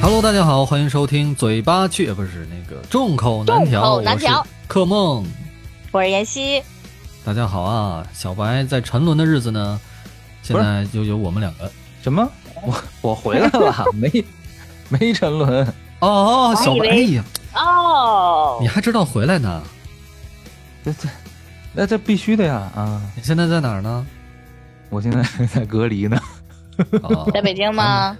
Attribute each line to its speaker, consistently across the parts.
Speaker 1: Hello，大家好，欢迎收听嘴巴去，呃不是那个众口难调，
Speaker 2: 众口难调
Speaker 1: 我是克梦。
Speaker 2: 我是妍希，
Speaker 1: 大家好啊，小白在沉沦的日子呢，现在就有我们两个。
Speaker 3: 什么？我 我回来了， 没没沉沦。
Speaker 1: 哦，
Speaker 2: 我还
Speaker 1: 小
Speaker 2: 以
Speaker 1: 白，
Speaker 2: 为
Speaker 1: 哎呀，
Speaker 2: 哦
Speaker 1: 你，还知道回来呢？
Speaker 3: 这这那这必须的呀啊！
Speaker 1: 你现在在哪 儿呢？
Speaker 3: 我现在 在隔离呢。
Speaker 1: 哦
Speaker 2: 在北京吗？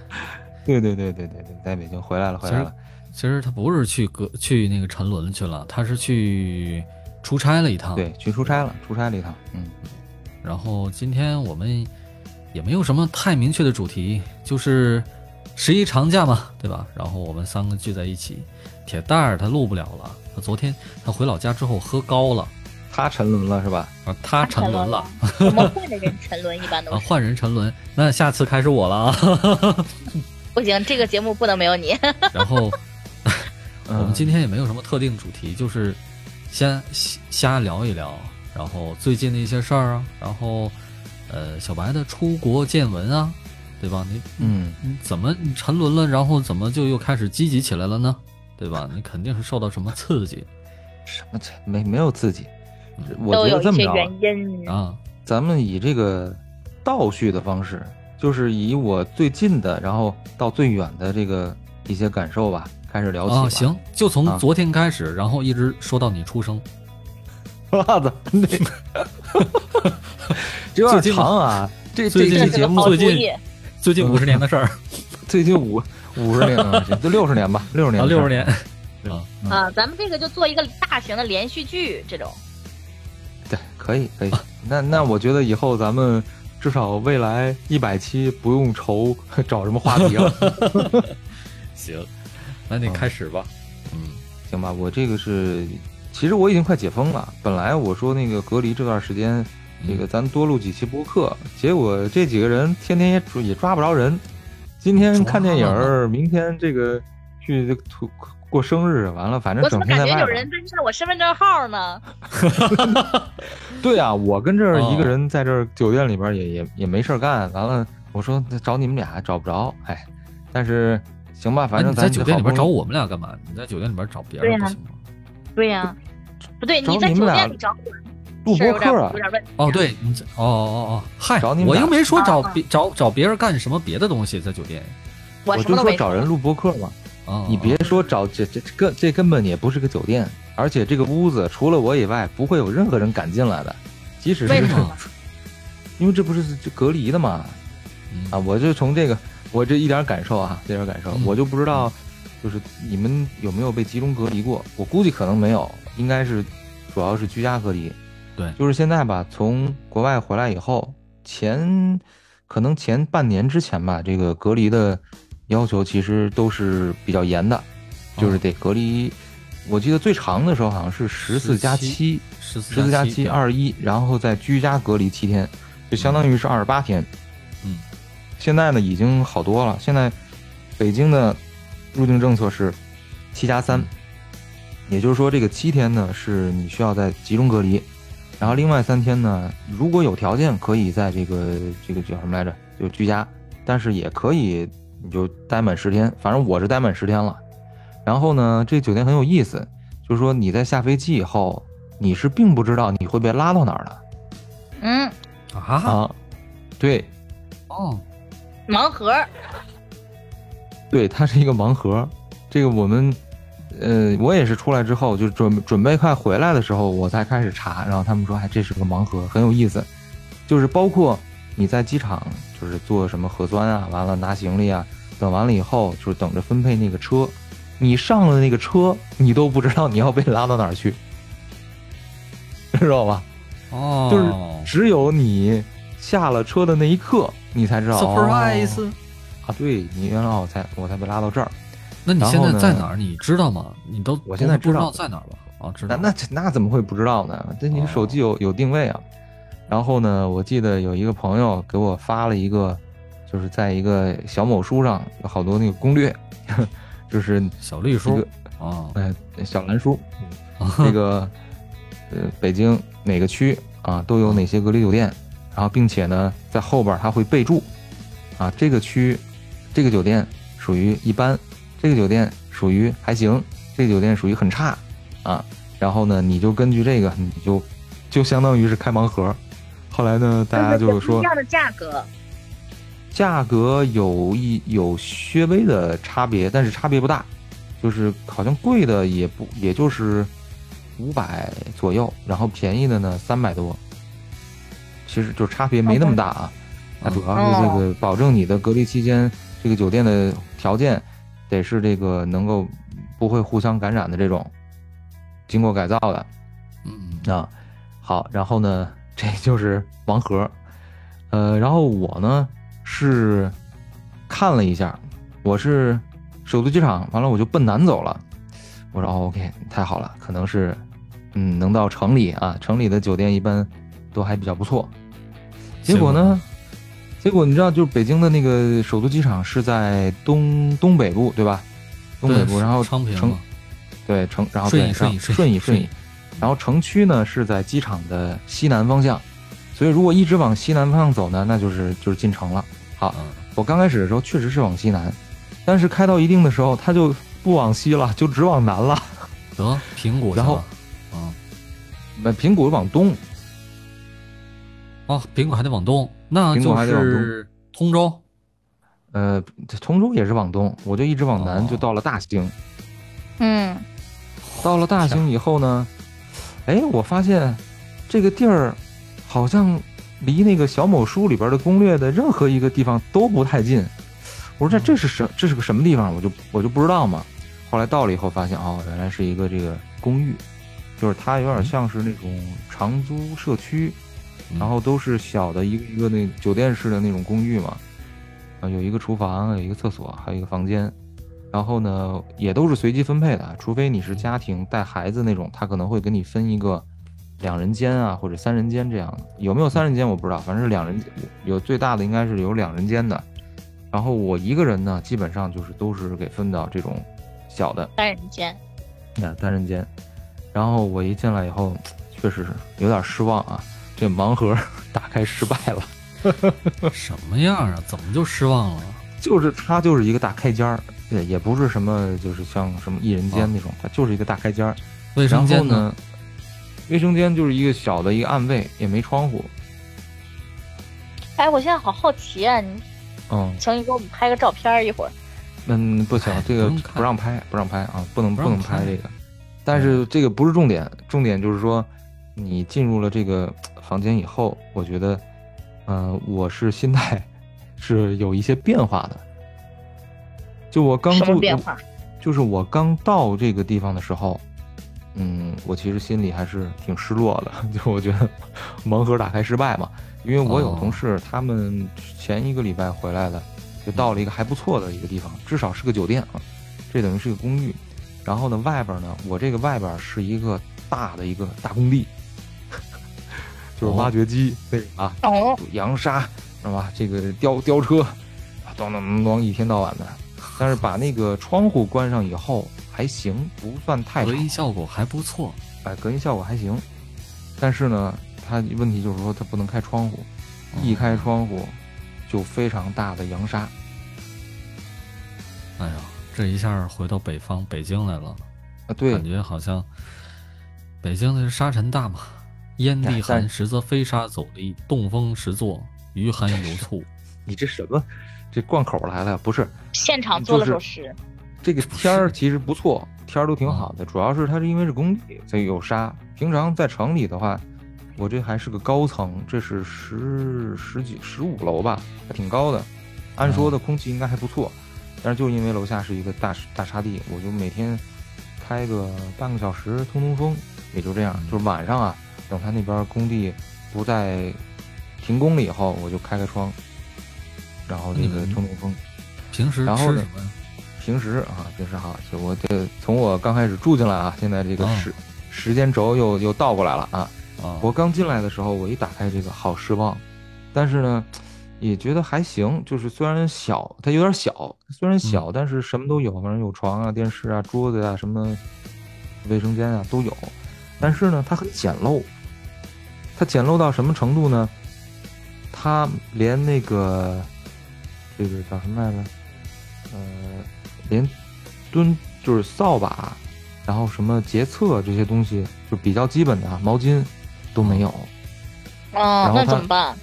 Speaker 3: 对对对对对对，在北京回来了回来了。
Speaker 1: 其实他不是去隔去那个沉沦去了，他是去出差了一趟。
Speaker 3: 对，，去出差了，出差了一趟。嗯，
Speaker 1: 然后今天我们也没有什么太明确的主题，就是十一长假嘛，对吧？然后我们三个聚在一起，铁蛋儿他录不了了，他昨天他回老家之后喝高了，
Speaker 3: 他沉沦了是吧？
Speaker 1: 啊，他沉沦了，
Speaker 2: 我们换的人沉沦一般都
Speaker 1: 啊，
Speaker 2: 是
Speaker 1: 换人沉沦，那下次开始我了 啊。
Speaker 2: 不行，这个节目不能没有你。
Speaker 1: 然后
Speaker 3: 嗯、
Speaker 1: 我们今天也没有什么特定主题，就是先瞎瞎聊一聊，然后最近的一些事儿啊，然后呃小白的出国见闻啊，对吧？你
Speaker 3: 嗯
Speaker 1: 你怎么你沉沦了，然后怎么就又开始积极起来了呢？对 吧？你肯定是受到什么刺激
Speaker 3: 什么这没没有刺激
Speaker 1: 嗯？
Speaker 3: 我
Speaker 2: 都
Speaker 3: 觉
Speaker 2: 有
Speaker 3: 得这
Speaker 2: 一
Speaker 3: 么
Speaker 2: 些
Speaker 3: 着啊，
Speaker 2: 原因。
Speaker 1: 啊！
Speaker 3: 咱们以这个倒叙的方式，就是以我最近的，然后到最远的这个一些感受吧，开始聊起吧。
Speaker 1: 啊，行，就从
Speaker 3: 啊
Speaker 1: 昨天开始，然后一直说到你出生。
Speaker 3: 袜 子，那这有点长啊。这
Speaker 1: 最
Speaker 3: 这
Speaker 1: 近
Speaker 3: 这
Speaker 1: 这节目
Speaker 2: 好主
Speaker 1: 最近
Speaker 2: 意，
Speaker 1: 最近五十年的事 儿
Speaker 3: 最近五五十年了，这就六十年吧，六十年
Speaker 1: 啊，
Speaker 3: 的事儿
Speaker 1: 六十 年，
Speaker 2: 啊，咱们这个就做一个大型的连续剧这种。
Speaker 3: 对，可以可以。那那我觉得以后咱们至少未来一百期不用愁 找什么话题了，
Speaker 1: 行，那你开始吧。嗯，
Speaker 3: 行吧？我这个是，其实我已经快解封了。本来我说那个隔离这段时间，这
Speaker 1: 嗯
Speaker 3: 个咱多录几期播客，结果这几个人天天也抓也抓不着人。今天看电影儿，明天这个去这个图过生日，完了反正
Speaker 2: 我怎
Speaker 3: 整
Speaker 2: 么
Speaker 3: 天
Speaker 2: 感
Speaker 3: 在
Speaker 2: 觉
Speaker 3: 外
Speaker 2: 有
Speaker 3: 边儿
Speaker 2: 人在看我身份证号呢？
Speaker 3: 对啊，我跟这儿
Speaker 1: 哦
Speaker 3: 一个人在这儿酒店里边儿也也也没事儿干，完了我说那找你们俩找不着，哎，但是行吧，
Speaker 1: 那
Speaker 3: 反
Speaker 1: 你
Speaker 3: 正
Speaker 1: 在
Speaker 3: 咱
Speaker 1: 酒店里边找
Speaker 3: 好
Speaker 1: 我们俩干嘛？你在酒店里边找别人不
Speaker 2: 对呀
Speaker 1: 行吗？
Speaker 2: 对呀、不对，
Speaker 3: 找
Speaker 2: 你在
Speaker 3: 你
Speaker 2: 酒
Speaker 3: 们俩
Speaker 2: 店里找我，
Speaker 3: 不容易录
Speaker 2: 是有
Speaker 3: 播
Speaker 2: 点
Speaker 3: 客啊
Speaker 2: 有，点问题。
Speaker 1: 哦，对，你这哦哦哦，嗨，
Speaker 3: 找你们
Speaker 1: 我
Speaker 3: 俩
Speaker 1: 又没说找
Speaker 2: 啊
Speaker 1: 别找找别人干什么别的东西，在酒店
Speaker 2: 我什
Speaker 3: 就
Speaker 2: 么都
Speaker 3: 说
Speaker 2: 没
Speaker 3: 找人录播客嘛，
Speaker 1: 啊，
Speaker 3: 你别说找这这这根这根本也不是个酒店，而且这个屋子除了我以外不会有任何人敢进来的，即使是
Speaker 2: 为
Speaker 1: 什
Speaker 2: 什
Speaker 1: 么
Speaker 2: 么？
Speaker 3: 因为这不是这隔离的嘛，
Speaker 1: 嗯
Speaker 3: 啊，我就从这个我这一点感受啊，这点感受，
Speaker 1: 嗯
Speaker 3: 我就不知道，就是你们有没有被集中隔离过？我估计可能没有，应该是主要是居家隔离。
Speaker 1: 对
Speaker 3: 就是现在吧，从国外回来以后，前可能前半年之前吧，这个隔离的要求其实都是比较严的，就是得隔离。我记得最长的时候好像是十四加七，
Speaker 1: 十
Speaker 3: 十
Speaker 1: 四
Speaker 3: 四加
Speaker 1: 七
Speaker 3: 七二十一，然后再居家隔离七天，就相当于是二十八天。
Speaker 1: 嗯，
Speaker 3: 现在呢已经好多了。现在北京的入境政策是七加三
Speaker 1: 嗯，
Speaker 3: 也就是说这个七天呢是你需要在集中隔离，然后另外三天呢，如果有条件可以在这个这个叫什么来着，就居家，但是也可以你就待满十天，反正我是待满十天了。然后呢，这酒店很有意思，就是说你在下飞机以后，你是并不知道你会被拉到哪儿的
Speaker 2: 嗯，
Speaker 1: 啊
Speaker 3: 啊。对，
Speaker 1: 哦，
Speaker 2: 盲盒，
Speaker 3: 对，它是一个盲盒。这个我们，呃，我也是出来之后，就准准备快回来的时候，我才开始查。然后他们说，哎，这是个盲盒，很有意思。就是包括你在机场，就是做什么核酸啊，完了拿行李啊，等完了以后，就是等着分配那个车。你上了那个车，你都不知道你要被拉到哪儿去，知道吧？
Speaker 1: 哦，
Speaker 3: 就是只有你下了车的那一刻，你才知道。哦
Speaker 1: surprise。
Speaker 3: 啊！对你原来我才我才被拉到这儿。
Speaker 1: 那你
Speaker 3: 然
Speaker 1: 现
Speaker 3: 后
Speaker 1: 在
Speaker 3: 呢
Speaker 1: 在哪儿？你知道吗？你都
Speaker 3: 我现在
Speaker 1: 不知
Speaker 3: 知
Speaker 1: 道
Speaker 3: 道
Speaker 1: 在哪儿吧？啊，知
Speaker 3: 那
Speaker 1: 道。
Speaker 3: 那这那怎么会不知道呢？这你
Speaker 1: 哦
Speaker 3: 手机有有定位啊。然后呢，我记得有一个朋友给我发了一个，就是在一个小某书上有好多那个攻略， 就是
Speaker 1: 小绿
Speaker 3: 一
Speaker 1: 书
Speaker 3: 个
Speaker 1: 啊，
Speaker 3: 呃小蓝书，那个呃北京哪个区啊都有哪些隔离酒店，然后并且呢在后边儿它会备注啊这个区这个酒店属于一般，这个酒店属于还行，这个酒店属于很差啊。然后呢，你就根据这个，你就就相当于是开盲盒。后来呢，大家就是
Speaker 2: 不
Speaker 3: 说
Speaker 2: 一样的价格，
Speaker 3: 价格有一有些微的差别，但是差别不大，就是好像贵的也不也就是五百左右，然后便宜的呢三百多，其实就差别没那么大啊。它主要是这个保证你的隔离期间，这个酒店的条件得是这个能够不会互相感染的这种，经过改造的。
Speaker 1: 嗯，
Speaker 3: 啊，好，然后呢，这就是盲盒，呃，然后我呢是看了一下，我是首都机场，完了我就奔南走了，我说哦，OK，太好了，可能是，嗯，能到城里啊，城里的酒店一般都还比较不错，结果呢？结果你知道，就是北京的那个首都机场是在东东北部，对吧？
Speaker 1: 结
Speaker 3: 东
Speaker 1: 果，
Speaker 3: 北部，然后
Speaker 1: 昌平
Speaker 3: 城
Speaker 1: 嘛
Speaker 3: 对城，然后
Speaker 1: 顺义
Speaker 3: 对
Speaker 1: 顺义
Speaker 3: 然
Speaker 1: 顺义
Speaker 3: 后顺义
Speaker 1: 顺义
Speaker 3: 顺义，然后城区呢是在机场的西南方向，所以如果一直往西南方向走呢，那就是就是进城了。好，
Speaker 1: 啊，
Speaker 3: 我刚开始的时候确实是往西南，但是开到一定的时候，它就不往西了，就只往南了。
Speaker 1: 得平谷去
Speaker 3: 然后
Speaker 1: 了，啊，
Speaker 3: 那平谷往东，
Speaker 1: 哦，平谷还得往东，那
Speaker 3: 平谷
Speaker 1: 就
Speaker 3: 还得往东
Speaker 1: 是通州，
Speaker 3: 呃，通州也是往东，我就一直往南，
Speaker 1: 哦
Speaker 3: 就到了大兴。
Speaker 2: 嗯，
Speaker 3: 到了大兴以后呢，哎，我发现这个地儿好像离那个小某书里边的攻略的任何一个地方都不太近。我说这这是什这是个什么地方？我就我就不知道嘛。后来到了以后发现哦，原来是一个这个公寓，就是它有点像是那种长租社区，
Speaker 1: 嗯
Speaker 3: 然后都是小的一个一个那酒店式的那种公寓嘛，啊，有一个厨房，有一个厕所，还有一个房间，然后呢也都是随机分配的，除非你是家庭带孩子那种，他可能会给你分一个两人间啊或者三人间这样的，有没有三人间我不知道，反正是两人有最大的应该是有两人间的，然后我一个人呢基本上就是都是给分到这种 小的，
Speaker 2: 单人间，
Speaker 3: 那单人间。然后我一进来以后，确实是有点失望啊，这盲盒打开失败了，
Speaker 1: 什么样啊？怎么就失望了？
Speaker 3: 就是它就是一个大开间儿，也也不是什么就是像什么一人间那种，它就是一个大开间儿。
Speaker 1: 卫
Speaker 3: 然
Speaker 1: 生
Speaker 3: 后
Speaker 1: 间？
Speaker 3: 呢，卫生间就是一个小的一个暗卫，也没窗户。
Speaker 2: 哎，我现在好好奇啊，你
Speaker 3: 嗯
Speaker 2: 请你给我们拍个照片儿一会儿。
Speaker 3: 嗯，不行
Speaker 1: 哎，
Speaker 3: 这个
Speaker 1: 不用看
Speaker 3: 不让拍，不让拍啊，不能
Speaker 1: 不
Speaker 3: 不
Speaker 1: 让
Speaker 3: 能拍
Speaker 1: 拍
Speaker 3: 这个。但是这个不是重点，重点就是说，你进入了这个呃房间以后，我觉得，呃，我是心态 是有一些变化的。就我刚
Speaker 2: 什么
Speaker 3: 住，
Speaker 2: 变化？
Speaker 3: 就是我刚到这个地方的时候，嗯，我其实心里还是挺失落的， 就我觉得盲盒打开失败嘛，因为我有
Speaker 1: 哦
Speaker 3: 同事、他们前一个礼拜回来的，就到了一个还不错的一个地方，至少是个酒店啊，这等于是个公寓。然后呢，外边呢，我这个外边是一个大的一个大工地， 就是挖掘机那种啊，
Speaker 2: 哦，
Speaker 3: 扬沙，是吧？这个吊吊车，啊咚咚咚，一天到晚的。但是把那个窗户关上以后还行，不算太吵
Speaker 1: 隔，音效果还不错，
Speaker 3: 哎，隔音效果还行。但是呢，它问题就是说它不能开窗户，
Speaker 1: 嗯
Speaker 3: 一开，窗户就非常大的扬沙。
Speaker 1: 哎呀，这一下回到北方北京来了，
Speaker 3: 啊，对
Speaker 1: 感，觉好像北京的是沙尘大嘛，烟
Speaker 3: 哎
Speaker 1: 地
Speaker 3: 但
Speaker 1: 寒，实则飞沙走砾，冻风实作，余寒犹 促。
Speaker 3: 你这什么？这贯口来了？不是，
Speaker 2: 现场做了首
Speaker 3: 就是
Speaker 2: 诗，
Speaker 3: 这个天儿其实不错，天儿都挺好的。主要是它是因为是工地，所以有沙。平常在城里的话，我这还是个高层，这是十十几十五楼吧，还挺高的。按说
Speaker 1: 嗯
Speaker 3: 的空气应该还不错，但是就因为楼下是一个大大沙地，我就每天开个半个小时通通风，也就这样。
Speaker 1: 嗯
Speaker 3: 就是晚上啊，等他那边工地不再停工了以后，我就开开窗，然后这个
Speaker 1: 嗯
Speaker 3: 通通风。
Speaker 1: 平时
Speaker 3: 然后
Speaker 1: 吃
Speaker 3: 呢
Speaker 1: 什么呀？
Speaker 3: 平时啊，平时好，就我这从我刚开始住进来啊，现在这个
Speaker 1: 哦
Speaker 3: 时、时间轴又又倒过来了啊。
Speaker 1: 啊，
Speaker 3: 我刚进来的时候，我一打开这个，好失望，但是呢，也觉得还行，就是虽然小，它有点小，虽然小，但是什么都有，反正有床啊、电视啊、桌子啊、什么卫生间啊都有，但是呢，它很简陋，它简陋到什么程度呢？它连那个这个叫什么来着？呃，连蹲就是扫把，然后什么洁厕这些东西就比较基本的啊毛巾都没有。
Speaker 2: 哦，
Speaker 3: 然后
Speaker 2: 那
Speaker 3: 他
Speaker 2: 怎么办？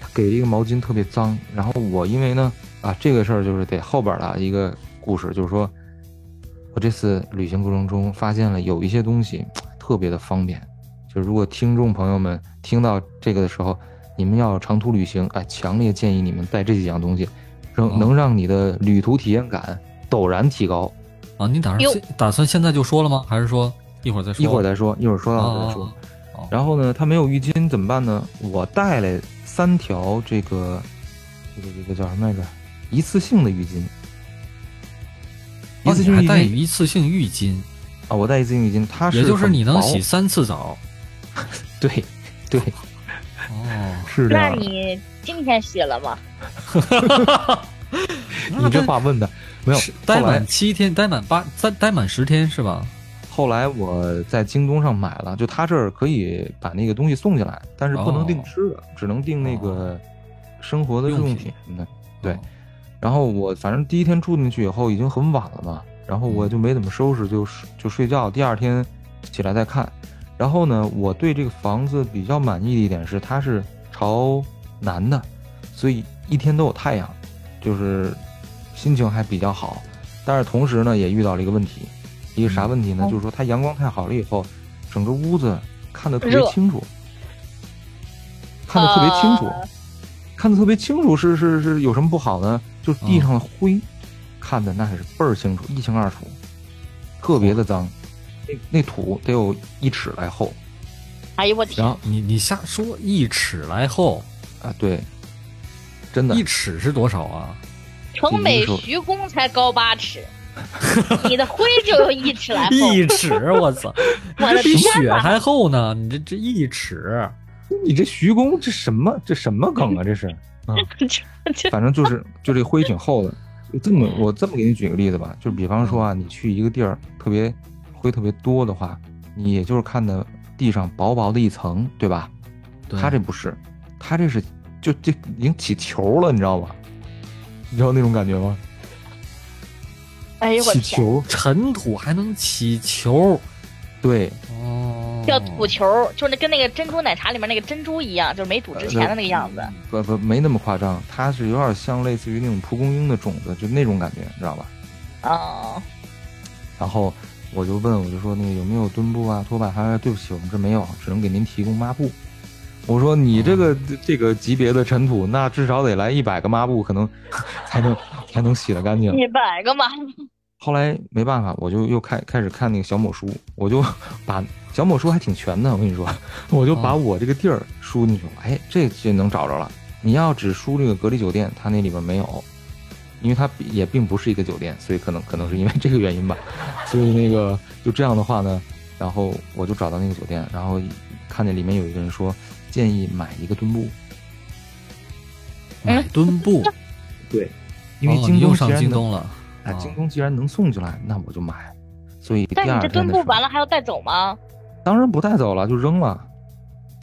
Speaker 3: 他给一个毛巾特别脏，然后我因为呢啊这个事儿就是得后边儿的一个故事，就是说我这次旅行过程中发现了有一些东西特别的方便，就如果听众朋友们听到这个的时候，你们要长途旅行，哎，强烈建议你们带这几样东西，
Speaker 1: 哦
Speaker 3: 能能让你的旅途体验感陡然提高。
Speaker 1: 啊，你打算
Speaker 2: 哟
Speaker 1: 现打算现在就说了吗？还是说一会儿再说？
Speaker 3: 一会儿再说，一会儿说到再说。
Speaker 1: 啊哦
Speaker 3: 然后呢，他没有浴巾怎么办呢？我带了三条这个这个这个叫什么来着？一次性的浴巾。一
Speaker 1: 哦
Speaker 3: 次
Speaker 1: 你
Speaker 3: 性
Speaker 1: 还
Speaker 3: 浴
Speaker 1: 带
Speaker 3: 巾
Speaker 1: 一次性浴巾，
Speaker 3: 啊，我带一次性浴巾，它是
Speaker 1: 也就是
Speaker 3: 很
Speaker 1: 你能
Speaker 3: 薄
Speaker 1: 洗三次 澡。
Speaker 3: 对对
Speaker 1: 哦，
Speaker 3: 是这
Speaker 2: 那
Speaker 3: 样的。
Speaker 2: 你今天洗了吗？
Speaker 3: 你这话问的没有
Speaker 1: 是？
Speaker 3: 后
Speaker 1: 待
Speaker 3: 来
Speaker 1: 满七天，待满八，待待满十天是吧？
Speaker 3: 后来我在京东上买了，就他这儿可以把那个东西送进来，但是不能订
Speaker 1: 哦
Speaker 3: 吃的，只能订那个
Speaker 1: 哦
Speaker 3: 生活的日
Speaker 1: 用
Speaker 3: 用
Speaker 1: 品
Speaker 3: 品什嗯么的。
Speaker 1: 哦
Speaker 3: 对然后我反正第一天住进去以后已经很晚了嘛，然后我就没怎么收拾，就睡就睡觉。第二天起来再看。然后呢，我对这个房子比较满意的一点是，它是朝南的，所以一天都有太阳，就是心情还比较好。但是同时呢，也遇到了一个问题，一个啥问题呢？
Speaker 2: 哦
Speaker 3: 就是说它阳光太好了以后，整个屋子看得特别
Speaker 2: 热
Speaker 3: 清楚，看得特别清楚。
Speaker 2: 呃
Speaker 3: 看得特别清楚是是是有什么不好呢？就是地上的灰，看的那是倍儿清楚，一清二楚，特别的脏，那那土得有一尺来厚
Speaker 2: 哎呦我天
Speaker 3: 然后！
Speaker 1: 你你瞎说，一尺来厚，
Speaker 3: 啊，对，真的
Speaker 1: 一尺是多少啊？
Speaker 2: 城北徐公才高八尺，你的灰就有一尺来厚。
Speaker 1: 一尺，我操，你
Speaker 2: 我的
Speaker 1: 这比
Speaker 2: 天
Speaker 1: 雪
Speaker 2: 哪
Speaker 1: 还厚呢！你这这一尺，
Speaker 3: 你这徐工这什么这什么梗啊？这是， 反正就是就这灰挺厚的。就这么我这么给你举个例子吧，就比方说啊，你去一个地儿特别灰特别多的话，你也就是看的地上薄薄的一层，对吧？
Speaker 1: 对
Speaker 3: 他这不是，他这是就这已经起球了，你知道吗？你知道那种感觉吗？
Speaker 2: 哎呦我
Speaker 3: 起
Speaker 2: 天！
Speaker 3: 球，
Speaker 1: 尘土还能起球
Speaker 3: 对，
Speaker 1: 哦，
Speaker 2: 叫土球，就是那跟那个珍珠奶茶里面那个珍珠一样，就是没煮之前的那个样子。
Speaker 3: 呃不不没那么夸张，它是有点像类似于那种蒲公英的种子，就那种感觉，你知道吧？呃
Speaker 2: 哦，
Speaker 3: 然后我就问，我就说那个有没有墩布啊、拖把？他说对不起，我们这没有，只能给您提供抹布。我说你这个、这个级别的尘土，那至少得来一百个抹布，可能才能才能洗得干净。
Speaker 2: 一百个嘛，
Speaker 3: 后来没办法，我就又开开始看那个小某书，我就 把小某书还挺全的，我跟你说，我就把
Speaker 1: 哦
Speaker 3: 我这个地儿输进去了，哎，这就能找着了。你要只输这个隔离酒店，它那里边没有，因为它比也并不是一个酒店，所以可能可能是因为这个原因吧。所以那个就这样的话呢，然后我就找到那个酒店，然后看见里面有一个人说建议买一个墩布，
Speaker 1: 买墩布，
Speaker 3: 对， 因为
Speaker 1: 哦
Speaker 3: 京
Speaker 1: 你又
Speaker 3: 东既
Speaker 1: 上
Speaker 3: 然
Speaker 1: 京
Speaker 3: 能，
Speaker 1: 东了，
Speaker 3: 哎，
Speaker 1: 啊
Speaker 3: 京东既然能送进来，那我就买。所以第
Speaker 2: 但
Speaker 3: 二
Speaker 2: 你这
Speaker 3: 天
Speaker 2: 墩
Speaker 3: 的
Speaker 2: 布
Speaker 3: 时候
Speaker 2: 完了还要带走吗？
Speaker 3: 当然不带走了，就扔了。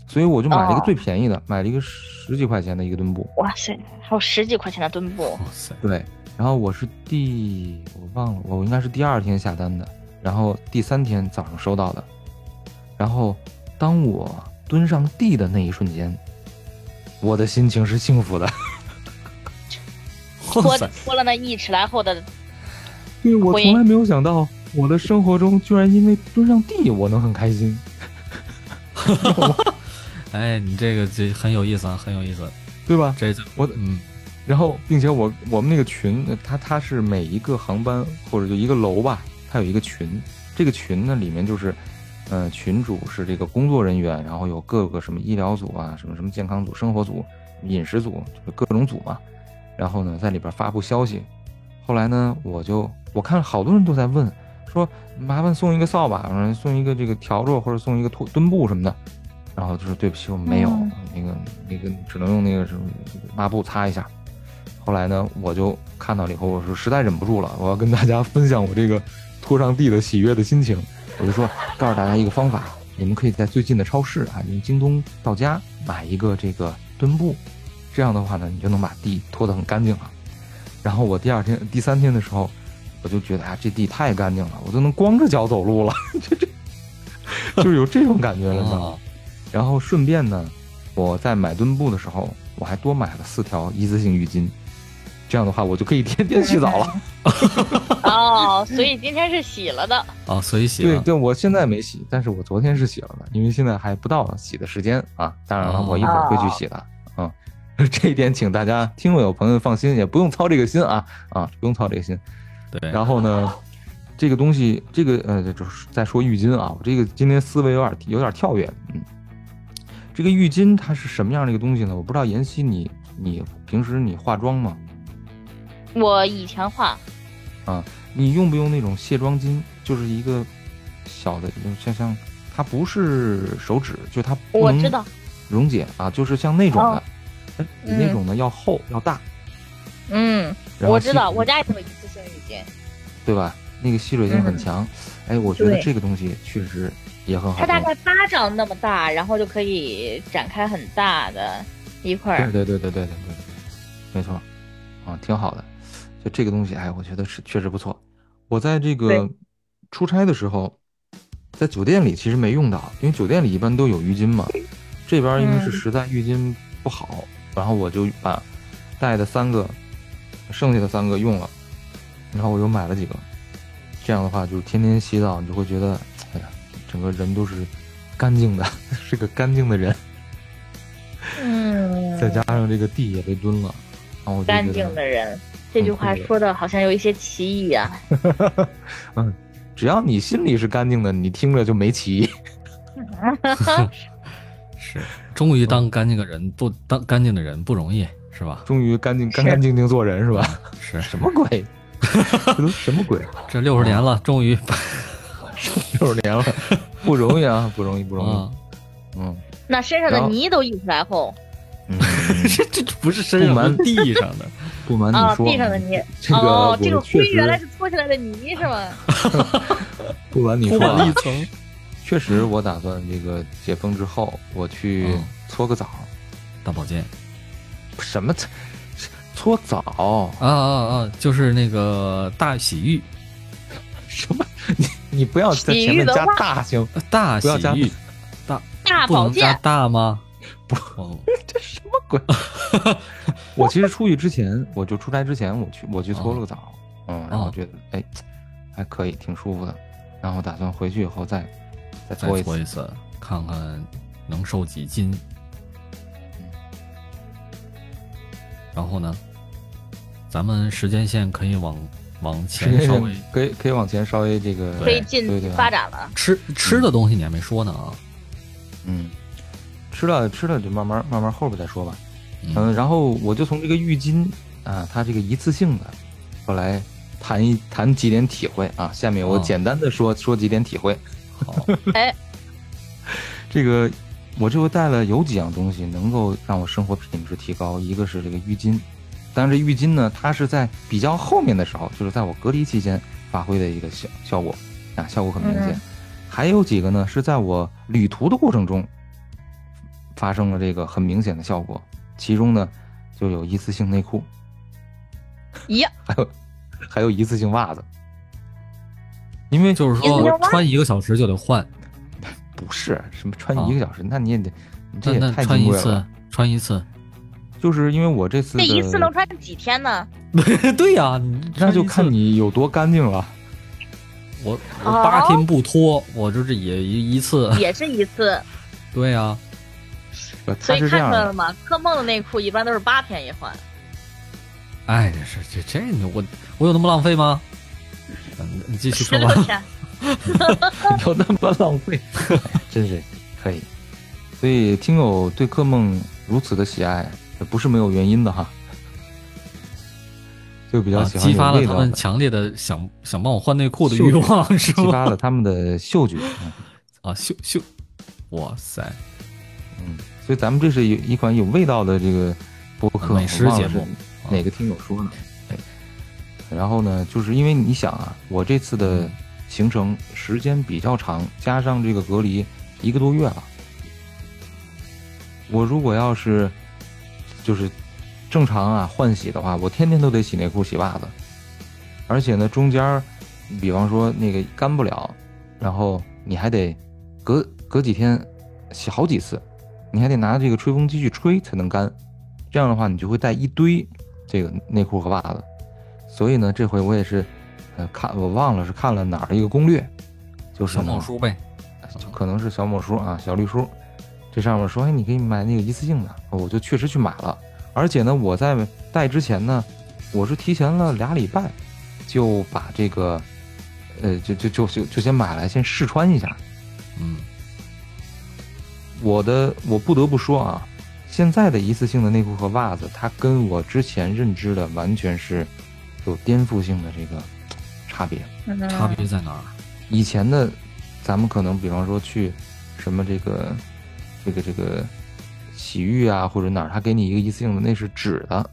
Speaker 3: 所以我就买了一个
Speaker 2: 哦
Speaker 3: 最便宜的，买了一个十几块钱的一个墩布。
Speaker 2: 哇塞，还有十几块钱的墩布
Speaker 1: 哇 塞，
Speaker 3: 对，然后我是第我忘了，我应该是第二天下单的，然后第三天早上收到的。然后当我蹲上地的那一瞬间，我的心情是幸福的。
Speaker 2: 脱
Speaker 1: 哇塞，
Speaker 2: 脱了那一尺来厚的，
Speaker 3: 对我
Speaker 2: 回
Speaker 3: 从来没有想到，我的生活中居然因为蹲上地，我能很开心。
Speaker 1: 哎，你这个这很有意思啊，很有意思，
Speaker 3: 对吧？
Speaker 1: 这这
Speaker 3: 我
Speaker 1: 嗯，
Speaker 3: 然后，并且我我们那个群，呃它它是每一个航班或者就一个楼吧，它有一个群。这个群呢，里面就是，呃，群主是这个工作人员，然后有各个什么医疗组啊，什么什么健康组、生活组、饮食组，就是各种组嘛。然后呢，在里边发布消息。后来呢，我就我看好多人都在问，说麻烦送一个扫把，嗯送一个这个笤帚或者送一个拖墩布什么的。然后就说对不起，我们没有、
Speaker 2: 嗯
Speaker 3: 那个那个，只能用那个什么抹布擦一下。后来呢，我就看到了以后，我说实在忍不住了，我要跟大家分享我这个拖上地的喜悦的心情。我就说，告诉大家一个方法，你们可以在最近的超市啊，用京东到家买一个这个墩布，这样的话呢，你就能把地拖得很干净了。然后我第二天、第三天的时候，我就觉得啊，这地太干净了，我都能光着脚走路了， 这这就是有这种感觉了，你知道吗？
Speaker 1: 啊，
Speaker 3: 然后顺便呢，我在买墩布的时候，我还多买了四条一次性浴巾，这样的话我就可以天天洗澡了。
Speaker 2: 哦，所以今天是洗了的。
Speaker 1: 啊，所以洗
Speaker 3: 对
Speaker 1: 了，
Speaker 3: 对，我现在没洗，但是我昨天是洗了的，因为现在还不到洗的时间啊。当然了，
Speaker 1: 哦
Speaker 3: 我一会儿会去洗的。嗯， 这一点请大家听友朋友放心，也不用操这个心啊啊，不用操这个心。
Speaker 1: 对，
Speaker 3: 然后呢，这个东西，这个呃，就是再说浴巾啊，我这个今天思维有点有点跳跃，嗯，这个浴巾它是什么样的一个东西呢？我不知道妍希你你平时你化妆吗？
Speaker 2: 我以前画，
Speaker 3: 你用不用那种卸妆巾？就是一个小的，就像像它不是手指，就它不
Speaker 2: 我
Speaker 3: 能
Speaker 2: 知道，
Speaker 3: 溶解啊，就是像那种的
Speaker 2: 哦，
Speaker 3: 哎比
Speaker 2: 嗯
Speaker 3: 那种的要厚要大。
Speaker 2: 嗯，
Speaker 3: 然后哦
Speaker 2: 我知道，
Speaker 3: 吸
Speaker 2: 我家也有一次性浴巾，
Speaker 3: 对吧？那个吸水性很
Speaker 2: 嗯
Speaker 3: 强，哎，我觉得
Speaker 2: 对
Speaker 3: 这个东西确实也很好
Speaker 2: 它
Speaker 3: 用。
Speaker 2: 大概巴掌那么大，然后就可以展开很大的一块儿。
Speaker 3: 对对对对对对对对，没错，啊，挺好的。就这个东西，哎，我觉得是确实不错。我在这个
Speaker 2: 对
Speaker 3: 出差的时候，在酒店里其实没用到，因为酒店里一般都有浴巾嘛。这边因为是
Speaker 2: 嗯
Speaker 3: 实在浴巾不好，然后我就把带的三个，剩下的三个用了，然后我又买了几个。这样的话，就是天天洗澡，你就会觉得，哎呀，整个人都是干净的， 是个干净的人。
Speaker 2: 嗯，
Speaker 3: 再加上这个地也被蹲了，然后我就觉
Speaker 2: 干
Speaker 3: 得
Speaker 2: 净的人这句话
Speaker 3: 嗯对
Speaker 2: 说的好像有一些歧义啊。
Speaker 3: 只要你心里是干净的，你听着就没 歧义。
Speaker 1: 是，终
Speaker 3: 嗯
Speaker 1: 于当干净的人不当干净的人不容易，是吧？嗯
Speaker 3: 终于干净干干净净做人是吧？
Speaker 1: 是，
Speaker 3: 什么 鬼？这都什么鬼？
Speaker 1: 这六十年了，终于
Speaker 3: 六十年了，不容易啊， 不容易，不容易
Speaker 1: 啊。，
Speaker 3: 嗯，
Speaker 2: 那身上的
Speaker 3: 然后
Speaker 2: 泥都溢出来后，
Speaker 3: 嗯
Speaker 1: 这这不是身上
Speaker 3: 不瞒
Speaker 1: 是地上的，
Speaker 3: 不瞒
Speaker 2: 啊，
Speaker 3: 你说，
Speaker 2: 地上的泥，
Speaker 3: 这个
Speaker 2: 哦
Speaker 3: 我，
Speaker 2: 这个
Speaker 3: 确
Speaker 2: 灰原来
Speaker 3: 实啊
Speaker 2: 是搓起来的泥是吗？
Speaker 3: 不瞒你
Speaker 1: 铺
Speaker 3: 说
Speaker 1: 满
Speaker 3: 啊
Speaker 1: 了一，层。
Speaker 3: 确实我打算这个解封之后，我去
Speaker 1: 嗯
Speaker 3: 搓个澡。
Speaker 1: 大保健
Speaker 3: 什么搓？搓澡？
Speaker 1: 啊啊啊！就是那个大洗浴，
Speaker 3: 什么？你你不要在前面加大型，
Speaker 1: 呃大
Speaker 3: 不
Speaker 1: 洗
Speaker 3: 要加
Speaker 1: 浴，
Speaker 2: 大
Speaker 1: 不
Speaker 2: 保
Speaker 1: 能加
Speaker 2: 健，
Speaker 1: 大吗？不，
Speaker 3: 这什么 鬼？我其实出去之前，我就出差之前，我去我去搓了个
Speaker 1: 哦
Speaker 3: 澡，嗯，然后觉得哎还可以，挺舒服的，然后打算回去以后再再
Speaker 1: 再
Speaker 3: 搓一
Speaker 1: 搓
Speaker 3: 次
Speaker 1: 一。次，看看能瘦几斤。然后呢，咱们时间线可以往往 前稍微
Speaker 3: 可以可以往前稍微这个
Speaker 2: 可以
Speaker 1: 对
Speaker 3: 对
Speaker 2: 进
Speaker 3: 对
Speaker 2: 发，展了。
Speaker 1: 吃吃的东西，你还没说呢 啊。
Speaker 3: 嗯，吃了吃了就慢慢慢慢后边再说吧。
Speaker 1: 嗯
Speaker 3: 嗯，然后我就从这个浴巾啊，它这个一次性的，后来谈一谈几点体会啊。下面我
Speaker 1: 哦
Speaker 3: 简单的说、说几点体会。
Speaker 1: 好，
Speaker 2: 哎，
Speaker 3: 这个我这回带了有几样东西能够让我生活品质提高，一个是这个浴巾，当然这浴巾呢，它是在比较后面的时候，就是在我隔离期间发挥的一个效效果啊，效果很明显。
Speaker 2: 嗯
Speaker 3: 还有几个呢是在我旅途的过程中发生了这个很明显的效果，其中呢就有一次性内裤，
Speaker 2: 咦，
Speaker 3: 还有 还有一次性袜子，
Speaker 1: 啊
Speaker 3: 因 为
Speaker 1: 就是
Speaker 2: 一次性
Speaker 1: 说
Speaker 2: 袜
Speaker 1: 穿一个小时就得换，
Speaker 3: 不是什么穿一个小时，那你也得。你这
Speaker 1: 那
Speaker 3: 也
Speaker 1: 那
Speaker 3: 太
Speaker 1: 穿
Speaker 3: 金
Speaker 1: 一
Speaker 3: 贵了吧
Speaker 1: 次，穿一次，
Speaker 3: 就是因为我这次
Speaker 2: 这一
Speaker 3: 的
Speaker 2: 次能穿几天呢？
Speaker 1: 对呀、你
Speaker 3: 那就看
Speaker 1: 你
Speaker 3: 你有多干净了。
Speaker 1: 我我
Speaker 2: 哦
Speaker 1: 八天不脱，我就是也一一次，
Speaker 2: 也是一 次，
Speaker 1: 对啊呀、
Speaker 3: 呃它
Speaker 2: 所以
Speaker 3: 是这
Speaker 2: 看出
Speaker 3: 样
Speaker 2: 来
Speaker 3: 的，
Speaker 2: 了吗？科梦的内裤一般都是八天一换。
Speaker 1: 哎，这是这这你我我有那么浪费吗？嗯，你继续
Speaker 2: 十
Speaker 1: 说
Speaker 2: 六
Speaker 1: 吧。啊
Speaker 2: 天，
Speaker 3: 有那么浪 费，真是可以。所以听友对克梦如此的喜爱，也不是没有原因的哈。就比较
Speaker 1: 啊，
Speaker 3: 喜欢
Speaker 1: 激
Speaker 3: 有
Speaker 1: 发了
Speaker 3: 味
Speaker 1: 他
Speaker 3: 道
Speaker 1: 们
Speaker 3: 的，
Speaker 1: 强烈的想想帮我换内裤的
Speaker 3: 嗅
Speaker 1: 欲
Speaker 3: 觉
Speaker 1: 望，是
Speaker 3: 激
Speaker 1: 吧？
Speaker 3: 发了他们的嗅觉。嗯
Speaker 1: 啊，秀秀，哇塞，
Speaker 3: 嗯，所以咱们这是有一款有味道的这个播客
Speaker 1: 美食
Speaker 3: 我忘了
Speaker 1: 节目嗯
Speaker 3: 是哪个听友说呢？哎然后呢，就是因为你想啊，我这次的
Speaker 1: 嗯
Speaker 3: 行程时间比较长，加上这个隔离一个多月了，我如果要是就是正常啊换洗的话，我天天都得洗内裤、洗袜子，而且呢，中间儿比方说那个干不了，然后你还得隔隔几天洗好几次，你还得拿这个吹风机去吹才能干。这样的话，你就会带一堆这个内裤和袜子。所以呢，这回我也是，呃，看我忘了是看了哪儿的一个攻略，就是
Speaker 1: 小
Speaker 3: 呢
Speaker 1: 某书呗，
Speaker 3: 就可能是小某书啊，小绿书，这上面说，哎，你可以买那个一次性的，哦我就确实去买了。而且呢，我在带之前呢，我是提前了俩礼拜就把这个，呃，就就就就就先买来，先试穿一下。
Speaker 1: 嗯，
Speaker 3: 我的我不得不说啊，现在的一次性的内裤和袜子，它跟我之前认知的完全是有颠覆性的这个差别。
Speaker 2: 嗯
Speaker 1: 差别在哪儿？
Speaker 3: 以前的咱们可能比方说去什么这个这个这个洗浴啊，或者哪儿，他给你一个一次性的，那是纸的，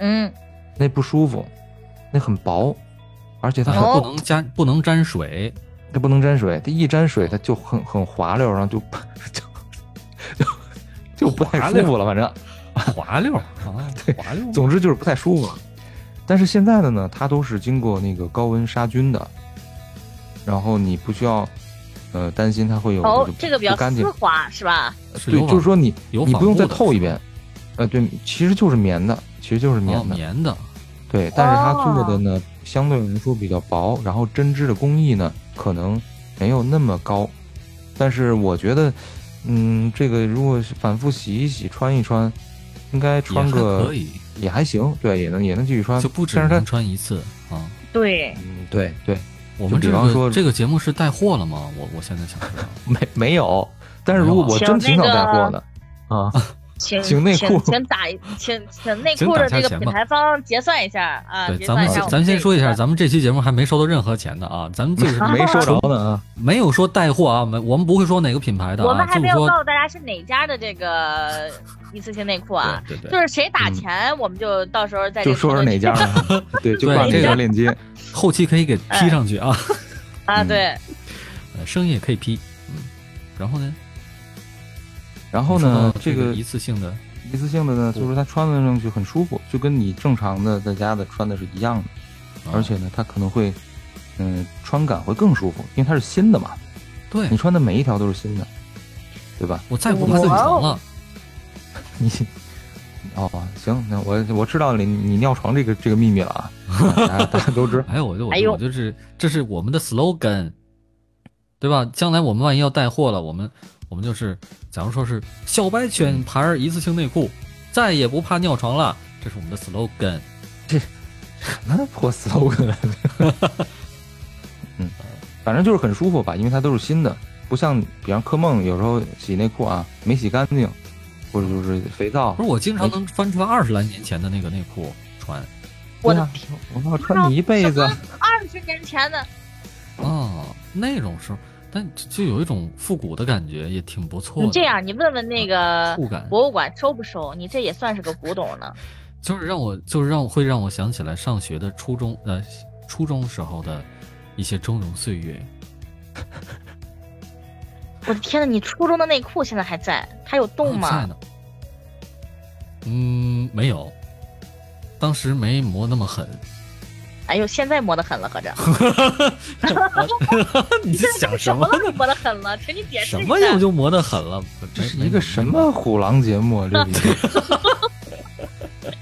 Speaker 2: 嗯，
Speaker 3: 那不舒服，那很薄，而且它
Speaker 1: 它
Speaker 3: 很、
Speaker 1: 还
Speaker 2: 哦
Speaker 1: 不能沾，不能沾水，
Speaker 3: 它不能沾水，它一沾水它就很很滑溜，然后就 就就就不太舒服了，反正
Speaker 1: 滑溜儿 啊，滑溜儿。
Speaker 3: 总之就是不太舒服了。但是现在的呢，它都是经过那个高温杀菌的，然后你不需要呃担心它会有
Speaker 2: 哦
Speaker 3: 个，
Speaker 2: 这个比较
Speaker 3: 不干净
Speaker 2: 丝滑是吧？
Speaker 1: 是
Speaker 3: 对
Speaker 1: 有，
Speaker 3: 就是
Speaker 1: 网
Speaker 3: 说你
Speaker 1: 有
Speaker 3: 你
Speaker 1: 纺
Speaker 3: 不用
Speaker 1: 布
Speaker 3: 再
Speaker 1: 的啊
Speaker 3: 透一遍，呃，对，其实就是棉的，其实就是棉
Speaker 1: 哦
Speaker 3: 的，
Speaker 1: 棉的，
Speaker 3: 对，但是它做
Speaker 2: 哦
Speaker 3: 的呢相对来说比较薄，然后针织的工艺呢可能没有那么高，但是我觉得，嗯，这个如果是反复洗一洗、穿一穿，应该
Speaker 1: 也
Speaker 3: 穿
Speaker 1: 还
Speaker 3: 个
Speaker 1: 可以，
Speaker 3: 也还行，对，也能也能继续穿，
Speaker 1: 就不只
Speaker 3: 但是它
Speaker 1: 能，穿一次啊。
Speaker 2: 对，
Speaker 3: 嗯，对对，
Speaker 1: 我们这
Speaker 3: 就比方说
Speaker 1: 个这个节目是带货了吗？我我现在想知道，
Speaker 3: 没没有，但是如果我
Speaker 2: 啊行
Speaker 3: 真挺想
Speaker 2: 那个
Speaker 3: 带货的 啊，
Speaker 2: 请
Speaker 3: 请内裤
Speaker 2: 请请打请请内
Speaker 1: 请
Speaker 2: 裤
Speaker 1: 打
Speaker 2: 的
Speaker 1: 下
Speaker 2: 这个
Speaker 1: 钱
Speaker 2: 品
Speaker 1: 吧
Speaker 2: 牌方结算一下啊，
Speaker 1: 对，
Speaker 2: 结
Speaker 1: 咱
Speaker 2: 算
Speaker 1: 们
Speaker 2: 一下
Speaker 1: 先
Speaker 2: 我
Speaker 1: 咱们先
Speaker 2: 这
Speaker 1: 说一下，
Speaker 2: 个
Speaker 1: 咱们这期节目还没收到任何钱的啊，咱们这 个
Speaker 3: 没收着呢啊，
Speaker 1: 没有说带货啊，没我们不会说哪个品牌的
Speaker 2: 我
Speaker 1: 啊
Speaker 2: 们，还
Speaker 1: 就
Speaker 2: 没
Speaker 1: 是
Speaker 2: 有
Speaker 1: 说
Speaker 2: 告诉大家是哪家的这个一次性内裤啊，
Speaker 1: 对对
Speaker 2: 就
Speaker 1: 对，
Speaker 2: 是谁打
Speaker 3: 嗯
Speaker 2: 钱，我们就到时候再
Speaker 3: 就说说哪家
Speaker 2: 这个评论区
Speaker 3: 的，对，就
Speaker 1: 对
Speaker 3: 挂
Speaker 1: 这
Speaker 3: 那
Speaker 1: 个
Speaker 3: 条链接，
Speaker 1: 后期可以给
Speaker 2: 嗯
Speaker 1: P 上去啊，
Speaker 2: 啊，
Speaker 3: 嗯
Speaker 2: 对，
Speaker 1: 呃生意也可以 P，嗯，然后呢，
Speaker 3: 然后
Speaker 1: 说
Speaker 3: 呢
Speaker 1: 到，
Speaker 3: 这个
Speaker 1: 一次性的，啊
Speaker 3: 一次性的呢，就是它穿了上去很舒服，就跟你正常的在家的穿的是一样的，
Speaker 1: 啊
Speaker 3: 而且呢，它可能会，嗯、穿感会更舒服，因为它是新的嘛，
Speaker 1: 对
Speaker 3: 你穿的每一条都是新的，对吧？
Speaker 1: 我再不买就
Speaker 2: 哦
Speaker 1: 黄了，
Speaker 3: 你，哦，行，那我我知道你你尿床这个这个秘密了 啊，大家大家都知道，
Speaker 1: 哎呦，我就我
Speaker 2: 哎
Speaker 1: 就
Speaker 2: 呦
Speaker 1: 我就是这是我们的 slogan，对吧？将来我们万一要带货了，我们我们就是，假如说是小白犬牌儿一次性内裤，再也不怕尿床了，这是我们的 slogan。
Speaker 3: 那破 slogan，嗯，反正就是很舒服吧，因为它都是新的，不像比方科梦有时候洗内裤啊没洗干净，或者就是肥皂
Speaker 1: 不是我
Speaker 3: 哎
Speaker 1: 经常能翻出来二十来年前的那个内裤穿
Speaker 2: 我的
Speaker 3: 对啊我要穿你一辈子，
Speaker 2: 二十年前的
Speaker 1: 啊，
Speaker 3: 哦
Speaker 1: 那种时候，但就就有一种复古的感觉，也挺不嗯错
Speaker 2: 你
Speaker 1: 的。
Speaker 2: 这样，你问问那个
Speaker 1: 触感，
Speaker 2: 博物馆收不收？你这也算是个古董呢。
Speaker 1: 就是让我就是让我会让我想起来上学的初中呃初中时候的一些峥嵘岁月。
Speaker 2: 我的天呐，你初中的内裤现在还在？它有洞
Speaker 1: 还
Speaker 2: 吗？
Speaker 1: 在呢。嗯，没有，当时没磨那么 狠。
Speaker 2: 哎呦，现在磨得很了，合 着。
Speaker 1: 你在想什么？
Speaker 2: 都磨得很了，请你解释
Speaker 1: 什
Speaker 2: 一下。
Speaker 1: 么叫就磨得狠了？
Speaker 3: 这是
Speaker 1: 没
Speaker 3: 一个什？么虎狼节目啊？这是一个
Speaker 1: 没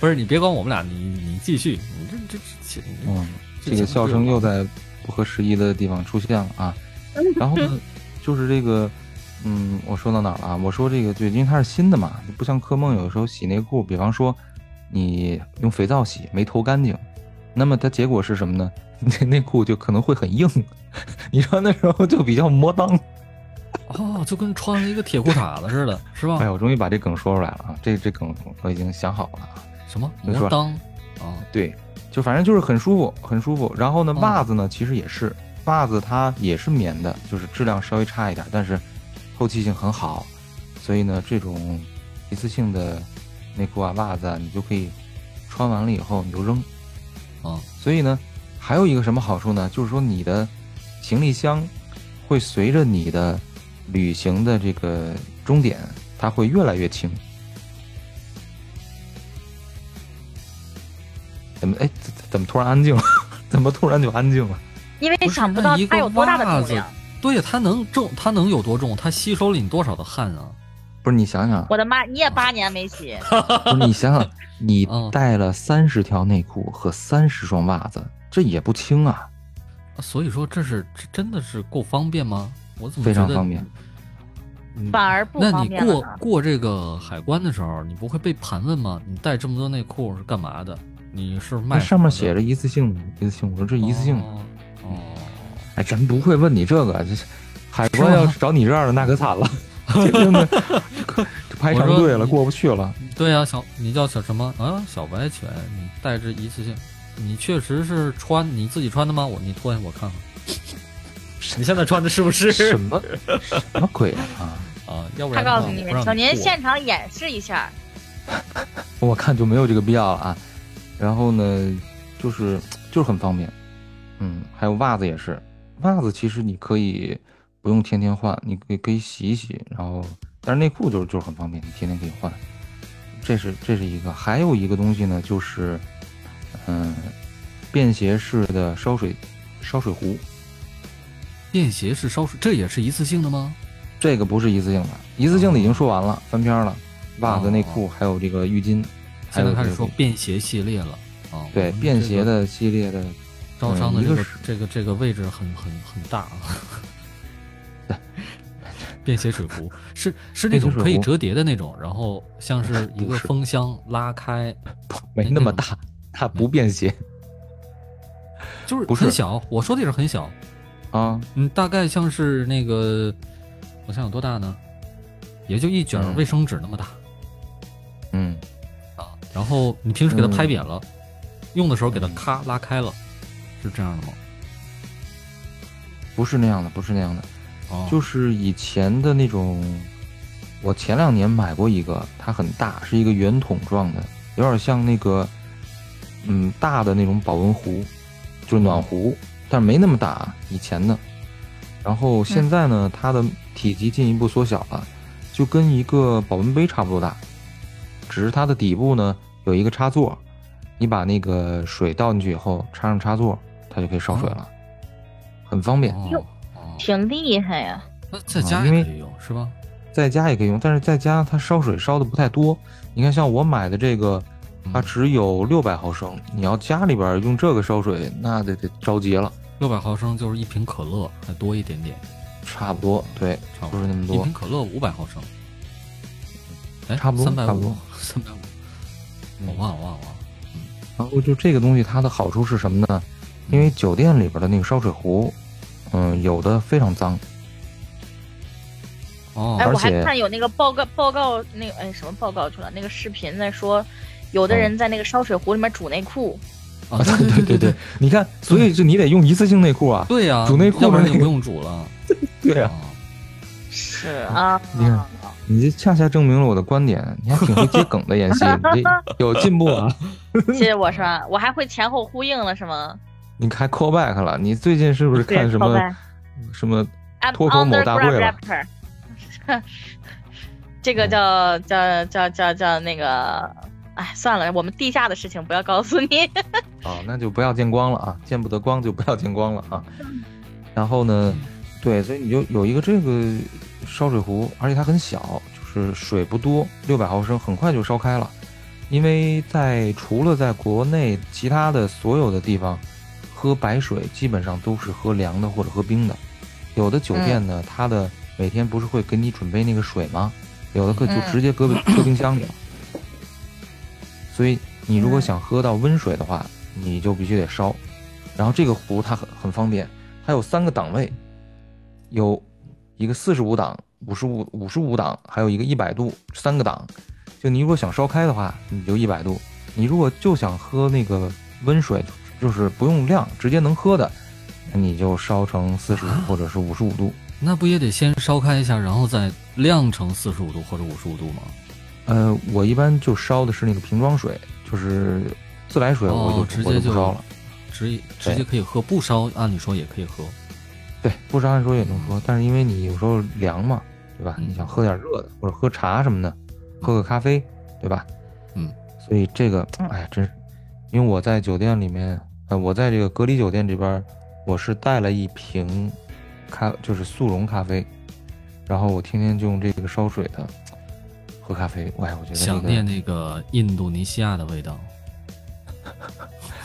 Speaker 1: 不是你别管我们俩，你你继续，你这这这，
Speaker 3: 嗯，这个笑声又在不合时宜的地方出现了啊。然后呢，就是这个，嗯，我说到哪儿了啊？我说这个，对，因为它是新的嘛，不像科梦有时候洗内裤，比方说你用肥皂洗没投干净，那么它结果是什么呢？ 那内裤就可能会很硬，你穿的时候就比较磨裆。
Speaker 1: 哦，就跟穿了一个铁裤衩子似的，是吧？
Speaker 3: 哎呀，我终于把这梗说出来了啊！这这梗我已经想好了啊。
Speaker 1: 什么
Speaker 3: 没
Speaker 1: 磨
Speaker 3: 错
Speaker 1: 裆啊？
Speaker 3: 对，就反正就是很舒服，很舒服。然后呢，
Speaker 1: 嗯
Speaker 3: 袜子呢，其实也是袜子，它也是棉的，就是质量稍微差一点，但是透气性很好。所以呢，这种一次性的内裤啊、袜子啊，你就可以穿完了以后你就扔。
Speaker 1: 啊，
Speaker 3: 所以呢，还有一个什么好处呢？就是说你的行李箱会随着你的旅行的这个终点，它会越来越轻。怎么哎怎怎么突然安静了？ 怎么突然就安静了？
Speaker 4: 因为想不到它有多大的重量。
Speaker 1: 对，它能重，它能有多重？它吸收了你多少的汗啊？
Speaker 3: 不是你想 想，
Speaker 4: 我的妈！你也八年没洗，
Speaker 3: 不是你想想，你
Speaker 1: 嗯
Speaker 3: 带了三十条内裤和三十双袜子，这也不轻啊。
Speaker 1: 所以说这是这真的是够方便吗？我怎么
Speaker 3: 非常
Speaker 1: 觉得
Speaker 3: 方便
Speaker 1: 嗯
Speaker 4: 反而不
Speaker 1: 那
Speaker 4: 方
Speaker 1: 你
Speaker 4: 便了
Speaker 1: 过
Speaker 4: 呢。
Speaker 1: 过这个海关的时候，你不会被盘问吗？你带这么多内裤是干嘛的？你是卖
Speaker 3: 那上面写
Speaker 1: 着
Speaker 3: 着一次性的，一次性。我说这一次性的，
Speaker 1: 哦。哦
Speaker 3: 哎，真不会问你这个。这海
Speaker 1: 是吗
Speaker 3: 关要是找你这样的，那可惨了， 这 真的就排长队了，过不去了。
Speaker 1: 对呀、小你叫小什么啊？小白犬，你带这一次性，你确实是穿你自己穿的吗？我你脱下我看 看，你现在穿的是不是
Speaker 3: 什么什么鬼啊！
Speaker 1: 啊？要不
Speaker 4: 他
Speaker 1: 然
Speaker 4: 告诉
Speaker 1: 的话我
Speaker 4: 你
Speaker 1: 不让
Speaker 4: 们，
Speaker 1: 你
Speaker 4: 请您
Speaker 1: 过
Speaker 4: 现场演示一下。
Speaker 3: 我看就没有这个必要了啊。然后呢，就是就是很方便，嗯，还有袜子也是，袜子其实你可以不用天天换，你可以可以洗一洗，然后但是内裤就是就是很方便，你天天可以换，这是这是一个，还有一个东西呢就是，嗯、便携式的烧水烧水壶，
Speaker 1: 便携式烧水，这也是一次性的吗？
Speaker 3: 这个不是一次性的，一次性的已经说完了，翻篇了，袜子、
Speaker 1: 哦
Speaker 3: 内裤还有这个浴巾，还
Speaker 1: 现
Speaker 3: 有
Speaker 1: 在开始
Speaker 3: 这
Speaker 1: 说
Speaker 3: 个
Speaker 1: 便携系列了啊。
Speaker 3: 哎对
Speaker 1: 我们
Speaker 3: 便
Speaker 1: 这个
Speaker 3: 携的系列的
Speaker 1: 招商的
Speaker 3: 嗯一
Speaker 1: 这
Speaker 3: 个
Speaker 1: 个
Speaker 3: 是
Speaker 1: 这个这个位置很很很大啊。 便携水壶是是那
Speaker 3: 便携
Speaker 1: 种
Speaker 3: 水
Speaker 1: 可以
Speaker 3: 壶哎
Speaker 1: 折叠的那种，然后像是一
Speaker 3: 不
Speaker 1: 个
Speaker 3: 是
Speaker 1: 风箱拉开，
Speaker 3: 没那么大，它不便携
Speaker 1: 就是
Speaker 3: 不是
Speaker 1: 很小。我说的也是很小，
Speaker 3: 啊。
Speaker 1: 嗯，大概像是那个，我想有多大呢？也就一卷
Speaker 3: 嗯
Speaker 1: 卫生纸那么大、
Speaker 3: 嗯，
Speaker 1: 啊。然后你平时给它拍
Speaker 3: 嗯
Speaker 1: 扁了，用的时候给它
Speaker 3: 嗯
Speaker 1: 咔拉开了，是这样的吗？
Speaker 3: 不是那样的，不是那样的，
Speaker 1: 哦，
Speaker 3: 就是以前的那种。我前两年买过一个，它很大，是一个圆筒状的，有点像那个，嗯，大的那种保温壶，就是暖壶，但是没那么大啊，以前的。然后现在呢，它的体积进一步缩小了，就跟一个保温杯差不多大，只是它的底部呢有一个插座，你把那个水倒进去以后插上插座，它就可以烧水了，很方便。
Speaker 1: 哦
Speaker 4: 哟
Speaker 1: 哦，
Speaker 4: 挺厉害呀、
Speaker 1: 那在
Speaker 3: 啊
Speaker 1: 家
Speaker 3: 因
Speaker 1: 也
Speaker 3: 为
Speaker 1: 可以用是吧？
Speaker 3: 在家也可以用，但是在家它烧水烧的不太多。你看，像我买的这个，它
Speaker 1: 嗯
Speaker 3: 只有六百毫升，你要家里边用这个烧水，那得得着急了，
Speaker 1: 六百毫升就是一瓶可乐，还多一点点，
Speaker 3: 差不多，对，
Speaker 1: 差不
Speaker 3: 不
Speaker 1: 多。
Speaker 3: 是那么
Speaker 1: 一
Speaker 3: 多
Speaker 1: 瓶，可乐五百毫升，哎，
Speaker 3: 差不多
Speaker 1: 三百
Speaker 3: 差不
Speaker 1: 五
Speaker 3: 多，
Speaker 1: 三百五，
Speaker 3: 嗯
Speaker 1: 我忘了，我忘了，
Speaker 3: 然后就这个东西，它的好处是什么呢？
Speaker 1: 嗯
Speaker 3: 因为酒店里边的那个烧水壶，嗯，有的非常脏，
Speaker 1: 我忘了。
Speaker 4: 哎，
Speaker 1: 哦，
Speaker 4: 我还
Speaker 3: 而且
Speaker 4: 看有那个报告报告那个哎什么报告出来那个视频在说，有的
Speaker 1: 嗯
Speaker 4: 人在那个烧水壶里面煮内裤，
Speaker 1: 啊，对对
Speaker 3: 对对，你看，所以就你得用一次性内裤啊，
Speaker 1: 对呀，
Speaker 3: 煮内裤
Speaker 1: 要不然
Speaker 3: 的那
Speaker 1: 就不
Speaker 3: 个
Speaker 1: 用煮了。
Speaker 3: 对呀、
Speaker 1: 啊
Speaker 4: 是
Speaker 1: 哦
Speaker 4: 啊，
Speaker 3: 你看你这恰恰证明了我的观点，你还挺会接梗的，妍希，你这 有进步啊，
Speaker 4: 谢谢我是吧？我还会前后呼应了是吗？
Speaker 3: 你还 call back 了，你最近是不是
Speaker 4: 对
Speaker 3: 看什
Speaker 4: 靠
Speaker 3: 么
Speaker 4: 背
Speaker 3: 什么？
Speaker 4: I'm
Speaker 3: 脱口某大会
Speaker 4: underground
Speaker 3: 了
Speaker 4: rapper，这个叫叫叫叫叫那个，哎，算了，我们地下的事情不要告诉你。
Speaker 3: 啊，那就不要见光了啊，见不得光就不要见光了啊。然后呢，对，所以你就有一个这个烧水壶，而且它很小，就是水不多，六百毫升，很快就烧开了。因为在除了在国内，其他的所有的地方喝白水基本上都是喝凉的或者喝冰的。有的酒店呢，它的每天不是会给你准备那个水吗？有的可就
Speaker 4: 嗯
Speaker 3: 直接搁搁冰箱里了。所以你如果想喝到温水的话，你就必须得烧。然后这个壶它很很方便，它有三个档位，有一个四十五档、五十五五十五档，还有一个一百度，三个档。就你如果想烧开的话，你就一百度；你如果就想喝那个温水，就是不用量，直接能喝的，那你就烧成四十五或者是五十五度。
Speaker 1: 那不也得先烧开一下，然后再晾成四十五度或者五十五度吗？
Speaker 3: 呃，我一般就烧的是那个瓶装水，就是自来水，我就、
Speaker 1: 哦，直
Speaker 3: 我
Speaker 1: 接
Speaker 3: 就不烧了。
Speaker 1: 直直接可以喝，不烧按理说也可以喝。
Speaker 3: 对，不烧按说也能喝，但是因为你有时候凉嘛，对吧？
Speaker 1: 嗯
Speaker 3: 你想喝点热的，或者喝茶什么的，喝个咖啡，对吧？
Speaker 1: 嗯，
Speaker 3: 所以这个，哎呀，真是因为我在酒店里面，呃，我在这个隔离酒店这边儿，我是带了一瓶咖，就是速溶咖啡，然后我天天就用这个烧水的喝咖啡。哎，我觉得、这
Speaker 1: 想
Speaker 3: 个
Speaker 1: 念那个印度尼西亚的味道，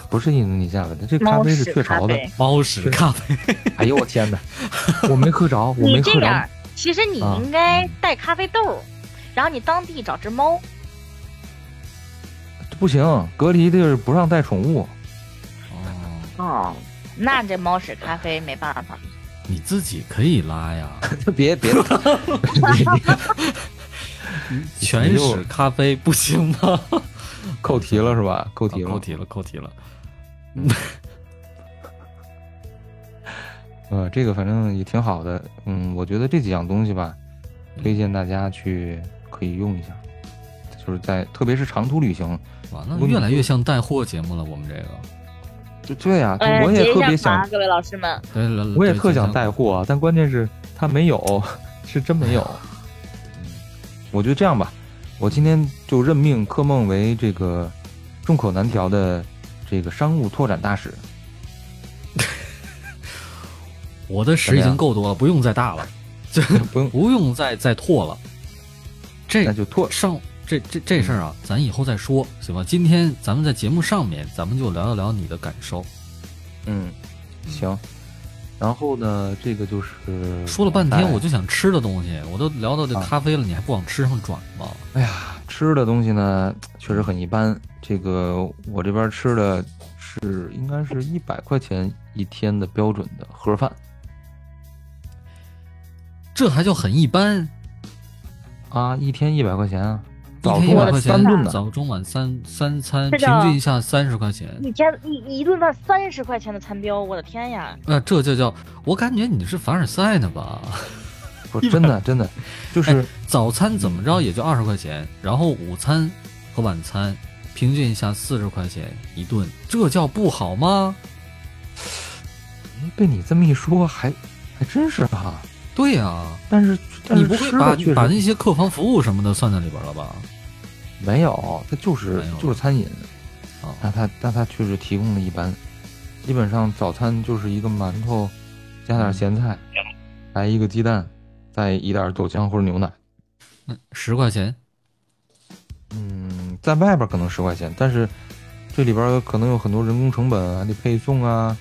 Speaker 3: 不是印度尼西亚的， 这咖
Speaker 4: 猫
Speaker 3: 啡是
Speaker 4: 屎
Speaker 3: 雀
Speaker 4: 咖
Speaker 3: 巢的。
Speaker 4: 啡。
Speaker 1: 猫屎咖啡。
Speaker 3: 哎呦我天 哪，我没喝着，我没
Speaker 4: 你这
Speaker 3: 喝
Speaker 4: 样
Speaker 3: 着
Speaker 4: 儿，，其实你
Speaker 3: 啊
Speaker 4: 应该带咖啡豆儿，然后你当地找只猫。
Speaker 3: 这不行，隔离地儿不让带宠物。
Speaker 1: 哦，
Speaker 4: 哦，那这猫屎咖啡没办法。
Speaker 1: 你自己可以拉 呀，
Speaker 3: 别别，
Speaker 1: 全屎咖啡不行吗？
Speaker 3: 扣题了是吧？扣题
Speaker 1: 啊
Speaker 3: 了，
Speaker 1: 扣题了，扣题了。
Speaker 3: 呃，这个反正也挺好的，嗯，我觉得这几样东西吧，
Speaker 1: 嗯
Speaker 3: 推荐大家去可以用一下，就是在特别是长途旅行，
Speaker 1: 哇，那
Speaker 3: 如果你
Speaker 1: 越来越像带货节目了，我们这个。
Speaker 3: 就对呀、
Speaker 4: 呃，
Speaker 3: 我
Speaker 4: 结
Speaker 3: 也
Speaker 4: 一
Speaker 3: 特
Speaker 4: 下
Speaker 3: 别
Speaker 4: 法，
Speaker 3: 想，
Speaker 4: 各位老师们，
Speaker 1: 对，来
Speaker 3: 我也
Speaker 1: 对
Speaker 3: 特想
Speaker 1: 讲
Speaker 3: 带货，啊但关键是它没有， 是真 没有。
Speaker 1: 嗯
Speaker 3: 我觉得这样吧，我今天就任命柯梦为这个众口难调的这个商务拓展大使。
Speaker 1: 我的屎已经够多了，不用再大了，这
Speaker 3: 不用
Speaker 1: 不用再再拓了。这
Speaker 3: 那就拓
Speaker 1: 上这这这事儿啊，
Speaker 3: 嗯
Speaker 1: 咱以后再说，行吧？今天咱们在节目上面，咱们就聊一聊你的感受。
Speaker 3: 嗯，行。然后呢，这个就是
Speaker 1: 说了半天，
Speaker 3: 哎
Speaker 1: 我就想吃的东西，我都聊到这
Speaker 3: 啊
Speaker 1: 咖啡了，你还不往吃上转吗？
Speaker 3: 哎呀，吃的东西呢确实很一般。这个我这边吃的是应该是一百块钱一天的标准的盒饭
Speaker 1: 这还叫很一般。
Speaker 3: 啊，一天一百块钱啊，早
Speaker 1: 一
Speaker 3: 中
Speaker 1: 天100
Speaker 3: 晚
Speaker 1: 块
Speaker 3: 三顿
Speaker 1: 钱，
Speaker 3: 呢。
Speaker 1: 早中晚三三餐，
Speaker 4: 这
Speaker 1: 平
Speaker 4: 叫
Speaker 1: 均一下三十块钱。
Speaker 4: 一天一一顿饭三十块钱的餐标，我的天呀！
Speaker 1: 那、呃这就叫，我感觉你是凡尔赛呢吧？
Speaker 3: 不是真的真的，就是
Speaker 1: 早餐怎么着也就二十块钱，然后午餐和晚餐平均一下四十块钱一顿，这叫不好吗？
Speaker 3: 哎被你这么一说，还还真是哈、
Speaker 1: 对啊呀、
Speaker 3: 但是但
Speaker 1: 你
Speaker 3: 是
Speaker 1: 不会
Speaker 3: 吃
Speaker 1: 把
Speaker 3: 的确
Speaker 1: 把
Speaker 3: 实
Speaker 1: 那些客房服务什么的算在里边了吧？
Speaker 3: 没有，它就是
Speaker 1: 没有
Speaker 3: 就是餐饮，
Speaker 1: 啊，
Speaker 3: 但它但它确实提供的一般，基本上早餐就是一个馒头，
Speaker 1: 嗯
Speaker 3: 加点咸菜，来一个鸡蛋，再一点豆浆或者牛奶。
Speaker 1: 那十块钱，
Speaker 3: 嗯，在外边可能十块钱，但是这里边可能有很多人工成本，还得配送啊，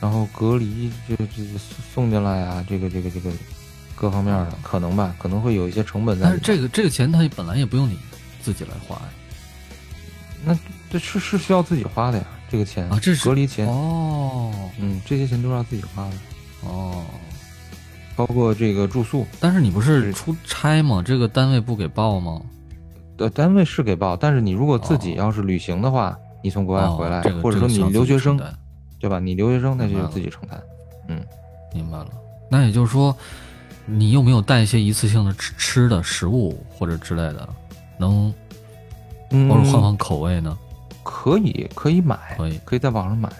Speaker 3: 然后隔离这这这送进来啊，这个这个这个各方面的可能吧，可能会有一些成本在
Speaker 1: 但
Speaker 3: 里
Speaker 1: 是
Speaker 3: 边。
Speaker 1: 嗯呃这个这个钱它本来也不用你自己来花呀。
Speaker 3: 那这是是需要自己花的呀，这个钱
Speaker 1: 啊这是
Speaker 3: 隔离钱，
Speaker 1: 哦
Speaker 3: 嗯，这些钱都是要自己花的，
Speaker 1: 哦，
Speaker 3: 包括这个住宿，
Speaker 1: 但是你不是
Speaker 3: 是
Speaker 1: 出差吗？这个单位不给报吗？
Speaker 3: 呃，单位是给报，但是你如果自己
Speaker 1: 哦
Speaker 3: 要是旅行的话，你从国外
Speaker 1: 哦
Speaker 3: 回来，
Speaker 1: 这个
Speaker 3: 或者
Speaker 1: 这
Speaker 3: 说
Speaker 1: 个需
Speaker 3: 你
Speaker 1: 要
Speaker 3: 留
Speaker 1: 自己
Speaker 3: 学
Speaker 1: 承
Speaker 3: 生，
Speaker 1: 担
Speaker 3: 对吧？你留学生那就
Speaker 1: 明白
Speaker 3: 是
Speaker 1: 了嗯
Speaker 3: 自己承担，
Speaker 1: 明白了，那也就是说，你有没有带一些一次性的吃吃的食物或者之类的，能
Speaker 3: 嗯，
Speaker 1: 偶尔换换口味呢？
Speaker 3: 可以可以买，
Speaker 1: 可以。
Speaker 3: 可以在网上买，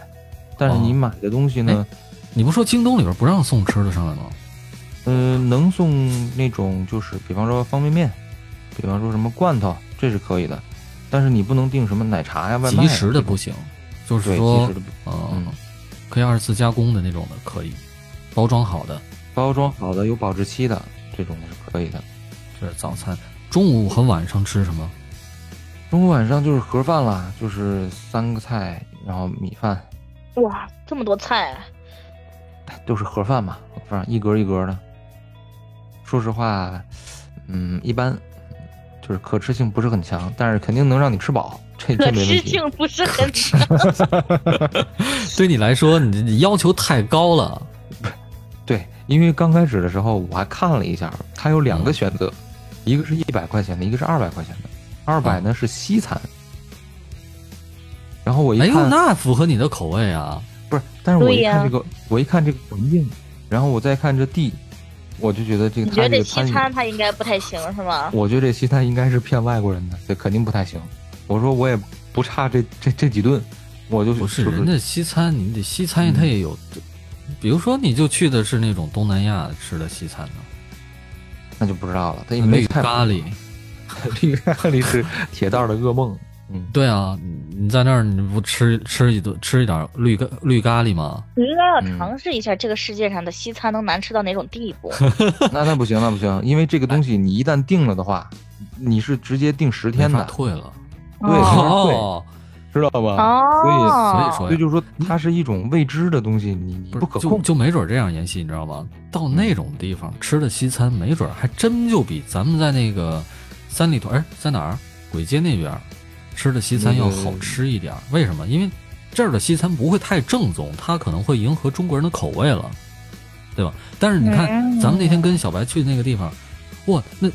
Speaker 3: 但是
Speaker 1: 哦哎
Speaker 3: 你买的东西呢，
Speaker 1: 你不说京东里边不让送吃的上来吗？
Speaker 3: 嗯、能送那种就是比方说方便面，比方说什么罐头，这是可以的，但是你不能订什么奶茶呀、外卖
Speaker 1: 即
Speaker 3: 呀
Speaker 1: 时的不行，就是
Speaker 3: 对，
Speaker 1: 说
Speaker 3: 及时的不
Speaker 1: 嗯
Speaker 3: 嗯，
Speaker 1: 可以二次加工的那种的可以，包装好的
Speaker 3: 包装好的、有保质期的这种是可以的。
Speaker 1: 这是早餐。中午和晚上吃什么？
Speaker 3: 中午晚上就是盒饭啦，就是三个菜，然后米饭，
Speaker 4: 哇，这么多菜啊，
Speaker 3: 都是盒饭嘛，盒饭一格一格的。说实话，嗯，一般，就是可吃性不是很强，但是肯定能让你吃饱，这
Speaker 4: 可
Speaker 3: 这没问
Speaker 4: 吃
Speaker 3: 题。
Speaker 4: 性不是很
Speaker 1: 对你来说，你你要求太高了。
Speaker 3: 对，因为刚开始的时候我还看了一下，它有两个选择，
Speaker 4: 嗯
Speaker 3: 一个是一百块钱的，一个是二百块钱的。二百呢是西餐，然后我一
Speaker 1: 哎
Speaker 3: 看，
Speaker 1: 呦，那符合你的口味啊！
Speaker 3: 不是，但是我
Speaker 4: 对
Speaker 3: 一
Speaker 4: 呀
Speaker 3: 看这个，我一看这个环境，然后我再看这地，我就觉得这
Speaker 4: 你
Speaker 3: 个
Speaker 4: 觉
Speaker 3: 他
Speaker 4: 得
Speaker 3: 这
Speaker 4: 这
Speaker 3: 个
Speaker 4: 西
Speaker 3: 餐饮，
Speaker 4: 餐它应该不太行是吗？
Speaker 3: 我觉得这西餐应该是骗外国人的，这肯定不太行。我说我也不差这这这几顿，我就
Speaker 1: 不是
Speaker 3: 不是嗯
Speaker 1: 人家西餐，你得西餐它也有，比如说你就去的是那种东南亚吃的西餐呢，
Speaker 3: 那就不知道了，他也
Speaker 1: 绿
Speaker 3: 哎 没太
Speaker 1: 咖喱，
Speaker 3: 绿咖喱是铁蛋儿的噩梦，嗯，
Speaker 1: 对啊，你你在那儿你不吃吃一顿吃一点绿咖绿咖喱吗？
Speaker 4: 你应该要
Speaker 3: 嗯
Speaker 4: 尝试一下这个世界上的西餐能难吃到哪种地 步。
Speaker 3: 那那不行，那不行，因为这个东西你一旦定了的话，你是直接定十天
Speaker 1: 没法
Speaker 3: 的，
Speaker 1: 退了。
Speaker 3: 对
Speaker 4: 啊
Speaker 3: 对，
Speaker 1: 哦，
Speaker 3: 知道吧？
Speaker 4: 哦，
Speaker 1: 所以说
Speaker 3: 所以就是说，它是一种未知的东西，你你
Speaker 1: 不
Speaker 3: 不可
Speaker 1: 是就
Speaker 3: 控。
Speaker 1: 就没准这样，妍希，你知道吧？到那种地方吃的西餐，没准还真就比咱们在那个三里屯，哎，在哪儿？簋街那边吃的西餐要好吃一点。为什么？因为这儿的西餐不会太正宗，它可能会迎合中国人的口味了，对吧？但是你看，
Speaker 4: 嗯
Speaker 1: 咱们那天跟小白去那个地方，哇，那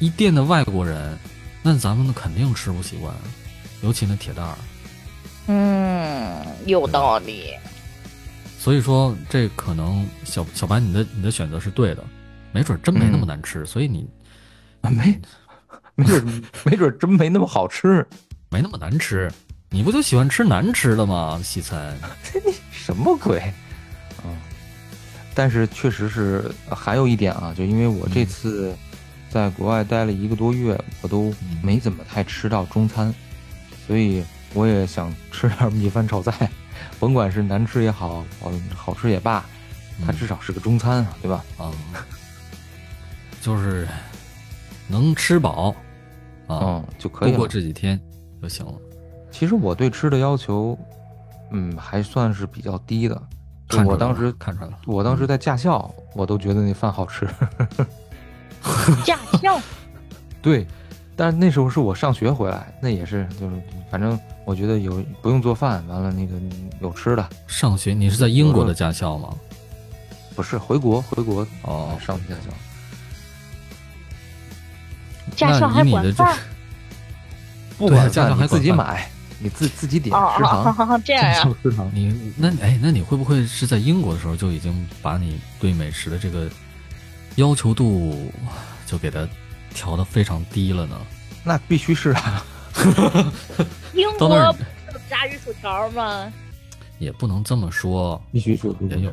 Speaker 1: 一店的外国人，那咱们肯定吃不习惯，尤其那铁蛋儿。
Speaker 4: 嗯，有道理。
Speaker 1: 所以说，这可能小小白，你的你的选择是对的，没准真没
Speaker 3: 嗯
Speaker 1: 那么难吃，所以你
Speaker 3: 没没准没准真没那么好吃，
Speaker 1: 没那么难吃。你不就喜欢吃难吃的吗？西餐，
Speaker 3: 什么鬼？嗯，但是确实是呃还有一点啊，就因为我这
Speaker 1: 嗯
Speaker 3: 次在国外待了一个多月，我都
Speaker 1: 嗯
Speaker 3: 没怎么太吃到中餐，所以我也想吃点米饭炒菜，甭管是难吃也好，好好吃也罢，它
Speaker 1: 嗯
Speaker 3: 至少是个中餐啊，对吧？
Speaker 1: 嗯，就是能吃饱啊，
Speaker 3: 嗯，就可
Speaker 1: 度
Speaker 3: 以
Speaker 1: 过
Speaker 3: 了。
Speaker 1: 这几天就行了。
Speaker 3: 其实我对吃的要求，嗯，还算是比较低的。就
Speaker 1: 看出
Speaker 3: 我
Speaker 1: 来
Speaker 3: 当
Speaker 1: 了
Speaker 3: 时，
Speaker 1: 看出来了，
Speaker 3: 我当时在驾校，我都觉得那饭好吃。
Speaker 1: 啊
Speaker 4: 驾校，
Speaker 3: 对，但是那时候是我上学回来，那也是就是，反正我觉得有不用做饭，完了那个有吃的，
Speaker 1: 上学你是在英国的驾校吗？
Speaker 3: 不是回国回国
Speaker 1: 哦，
Speaker 3: 上驾校，
Speaker 4: 驾
Speaker 1: 那
Speaker 4: 校还
Speaker 1: 以你
Speaker 4: 管
Speaker 1: 的这
Speaker 4: 饭
Speaker 3: 不
Speaker 1: 对
Speaker 3: 管
Speaker 1: 驾校
Speaker 3: 饭
Speaker 1: 还
Speaker 3: 你自
Speaker 1: 管
Speaker 3: 己
Speaker 1: 饭
Speaker 3: 买，你自自己点
Speaker 4: 哦
Speaker 3: 食
Speaker 4: 哦
Speaker 3: 堂，
Speaker 4: 哦，这样呀、
Speaker 3: 上食堂。
Speaker 1: 你那哎，那你会不会是在英国的时候就已经把你对美食的这个要求度就给它调的非常低了呢？
Speaker 3: 那必须是啊，
Speaker 4: 英
Speaker 1: 到那
Speaker 4: 国
Speaker 1: 儿
Speaker 4: 不是有炸鱼薯条吗？
Speaker 1: 也不能这么说，
Speaker 3: 必须是。
Speaker 1: 也有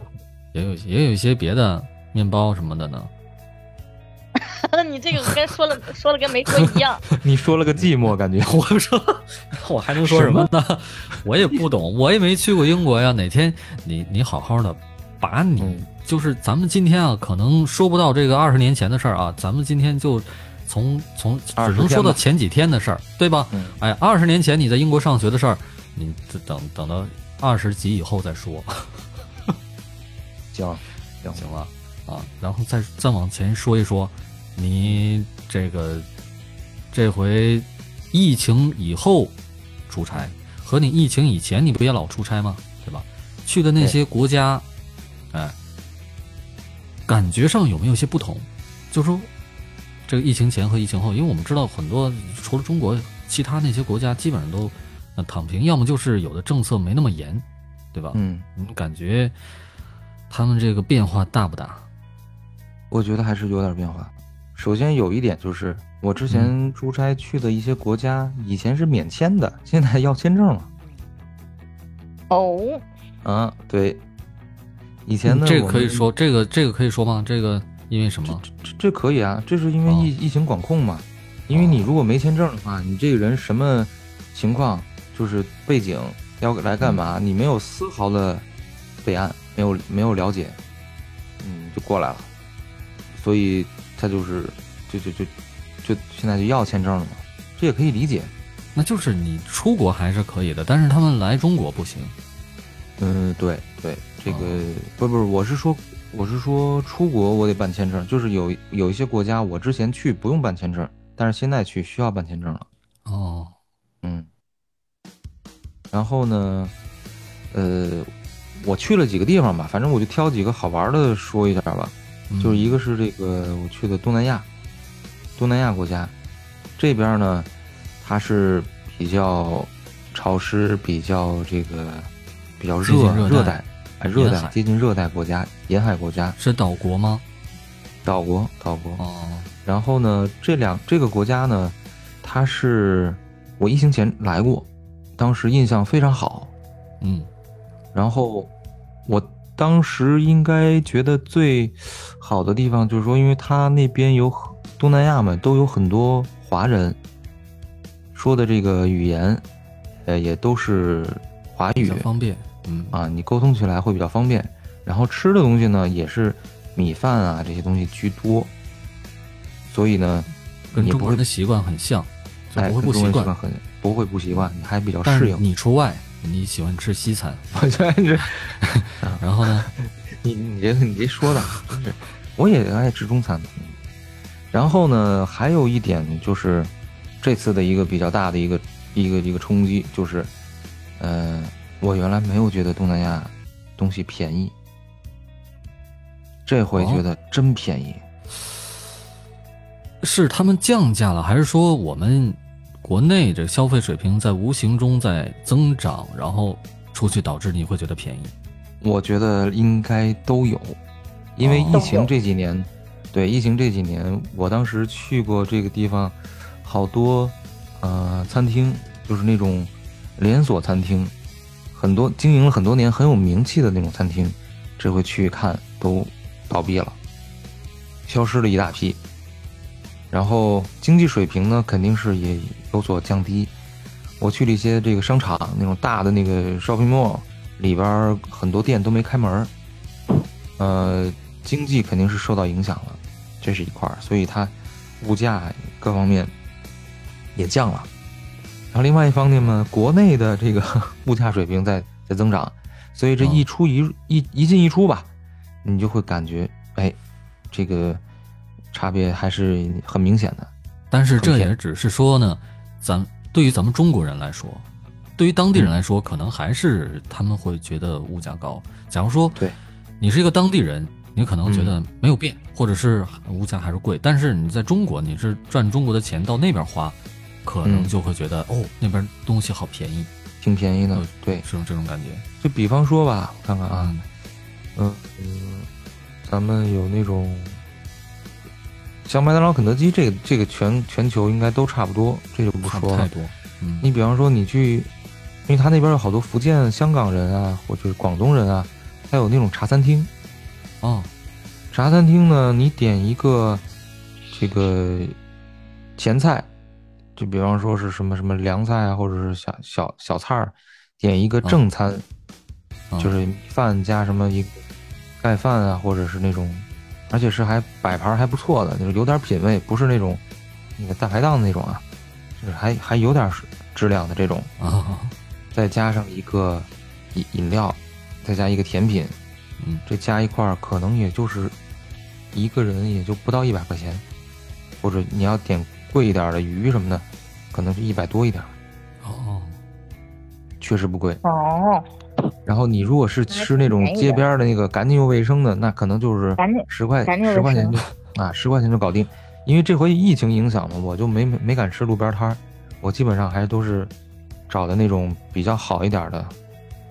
Speaker 1: 也有也有一些别的面包什么的呢。
Speaker 4: 你这个跟 说了说了跟没说一样。
Speaker 3: 你说了个寂寞，感觉
Speaker 1: 我说我还能说什么呢？我也不懂，我也没去过英国呀。哪天你你好好的把你、
Speaker 3: 嗯
Speaker 1: 就是咱们今天啊，可能说不到这个二十年前的事儿啊，咱们今天就从从只
Speaker 3: 20
Speaker 1: 能
Speaker 3: 天
Speaker 1: 说到
Speaker 3: 吧
Speaker 1: 前几天的事儿，对吧？
Speaker 3: 嗯
Speaker 1: 哎，二十年前你在英国上学的事儿，你等等等到二十集以后再说，
Speaker 3: 行行
Speaker 1: 行吧？啊，然后再再往前说一说，你这个这回疫情以后出差，和你疫情以前你不也老出差吗？对吧？去的那些国家，哎，感觉上有没有些不同？就说这个疫情前和疫情后，因为我们知道很多除了中国，其他那些国家基本上都呃躺平，要么就是有的政策没那么严，对吧？
Speaker 3: 嗯，
Speaker 1: 你感觉他们这个变化大不大？
Speaker 3: 我觉得还是有点变化。首先有一点就是，我之前出差去的一些国家，以前是免签的，现在要签证了。
Speaker 4: 哦，
Speaker 3: 啊，对，以前呢，
Speaker 1: 嗯这个
Speaker 3: 我
Speaker 1: 可以
Speaker 3: 们
Speaker 1: 说，这个这个可以说吗？这个因为什么？
Speaker 3: 这这可以啊，这是因为
Speaker 1: 哦
Speaker 3: 疫、疫情管控嘛，因为你
Speaker 1: 哦
Speaker 3: 如果没签证的话，你这个人什么情况，就是背景要来
Speaker 1: 嗯
Speaker 3: 干嘛，你没有丝毫的备案，没有没有了解，嗯，就过来了，所以他就是就就就就现在就要签证了嘛，这也可以理解，
Speaker 1: 那就是你出国还是可以的，但是他们来中国不行。
Speaker 3: 嗯，对对，这个、
Speaker 1: 哦
Speaker 3: 不不是，我是说我是说出国我得办签证，就是有有一些国家我之前去不用办签证，但是现在去需要办签证了。
Speaker 1: 哦，
Speaker 3: 嗯，然后呢，呃，我去了几个地方吧，反正我就挑几个好玩的说一下吧。
Speaker 1: 嗯
Speaker 3: 就是一个是这个我去的东南亚，东南亚国家这边呢，它是比较潮湿，比较这个比较
Speaker 1: 接近热带
Speaker 3: 热热带，哎，热
Speaker 1: 沿
Speaker 3: 带
Speaker 1: 海
Speaker 3: 接近热带国家，沿海国家，
Speaker 1: 是岛国吗？
Speaker 3: 岛国岛国。
Speaker 1: 哦，
Speaker 3: 然后呢，这两这个国家呢，它是我疫情前来过，当时印象非常好。
Speaker 1: 嗯，
Speaker 3: 然后我当时应该觉得最好的地方就是说，因为它那边有很东南亚嘛，都有很多华人，说的这个语言，呃，也都是华
Speaker 1: 比
Speaker 3: 语
Speaker 1: 较方便。嗯
Speaker 3: 啊，你沟通起来会比较方便。然后吃的东西呢，也是米饭啊这些东西居多，所以呢，
Speaker 1: 跟
Speaker 3: 你
Speaker 1: 中
Speaker 3: 不
Speaker 1: 国
Speaker 3: 会
Speaker 1: 人的习惯很像，就
Speaker 3: 哎，
Speaker 1: 不会
Speaker 3: 跟
Speaker 1: 不
Speaker 3: 中
Speaker 1: 习
Speaker 3: 国人习
Speaker 1: 惯嗯
Speaker 3: 惯。很不会不习惯，你还比较
Speaker 1: 但
Speaker 3: 适
Speaker 1: 是
Speaker 3: 应。
Speaker 1: 你出外，你喜欢吃西餐，
Speaker 3: 我觉得 这啊
Speaker 1: 然后呢，
Speaker 3: 你你这你这说的，真是，我也爱吃中餐的。嗯然后呢，还有一点就是，这次的一个比较大的一个一个一个冲击就是，呃，我原来没有觉得东南亚东西便宜，这回
Speaker 1: 哦
Speaker 3: 觉得真便宜。
Speaker 1: 是他们降价了，还是说我们国内这个消费水平在无形中在增长，然后出去导致你会觉得便宜？
Speaker 3: 我觉得应该都有，因为
Speaker 1: 哦
Speaker 3: 疫情这几年，对疫情这几年，我当时去过这个地方，好多呃餐厅，就是那种连锁餐厅，很多经营了很多年很有名气的那种餐厅，这回去看都倒闭了，消失了一大批。然后经济水平呢，肯定是也有所降低。我去了一些这个商场，那种大的那个 shopping mall 里边儿很多店都没开门儿，呃，经济肯定是受到影响了，这是一块儿，所以它物价各方面也降了。然后另外一方面呢，国内的这个 物价水平在在增长，所以这
Speaker 1: 嗯
Speaker 3: 一出一入、一一进一出吧，你就会感觉哎，这个差别还是很明显的。
Speaker 1: 但是这
Speaker 3: 很便
Speaker 1: 也只是说呢，咱对于咱们中国人来说，嗯对于当地人来说，可能还是他们会觉得物价高。假如说
Speaker 3: 对，
Speaker 1: 你是一个当地人，你可能觉
Speaker 3: 嗯
Speaker 1: 得没有变，或者是物价还是贵。但是你在中国，你是赚中国的钱到那边花，可能
Speaker 3: 嗯
Speaker 1: 就会觉得、哦，那边东西好便宜，
Speaker 3: 挺便宜的
Speaker 1: 嗯，
Speaker 3: 对，
Speaker 1: 是这种感觉
Speaker 3: 就比方说吧，我看看啊，
Speaker 1: 嗯
Speaker 3: 嗯，咱们有那种像麦当劳、肯德基，这个这个全全球应该都差不多，这就不
Speaker 1: 差
Speaker 3: 说
Speaker 1: 不太
Speaker 3: 了。
Speaker 1: 多。嗯，
Speaker 3: 你比方说你去，因为他那边有好多福建、香港人啊，或者是广东人啊，他有那种茶餐厅。
Speaker 1: 哦，
Speaker 3: 茶餐厅呢，你点一个这个前菜，就比方说是什么什么凉菜啊，或者是小小小菜儿，点一个
Speaker 1: 嗯
Speaker 3: 正餐，
Speaker 1: 嗯
Speaker 3: 就是米饭加什么一个盖饭啊，或者是那种，而且是还摆盘儿还不错的，就是有点品味，不是那种那个大排档那种啊，就是还还有点质量的这种。
Speaker 1: 啊，
Speaker 3: 再加上一个饮饮料，再加一个甜品，
Speaker 1: 嗯，
Speaker 3: 这加一块儿可能也就是一个人也就不到一百块钱，或者你要点贵一点儿的鱼什么的，可能就一百多一点儿，
Speaker 1: 哦，
Speaker 3: 确实不贵。
Speaker 4: 哦，
Speaker 3: 然后你如果是吃那种
Speaker 4: 还挺便宜
Speaker 3: 街
Speaker 4: 的
Speaker 3: 边儿的那个干净又卫生的，那可能就是
Speaker 4: 赶紧
Speaker 3: 十块
Speaker 4: 干净卫
Speaker 3: 十块钱
Speaker 4: 生
Speaker 3: 就啊十块钱就搞定。因为这回疫情影响嘛，我就没没敢吃路边摊儿，我基本上还都是找的那种比较好一点儿的，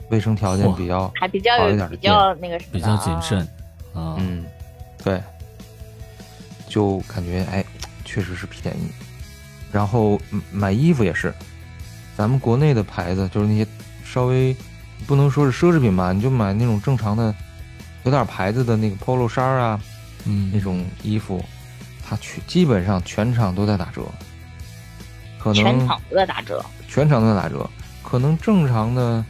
Speaker 3: 卫生条件
Speaker 1: 嚯
Speaker 3: 比较
Speaker 4: 还比较
Speaker 3: 好一
Speaker 4: 有
Speaker 3: 点的
Speaker 4: 比较那个什么，
Speaker 1: 比较谨慎。啊，
Speaker 3: 嗯，对，就感觉哎，确实是便宜。然后嗯买衣服也是，咱们国内的牌子就是那些稍微不能说是奢侈品吧，你就买那种正常的有点牌子的那个 polo 衫儿啊，
Speaker 1: 嗯
Speaker 3: 那种衣服，它去基本上全场都在打折，可能
Speaker 4: 全场都在打折，
Speaker 3: 全场都在打折。可能正常的，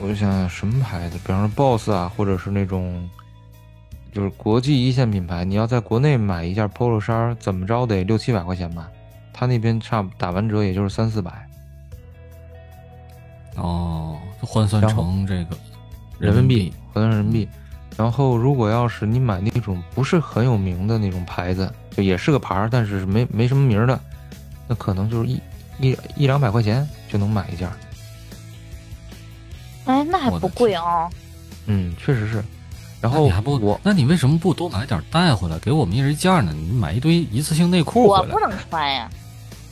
Speaker 3: 我想想什么牌子，比方说 BOSS 啊，或者是那种就是国际一线品牌，你要在国内买一件 polo 衫儿，怎么着得六七百块钱吧，他那边差不打完折也就是三四百
Speaker 1: 哦，就换算
Speaker 3: 然后
Speaker 1: 成这个
Speaker 3: 人
Speaker 1: 民
Speaker 3: 民币，换算人民币。然后如果要是你买那种不是很有名的那种牌子，就也是个牌儿，但是没没什么名儿的，那可能就是一一一两百块钱就能买一件儿。
Speaker 4: 哎，那还
Speaker 1: 我的
Speaker 4: 不贵哦。
Speaker 3: 嗯，确实是。然
Speaker 1: 那
Speaker 3: 后
Speaker 1: 你还不
Speaker 3: 我
Speaker 1: 那你为什么不多买点带回来，给我们一人一件呢？你买一堆一次性内裤
Speaker 4: 我
Speaker 1: 回来
Speaker 4: 不，能穿呀，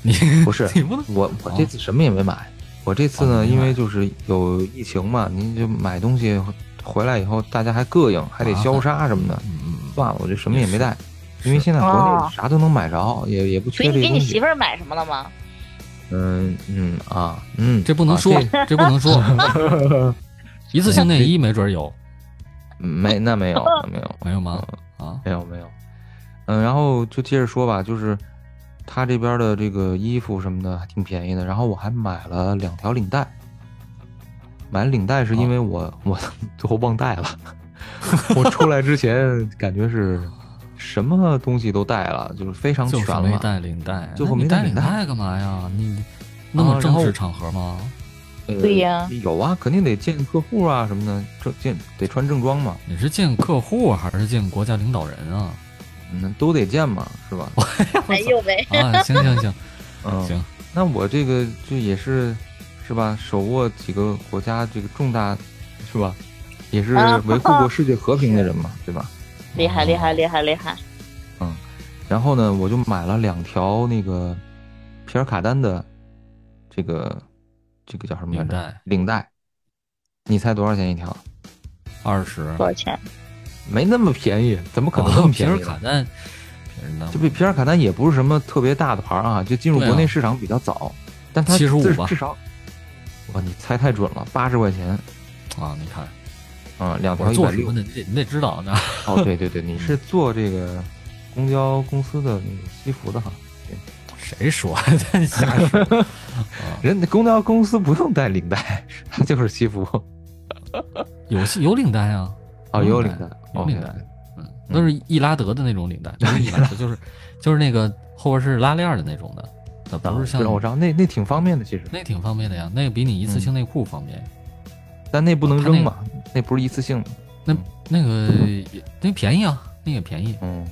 Speaker 1: 你
Speaker 3: 不是
Speaker 1: 你不能
Speaker 3: 我我这次什么也没买，我这次
Speaker 1: 哦
Speaker 3: 呢，
Speaker 1: 你没
Speaker 3: 因
Speaker 1: 买
Speaker 3: 为就是有疫情嘛，您就买东西回来以后，大家还膈应，还得消杀什么的，
Speaker 1: 嗯嗯
Speaker 3: 算了，我就什么也没带，
Speaker 1: 是
Speaker 3: 因为现在国
Speaker 4: 哦
Speaker 3: 内啥都能买着，也也不
Speaker 4: 所以
Speaker 3: 缺这
Speaker 4: 你
Speaker 3: 些
Speaker 4: 给
Speaker 3: 东
Speaker 4: 你媳
Speaker 3: 西。
Speaker 4: 妇儿买什么 了吗？
Speaker 3: 嗯嗯啊嗯，
Speaker 1: 这不能
Speaker 3: 啊
Speaker 1: 说，
Speaker 3: 这
Speaker 1: 这不能说， 一次性内衣没准有，
Speaker 3: 没 那没有那没有
Speaker 1: 没有吗？啊，
Speaker 3: 嗯没有没有，嗯，然后就接着说吧，就是他这边的这个衣服什么的还挺便宜的，然后我还买了两条领带。买领带
Speaker 1: 哦
Speaker 3: 是因为我、我 最后忘带了， 我出来之前感觉是什么东西都带了，就是非常
Speaker 1: 就
Speaker 3: 全
Speaker 1: 是没
Speaker 3: 了。呃
Speaker 1: 带领带，哎
Speaker 3: 最后
Speaker 1: 那你
Speaker 3: 没带
Speaker 1: 带领
Speaker 3: 领带
Speaker 1: 带干嘛呀？你那么
Speaker 3: 啊然
Speaker 1: 正
Speaker 3: 后
Speaker 1: 式场合吗？
Speaker 3: 呃
Speaker 4: 对呀
Speaker 3: 有啊，肯定得见客户啊什么的，这见得穿正装嘛，
Speaker 1: 你是见客户啊还是见国家领导人啊？
Speaker 3: 嗯，都得见嘛，是吧？
Speaker 4: 哎呦喂，
Speaker 1: 啊，行行行，
Speaker 3: 嗯，
Speaker 1: 哦行。
Speaker 3: 那我这个就也是，是吧？手握几个国家这个重大，是吧？也是
Speaker 4: 啊
Speaker 3: 维护过世界和平的人嘛，对吧？
Speaker 4: 厉害厉害厉害厉害！
Speaker 3: 然后呢，我就买了两条那个皮尔卡丹的这个这个叫什么来
Speaker 1: 领
Speaker 3: 着？
Speaker 1: 带
Speaker 3: 领带，你猜多少钱一条？
Speaker 1: 二十，
Speaker 4: 多少钱？啊
Speaker 3: 没那么便宜，怎么可能那
Speaker 1: 哦
Speaker 3: 么
Speaker 1: 皮
Speaker 3: 便
Speaker 1: 尔
Speaker 3: 宜呢？
Speaker 1: 卡丹，皮尔呢
Speaker 3: 就比皮尔卡丹也不是什么特别大的牌儿啊，就进入
Speaker 1: 对啊
Speaker 3: 国内市场比较早，但它
Speaker 1: 75
Speaker 3: 至
Speaker 1: 吧
Speaker 3: 至少，哇，你猜太准了，八十块钱
Speaker 1: 啊？你看
Speaker 3: 啊，两
Speaker 1: 我
Speaker 3: 条
Speaker 1: 是
Speaker 3: 一
Speaker 1: 做
Speaker 3: 百
Speaker 1: 什
Speaker 3: 六
Speaker 1: 么。的，你得你得知道呢。
Speaker 3: 哦，对对对，你是做这个公交公司的那个西服的哈？
Speaker 1: 谁说的？ 瞎说啊！
Speaker 3: 人家公交公司不用带领带，它就是西服。
Speaker 1: 有戏有领带啊，
Speaker 3: 哦，也有领带，
Speaker 1: 有领带
Speaker 3: 哦，
Speaker 1: 嗯，都是易拉德的那种领带，不是易拉德， 就是就是那个后边是拉链儿的那种的，那
Speaker 3: 对
Speaker 1: 不是像
Speaker 3: 我知道嗯那那挺方便的，其实，
Speaker 1: 那挺方便的呀，那个比你一次性内裤方便。
Speaker 3: 但那不能
Speaker 1: 哦它
Speaker 3: 扔
Speaker 1: 那
Speaker 3: 嘛，那不是一次性的。
Speaker 1: 那那个也那便宜啊，那个便宜。
Speaker 3: 嗯，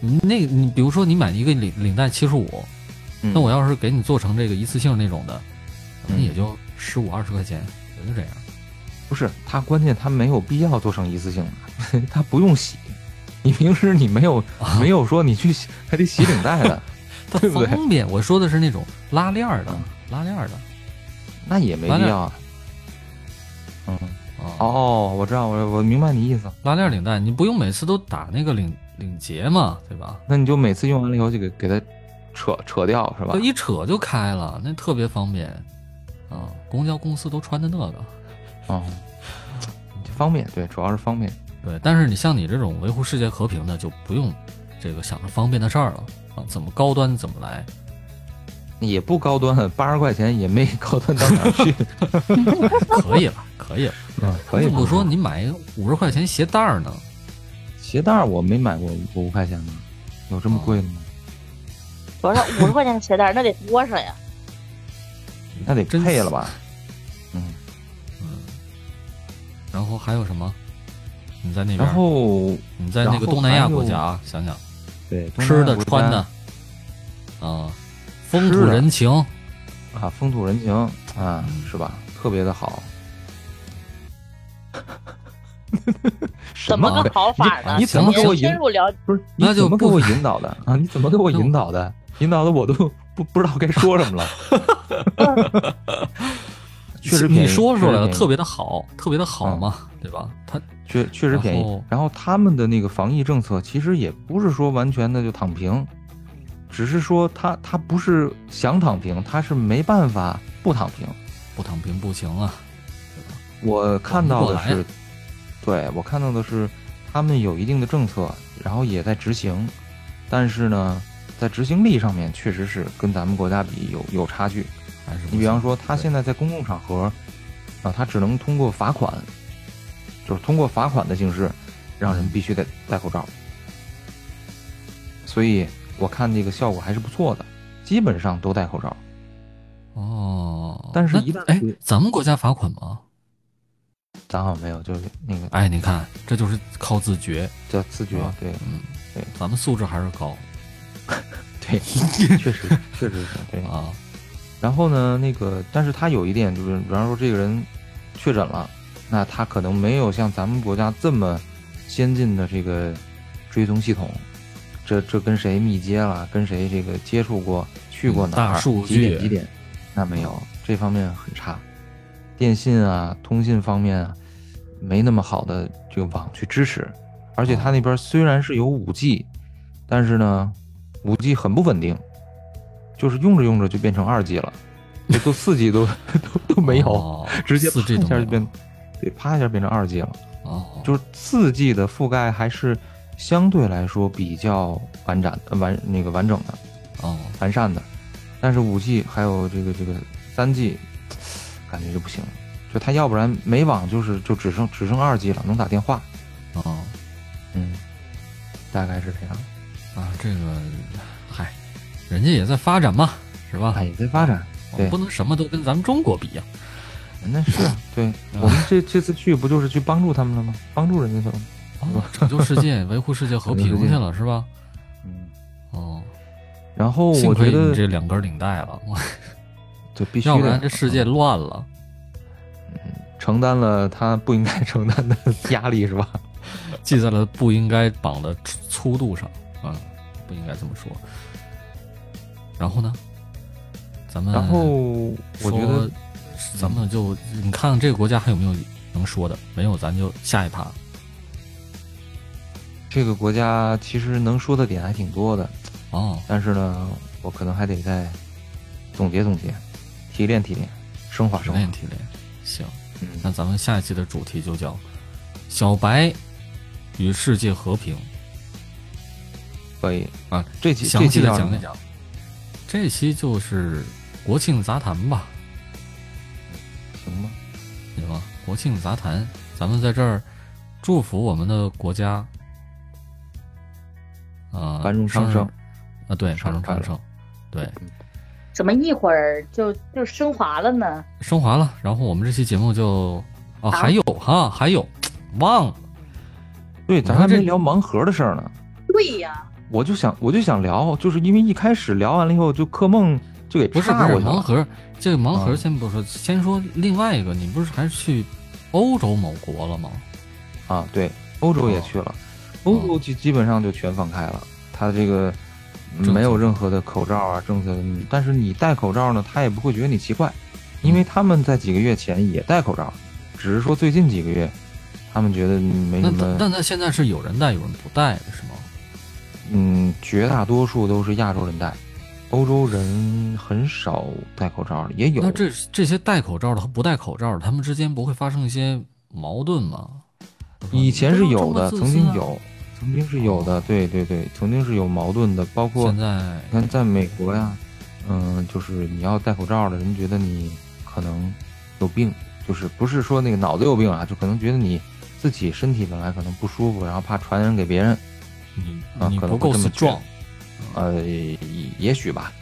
Speaker 1: 你那个你比如说你买一个领领带七十五，那
Speaker 3: 那
Speaker 1: 我要是给你做成这个一次性那种的，可能
Speaker 3: 嗯
Speaker 1: 也就十五二十块钱，也就这样。
Speaker 3: 不是它，关键它没有必要做成一次性的， 它不用洗。你平时你没有没有说你去洗还得洗领带的，
Speaker 1: 它
Speaker 3: 对不对
Speaker 1: 方便，我说的是那种拉链儿的
Speaker 3: 嗯，
Speaker 1: 拉链儿的
Speaker 3: 那也没
Speaker 1: 完
Speaker 3: 必
Speaker 1: 了
Speaker 3: 要啊。嗯，
Speaker 1: 啊。
Speaker 3: 哦，我知道，我我明白你意思了。
Speaker 1: 拉链领带，你不用每次都打那个领领结嘛，对吧？
Speaker 3: 那你就每次用完了以后就给给它扯扯掉是吧
Speaker 1: 就？一扯就开了，那特别方便啊！公交公司都穿的那个，
Speaker 3: 哦，方便，对，主要是方便。
Speaker 1: 对。但是你像你这种维护世界和平的，就不用这个想着方便的事儿了啊，怎么高端怎么来。
Speaker 3: 也不高端，八十块钱也没高端到哪 儿去。
Speaker 1: 可以了，可以了。
Speaker 3: 嗯 可以
Speaker 1: 我
Speaker 3: 不
Speaker 1: 说你买一个五十块钱鞋带儿呢，
Speaker 3: 鞋带儿我没买过五块钱的，有这么贵的吗？
Speaker 4: 多少？五十块钱的鞋带儿，那得多少呀？
Speaker 3: 那得
Speaker 1: 真
Speaker 3: 配了吧？嗯，
Speaker 1: 嗯。然后还有什么？你在那边，
Speaker 3: 然后
Speaker 1: 你在那
Speaker 3: 然
Speaker 1: 个
Speaker 3: 后
Speaker 1: 东南亚
Speaker 3: 还有
Speaker 1: 国家啊，想想
Speaker 3: 对
Speaker 1: 吃的穿的啊，风土
Speaker 3: 吃的
Speaker 1: 人情，
Speaker 3: 啊，风土人情啊，
Speaker 1: 嗯
Speaker 3: 是吧？特别的好。
Speaker 4: 怎么
Speaker 3: 什
Speaker 4: 个
Speaker 3: 鬼
Speaker 4: 好法呢？
Speaker 3: 你你怎么
Speaker 4: 您
Speaker 3: 给我引
Speaker 4: 深入了解？
Speaker 3: 不是，
Speaker 1: 那
Speaker 3: 你
Speaker 1: 就
Speaker 3: 怎么给
Speaker 1: 不
Speaker 3: 我引导 的啊？你怎么给我引导的？引导的我都不不知道该说什么了。 确实便宜
Speaker 1: 你说出来了，
Speaker 3: 确实便宜嗯
Speaker 1: 特别的好，特别的好嘛，对吧？它
Speaker 3: 确确实便宜
Speaker 1: 然后。
Speaker 3: 然后他们的那个防疫政策其实也不是说完全的就躺平，只是说他他不是想躺平，他是没办法不躺平。
Speaker 1: 不躺平不行啊，
Speaker 3: 我看到的
Speaker 1: 缓不
Speaker 3: 是，对我看到的是，他们有一定的政策，然后也在执行，但是呢，在执行力上面确实是跟咱们国家比有有差距。
Speaker 1: 还是不行
Speaker 3: 你比方说，他现在在公共场合，啊，他只能通过罚款，就是通过罚款的形式，让人必须得戴口罩。所以我看这个效果还是不错的，基本上都戴口罩。
Speaker 1: 哦，
Speaker 3: 但是
Speaker 1: 那
Speaker 3: 一旦
Speaker 1: 哎，咱们国家罚款吗？
Speaker 3: 咱好像没有，就是那个哦
Speaker 1: 哎，你看，这就是靠自觉，
Speaker 3: 叫自觉
Speaker 1: 啊，
Speaker 3: 对
Speaker 1: 嗯，
Speaker 3: 对
Speaker 1: 咱们素质还是高
Speaker 3: 对，确实确实是对。
Speaker 1: 啊，
Speaker 3: 然后呢，那个，但是他有一点就是，比方说这个人确诊了，那他可能没有像咱们国家这么先进的这个追踪系统，这这跟谁密接了，跟谁这个接触过，去过
Speaker 1: 嗯
Speaker 3: 哪儿，
Speaker 1: 大数
Speaker 3: 几点
Speaker 1: 据
Speaker 3: 几点，那没有，这方面很差。电信啊、通信方面啊，没那么好的这个网去支持，而
Speaker 1: 嗯
Speaker 3: 且他那边虽然是有五 G，但是呢，五 G 很不稳定，就是用着用着就变成二 G 了，这都四 G 都 都都没有，
Speaker 1: 哦
Speaker 3: 直接
Speaker 1: 四 G
Speaker 3: 啪
Speaker 1: 都
Speaker 3: 一
Speaker 1: 没
Speaker 3: 下就
Speaker 1: 有
Speaker 3: 变，对，啪一下变成二 G 了。
Speaker 1: 哦，
Speaker 3: 就是四 G 的覆盖还是相对来说比较完展呃完那个完整的
Speaker 1: 哦，
Speaker 3: 完善的，但是五 G 还有这个这个三 G，感觉就不行了。就它要不然没网就是就只剩只剩二 G 了，能打电话，
Speaker 1: 哦，
Speaker 3: 嗯，大概是这样。
Speaker 1: 啊，这个，嗨，人家也在发展嘛，是吧？
Speaker 3: 哎，也在发展，
Speaker 1: 我
Speaker 3: 对
Speaker 1: 们不能什么都跟咱们中国比呀、
Speaker 3: 那是啊，对
Speaker 1: 啊
Speaker 3: 我们这这次去不就是去帮助他们了吗？帮助人家去了吗？
Speaker 1: 哦，拯救世界，维护世界和平去了，是吧？
Speaker 3: 嗯，
Speaker 1: 哦，
Speaker 3: 然后
Speaker 1: 幸
Speaker 3: 我
Speaker 1: 亏
Speaker 3: 觉
Speaker 1: 你
Speaker 3: 得
Speaker 1: 这两根领带了，哇
Speaker 3: 对必须
Speaker 1: 要
Speaker 3: 的，
Speaker 1: 不然这世界
Speaker 3: 嗯
Speaker 1: 乱了。
Speaker 3: 承担了他不应该 承担的压力是吧？
Speaker 1: 记在了不应该绑的粗度上，嗯，不应该这么说。然后呢，咱们
Speaker 3: 然后我觉得
Speaker 1: 嗯说咱们就你看看这个国家还有没有能说的，没有咱就下一趴。
Speaker 3: 这个国家其实能说的点还挺多的，
Speaker 1: 哦，
Speaker 3: 但是呢，我可能还得再总结总结，提炼提炼，升华
Speaker 1: 提
Speaker 3: 升华
Speaker 1: 炼。提炼，行，
Speaker 3: 嗯，
Speaker 1: 哎那咱们下一期的主题就叫“小白与世界和平
Speaker 3: 可以
Speaker 1: 啊，
Speaker 3: 这”，期这
Speaker 1: 详细
Speaker 3: 期
Speaker 1: 的
Speaker 3: 叫什
Speaker 1: 讲一
Speaker 3: 么？
Speaker 1: 讲。这期就是国庆杂谈吧，
Speaker 3: 行吧，
Speaker 1: 对吧？国庆杂谈，咱们在这儿祝福我们的国家，啊、
Speaker 3: 繁荣昌
Speaker 1: 生日
Speaker 3: 盛
Speaker 1: 啊，对，繁荣
Speaker 3: 生
Speaker 1: 昌
Speaker 3: 日快嗯
Speaker 1: 盛，对，
Speaker 5: 怎么一会儿就就升华了呢？
Speaker 1: 升华了。然后我们这期节目就啊，还有哈，还有，忘了
Speaker 3: 对，咱
Speaker 1: 你
Speaker 3: 还
Speaker 1: 看这
Speaker 3: 没聊盲盒的事儿呢。
Speaker 5: 对呀、
Speaker 3: 我就想，我就想聊，就是因为一开始聊完了以后，就克梦就给
Speaker 1: 不是不
Speaker 3: 岔
Speaker 1: 是
Speaker 3: 过去了
Speaker 1: 盲盒，这个盲盒
Speaker 3: 啊
Speaker 1: 先不说，先说另外一个，你不是还去欧洲某国了吗？
Speaker 3: 啊，对，欧洲也去了，
Speaker 1: 哦
Speaker 3: 欧洲基基本上就全放开了，它这个
Speaker 1: 政
Speaker 3: 没有
Speaker 1: 策
Speaker 3: 任何的口罩啊政策，嗯但是你戴口罩呢，他也不会觉得你奇怪，
Speaker 1: 嗯
Speaker 3: 因为他们在几个月前也戴口罩，只是说最近几个月他们觉得没
Speaker 1: 那
Speaker 3: 什么，
Speaker 1: 那那现在是有人戴，有人不戴的是吗？
Speaker 3: 嗯，绝大多数都是亚洲人戴，欧洲人很少戴口罩的，也有
Speaker 1: 那，这这些戴口罩的和不戴口罩的，他们之间不会发生一些矛盾吗？
Speaker 3: 以前是有的，
Speaker 1: 这么
Speaker 3: 曾
Speaker 1: 自私啊哦
Speaker 3: 经有，曾经是有的，对对对，曾经是有矛盾的，包括
Speaker 1: 现在
Speaker 3: 你看，在美国呀，嗯，就是你要戴口罩的人觉得你可能有病，就是不是说那个脑子有病啊，就可能觉得你自己身体本来可能不舒服，然后怕传染给别人，
Speaker 1: 你
Speaker 3: 啊
Speaker 1: 你
Speaker 3: 可能
Speaker 1: 不够
Speaker 3: 会这么
Speaker 1: strong，
Speaker 3: 呃，也也许吧，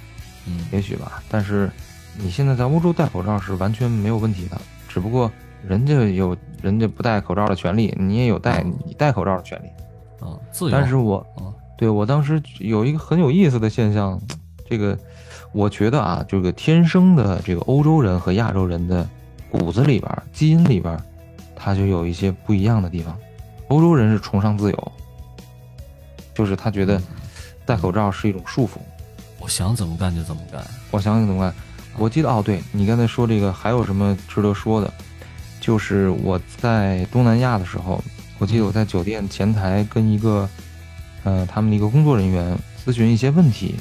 Speaker 1: 嗯，
Speaker 3: 也许吧。但是你现在在欧洲戴口罩是完全没有问题的，只不过人家有人家不戴口罩的权利，你也有
Speaker 1: 哦
Speaker 3: 戴你戴口罩的权利。
Speaker 1: 啊，自由。
Speaker 3: 但是我
Speaker 1: 啊，
Speaker 3: 对我当时有一个很有意思的现象，这个我觉得啊，这个天生的这个欧洲人和亚洲人的骨子里边儿、基因里边儿，他就有一些不一样的地方。欧洲人是崇尚自由，就是他觉
Speaker 1: 嗯
Speaker 3: 得戴口罩是一种束缚。
Speaker 1: 我想怎么干就怎么干。
Speaker 3: 我想想怎么办？我记得哦，对你刚才说这个还有什么值得说的？就是我在东南亚的时候，我记得我在酒店前台跟一个，呃，他们的一个工作人员咨询一些问题，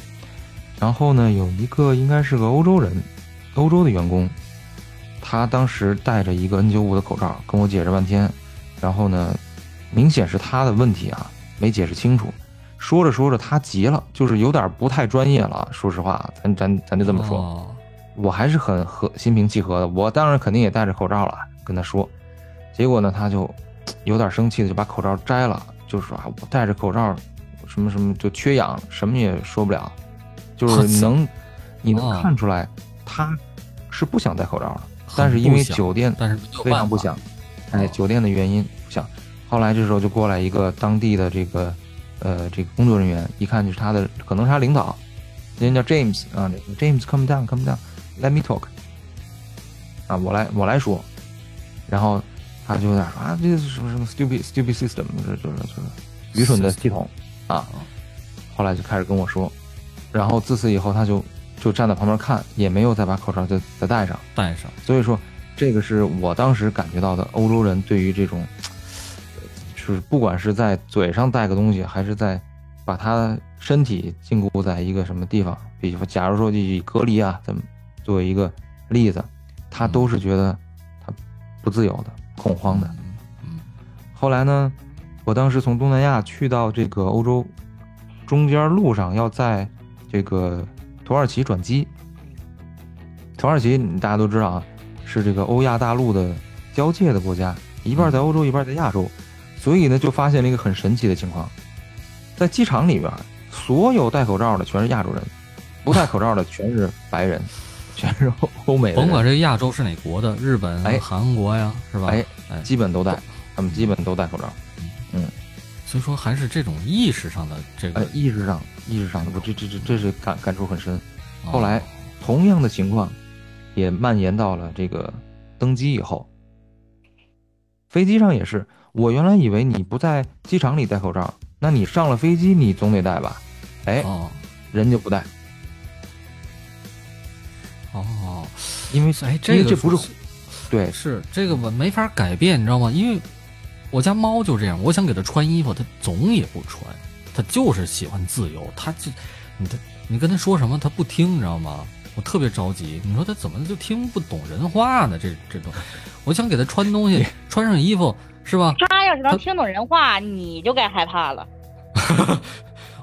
Speaker 3: 然后呢，有一个应该是个欧洲人，欧洲的员工，他当时戴着一个 N95 的口罩，跟我解释半天，然后呢，明显是他的问题啊，没解释清楚。说着说着，他急了，就是有点不太专业了。说实话，咱咱咱就这么说。
Speaker 1: 哦
Speaker 3: 我还是很和心平气和的，我当然肯定也戴着口罩了，跟他说。结果呢，他就有点生气的就把口罩摘了，就说啊，我戴着口罩，什么什么就缺氧，什么也说不了，就是能，你能看出来他是不想戴口罩的，但是因
Speaker 1: 哦
Speaker 3: 为
Speaker 1: 很不想
Speaker 3: 酒店
Speaker 1: 但是没有
Speaker 3: 非
Speaker 1: 办
Speaker 3: 常
Speaker 1: 法
Speaker 3: 不想，哎，
Speaker 1: 哦
Speaker 3: 酒店的原因不想。后来这时候就过来一个当地的这个，呃，这个工作人员，一看就是他的，可能是他领导，人家叫 James 啊这个，James come down，come down，let me talk，啊，我来我来说，然后他就在那儿说啊，这是什么什么 stupid stupid system，这这这这愚蠢的系统啊，后来就开始跟我说，然后自此以后他就就站在旁边看，也没有再把口罩再再戴上。
Speaker 1: 戴上，
Speaker 3: 所以说，这个是我当时感觉到的欧洲人对于这种，呃就是不管是在嘴上带个东西，还是在把他身体禁锢在一个什么地方，比如说假如说就以隔离啊，咱们作为一个例子，他都是觉得他不自由的、恐慌的。
Speaker 1: 嗯，嗯
Speaker 3: 后来呢，我当时从东南亚去到这个欧洲，中间路上要在这个土耳其转机。土耳其大家都知道啊，是这个欧亚大陆的交界的国家，一
Speaker 1: 嗯
Speaker 3: 半在欧洲，一半在亚洲，所以呢，就发现了一个很神奇的情况，在机场里边，所有戴口罩的全是亚洲人，不戴口罩的全是白人，全是欧欧美的 人
Speaker 1: 甭管这亚洲是哪国的，日本、啊
Speaker 3: 哎
Speaker 1: 韩国呀，是吧？
Speaker 3: 哎
Speaker 1: 哎，嗯
Speaker 3: 基本都戴，他们基本都戴口罩。
Speaker 1: 所以说还是这种意识上的这个
Speaker 3: 呃，。意识上，意识上，我这这这这是感感触很深。
Speaker 1: 哦
Speaker 3: 后来，同样的情况也蔓延到了这个登机以后，飞机上也是。我原来以为你不在机场里戴口罩，那你上了飞机你总得戴吧？哎，
Speaker 1: 哦
Speaker 3: 人就不戴，
Speaker 1: 哦，
Speaker 3: 因为
Speaker 1: 哎，
Speaker 3: 哎因
Speaker 1: 这
Speaker 3: 为
Speaker 1: 个
Speaker 3: 这不
Speaker 1: 是
Speaker 3: 是对
Speaker 1: 是这个我没法改变，你知道吗？因为我家猫就这样，我想给它穿衣服，它总也不穿，它就是喜欢自由，它就你它你跟它说什么，它不听，你知道吗？我特别着急，你说它怎么就听不懂人话呢？这这种，我想给它穿东西，穿上衣服是吧？
Speaker 2: 他要是能听懂人话，你就该害怕 了。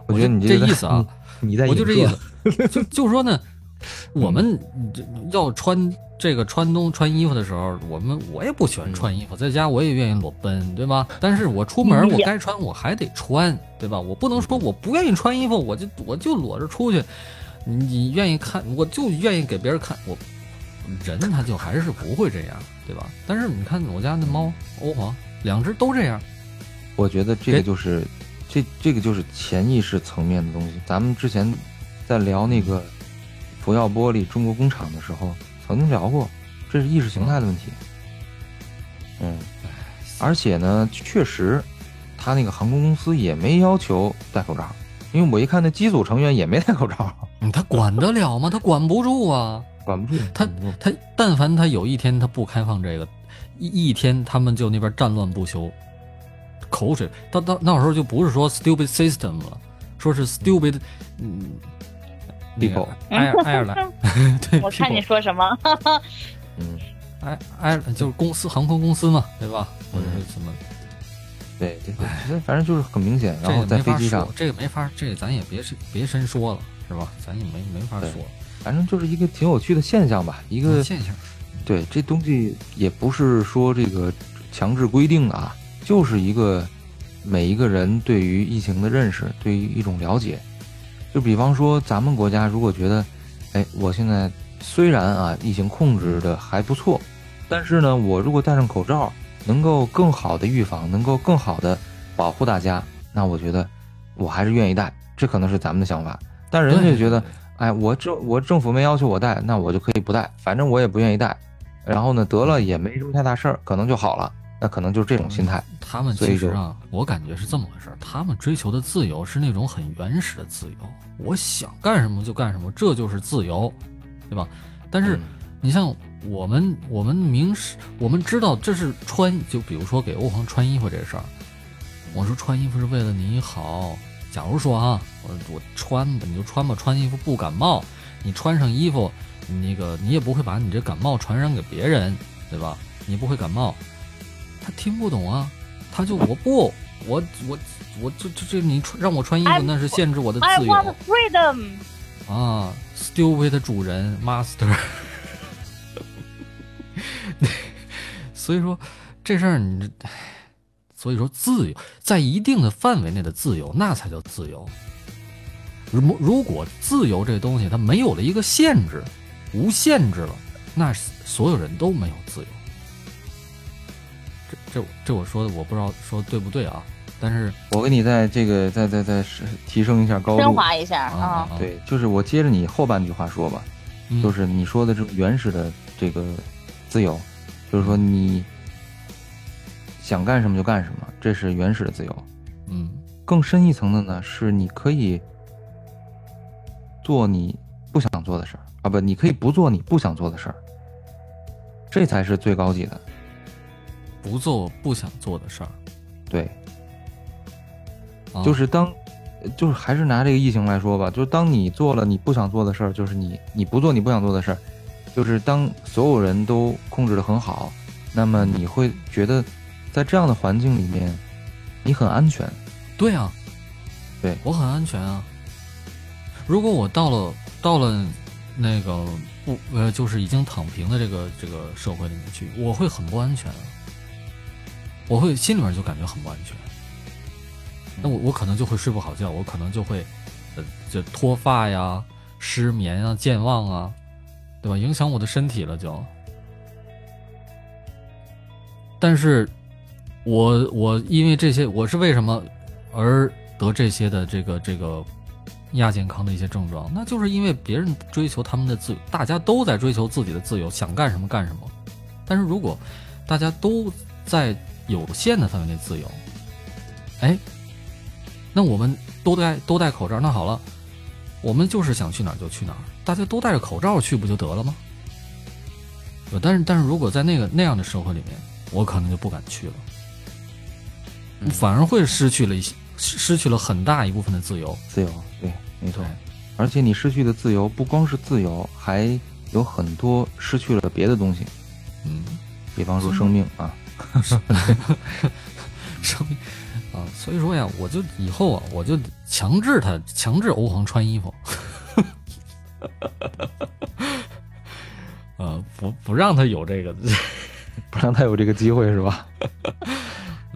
Speaker 3: 我觉得你
Speaker 1: 这
Speaker 3: 个
Speaker 1: 意思啊，
Speaker 3: 你你在
Speaker 1: 我就这
Speaker 3: 影
Speaker 1: 意
Speaker 3: 射
Speaker 1: 思，就就说呢，我们这要穿这个穿东穿衣服的时候，我们我也不喜欢穿衣服，在家我也愿意裸奔，对吧？但是我出门
Speaker 2: 你
Speaker 1: 我
Speaker 2: 也
Speaker 1: 该穿我还得穿，对吧？我不能说我不愿意穿衣服，我就我就裸着出去，你你愿意看我就愿意给别人看，我人他就还是不会这样，对吧？但是你看我家那猫欧皇两只都这样，
Speaker 3: 我觉得这个
Speaker 1: 给
Speaker 3: 就是，这这个就是潜意识层面的东西。咱们之前在聊那个不要玻璃中国工厂的时候，曾经聊过，这是意识形态的问题。嗯，而且呢，确实，他那个航空公司也没要求戴口罩，因为我一看那机组成员也没戴口罩，
Speaker 1: 嗯它管得了吗？它管不住啊。
Speaker 3: 管不住。
Speaker 1: 他
Speaker 3: 管不住
Speaker 1: 他但凡他有一天他不开放这个，一一天他们就那边战乱不休，口水到到那时候就不是说 stupid system 了，说是 stupid 嗯，那个
Speaker 3: People
Speaker 1: 爱尔爱尔兰 对，
Speaker 2: 我看你
Speaker 1: people，
Speaker 2: 说什么？
Speaker 3: 嗯，
Speaker 1: 爱爱尔兰就是公司航空公司嘛，对吧？或者是什么
Speaker 3: 对对对，这反正就是很明显。
Speaker 1: 这
Speaker 3: 嗯然后
Speaker 1: 个
Speaker 3: 在
Speaker 1: 没
Speaker 3: 飞
Speaker 1: 法
Speaker 3: 机上
Speaker 1: 说，，这个没法，这个咱也别别深说了，是吧？咱也没没法说
Speaker 3: 对反正就是一个挺有趣的现象吧，一
Speaker 1: 一
Speaker 3: 个
Speaker 1: 嗯现象，
Speaker 3: 对，这东西也不是说这个强制规定的啊，就是一个每一个人对于疫情的认识，对于一种了解。就比方说，咱们国家如果觉得，哎，我现在虽然啊疫情控制的还不错，但是呢，我如果戴上口罩，能够更好的预防，能够更好的保护大家，那我觉得我还是愿意戴。这可能是咱们的想法，但人家就觉得
Speaker 1: 对，
Speaker 3: 哎，我政我政府没要求我戴，那我就可以不戴，反正我也不愿意戴。然后呢，得了也没什么太大事儿，可能就好了。那可能就是这种心态。
Speaker 1: 他们
Speaker 3: 所
Speaker 1: 其
Speaker 3: 以
Speaker 1: 实
Speaker 3: 就
Speaker 1: 啊，我感觉是这么回事儿，他们追求的自由是那种很原始的自由，我想干什么就干什么，这就是自由，对吧？但是
Speaker 3: 嗯
Speaker 1: 你像我们，我们明是，我们知道这是穿，就比如说给欧皇穿衣服这事儿，我说穿衣服是为了你好。假如说啊，我我穿吧，你就穿吧，穿衣服不感冒，你穿上衣服，那个你也不会把你这感冒传染给别人，对吧？你不会感冒，他听不懂啊，他就我不，我我我这这这你穿让我穿衣服，
Speaker 2: I'm-
Speaker 1: 那是限制哎我的
Speaker 2: I
Speaker 1: 自由
Speaker 2: want freedom。
Speaker 1: 啊，stupid 主人 master。所以说这事儿你这，唉所以说自由在一定的范围内的自由，那才叫自由。如如果自由这东西它没有了一个限制，无限制了，那所有人都没有自由。这这这我说的我不知道说对不对啊，但是
Speaker 3: 我给你在这个再再再是提升一下高
Speaker 2: 升
Speaker 3: 度。
Speaker 2: 华一下
Speaker 1: 啊
Speaker 2: 啊
Speaker 1: 啊，啊，
Speaker 3: 对，就是我接着你后半句话说吧，
Speaker 1: 嗯
Speaker 3: 就是你说的这种原始的这个自由，就是说你想干什么就干什么，这是原始的自由。
Speaker 1: 嗯
Speaker 3: 更深一层的呢，是你可以做你不想做的事儿啊，不，你可以不做你不想做的事儿，这才是最高级的。
Speaker 1: 嗯不做我不想做的事儿，
Speaker 3: 对，
Speaker 1: 啊、
Speaker 3: 就是当，呃就是还是拿这个疫情来说吧，就是当你做了你不想做的事儿，就是你你不做你不想做的事儿，就是当所有人都控制的很好，那么你会觉得在这样的环境里面，你很安全。
Speaker 1: 对啊，
Speaker 3: 对
Speaker 1: 我很安全啊。如果我到了到了那个不呃，就是已经躺平的这个这个社会里面去，我会很不安全啊，我会心里面就感觉很不安全。那我我可能就会睡不好觉，我可能就会呃就脱发呀、失眠啊、健忘啊，对吧？影响我的身体了就。但是我我因为这些，我是为什么而得这些的这个这个亚健康的一些症状？那就是因为别人追求他们的自由，大家都在追求自己的自由，想干什么干什么。但是如果大家都在有限的范围内自由，哎，那我们都戴都戴口罩，那好了，我们就是想去哪儿就去哪儿，大家都戴着口罩去不就得了吗？对但是但是如果在那个那样的社会里面，我可能就不敢去了，反而会失去了一些失失去了很大一部分的自由。
Speaker 3: 自由，对，没错。而且你失去的自由不光是自由，还有很多失去了别的东西，
Speaker 1: 嗯，
Speaker 3: 比方说生命啊。
Speaker 1: 生命啊，所以说呀，我就以后啊，我就强制他，强制欧皇穿衣服， 呃，不不让他有这个，
Speaker 3: 不让他有这个机会是吧？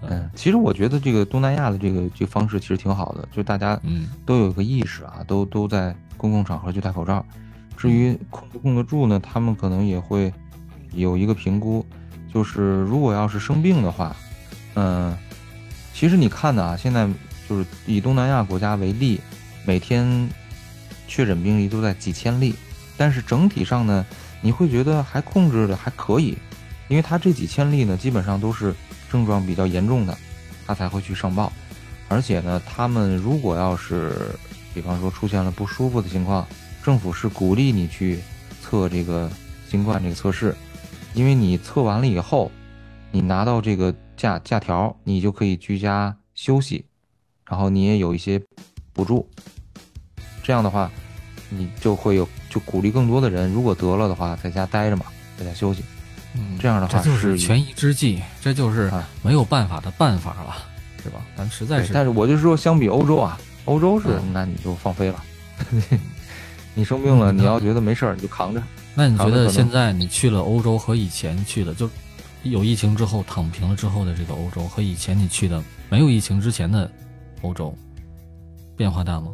Speaker 3: 嗯，其实我觉得这个东南亚的这个这个方式其实挺好的，就大家
Speaker 1: 嗯
Speaker 3: 都有一个意识啊，都都在公共场合去戴口罩。至于控不控得住呢，他们可能也会有一个评估，就是如果要是生病的话，嗯、其实你看的啊，现在就是以东南亚国家为例，每天确诊病例都在几千例，但是整体上呢，你会觉得还控制的还可以，因为他这几千例呢，基本上都是症状比较严重的，他才会去上报。而且呢，他们如果要是，比方说出现了不舒服的情况，政府是鼓励你去测这个新冠这个测试，因为你测完了以后，你拿到这个假假条，你就可以居家休息，然后你也有一些补助。这样的话，你就会有就鼓励更多的人，如果得了的话，在家待着嘛，在家休息。
Speaker 1: 嗯，
Speaker 3: 这样的话
Speaker 1: 这就是是
Speaker 3: 以
Speaker 1: 权宜之计，这就是
Speaker 3: 啊
Speaker 1: 没有办法的办法了，是吧？咱实在
Speaker 3: 对
Speaker 1: 是，
Speaker 3: 但是我就说，相比欧洲啊，欧洲是、
Speaker 1: 嗯
Speaker 3: 那你就放飞了， 你生病了，
Speaker 1: 嗯
Speaker 3: 你要觉得没事儿，你就扛着。
Speaker 1: 那你觉
Speaker 3: 好的可
Speaker 1: 得
Speaker 3: 能
Speaker 1: 现在你去了欧洲和以前去的，就有疫情之后躺平了之后的这个欧洲，和以前你去的没有疫情之前的欧洲，变化大吗？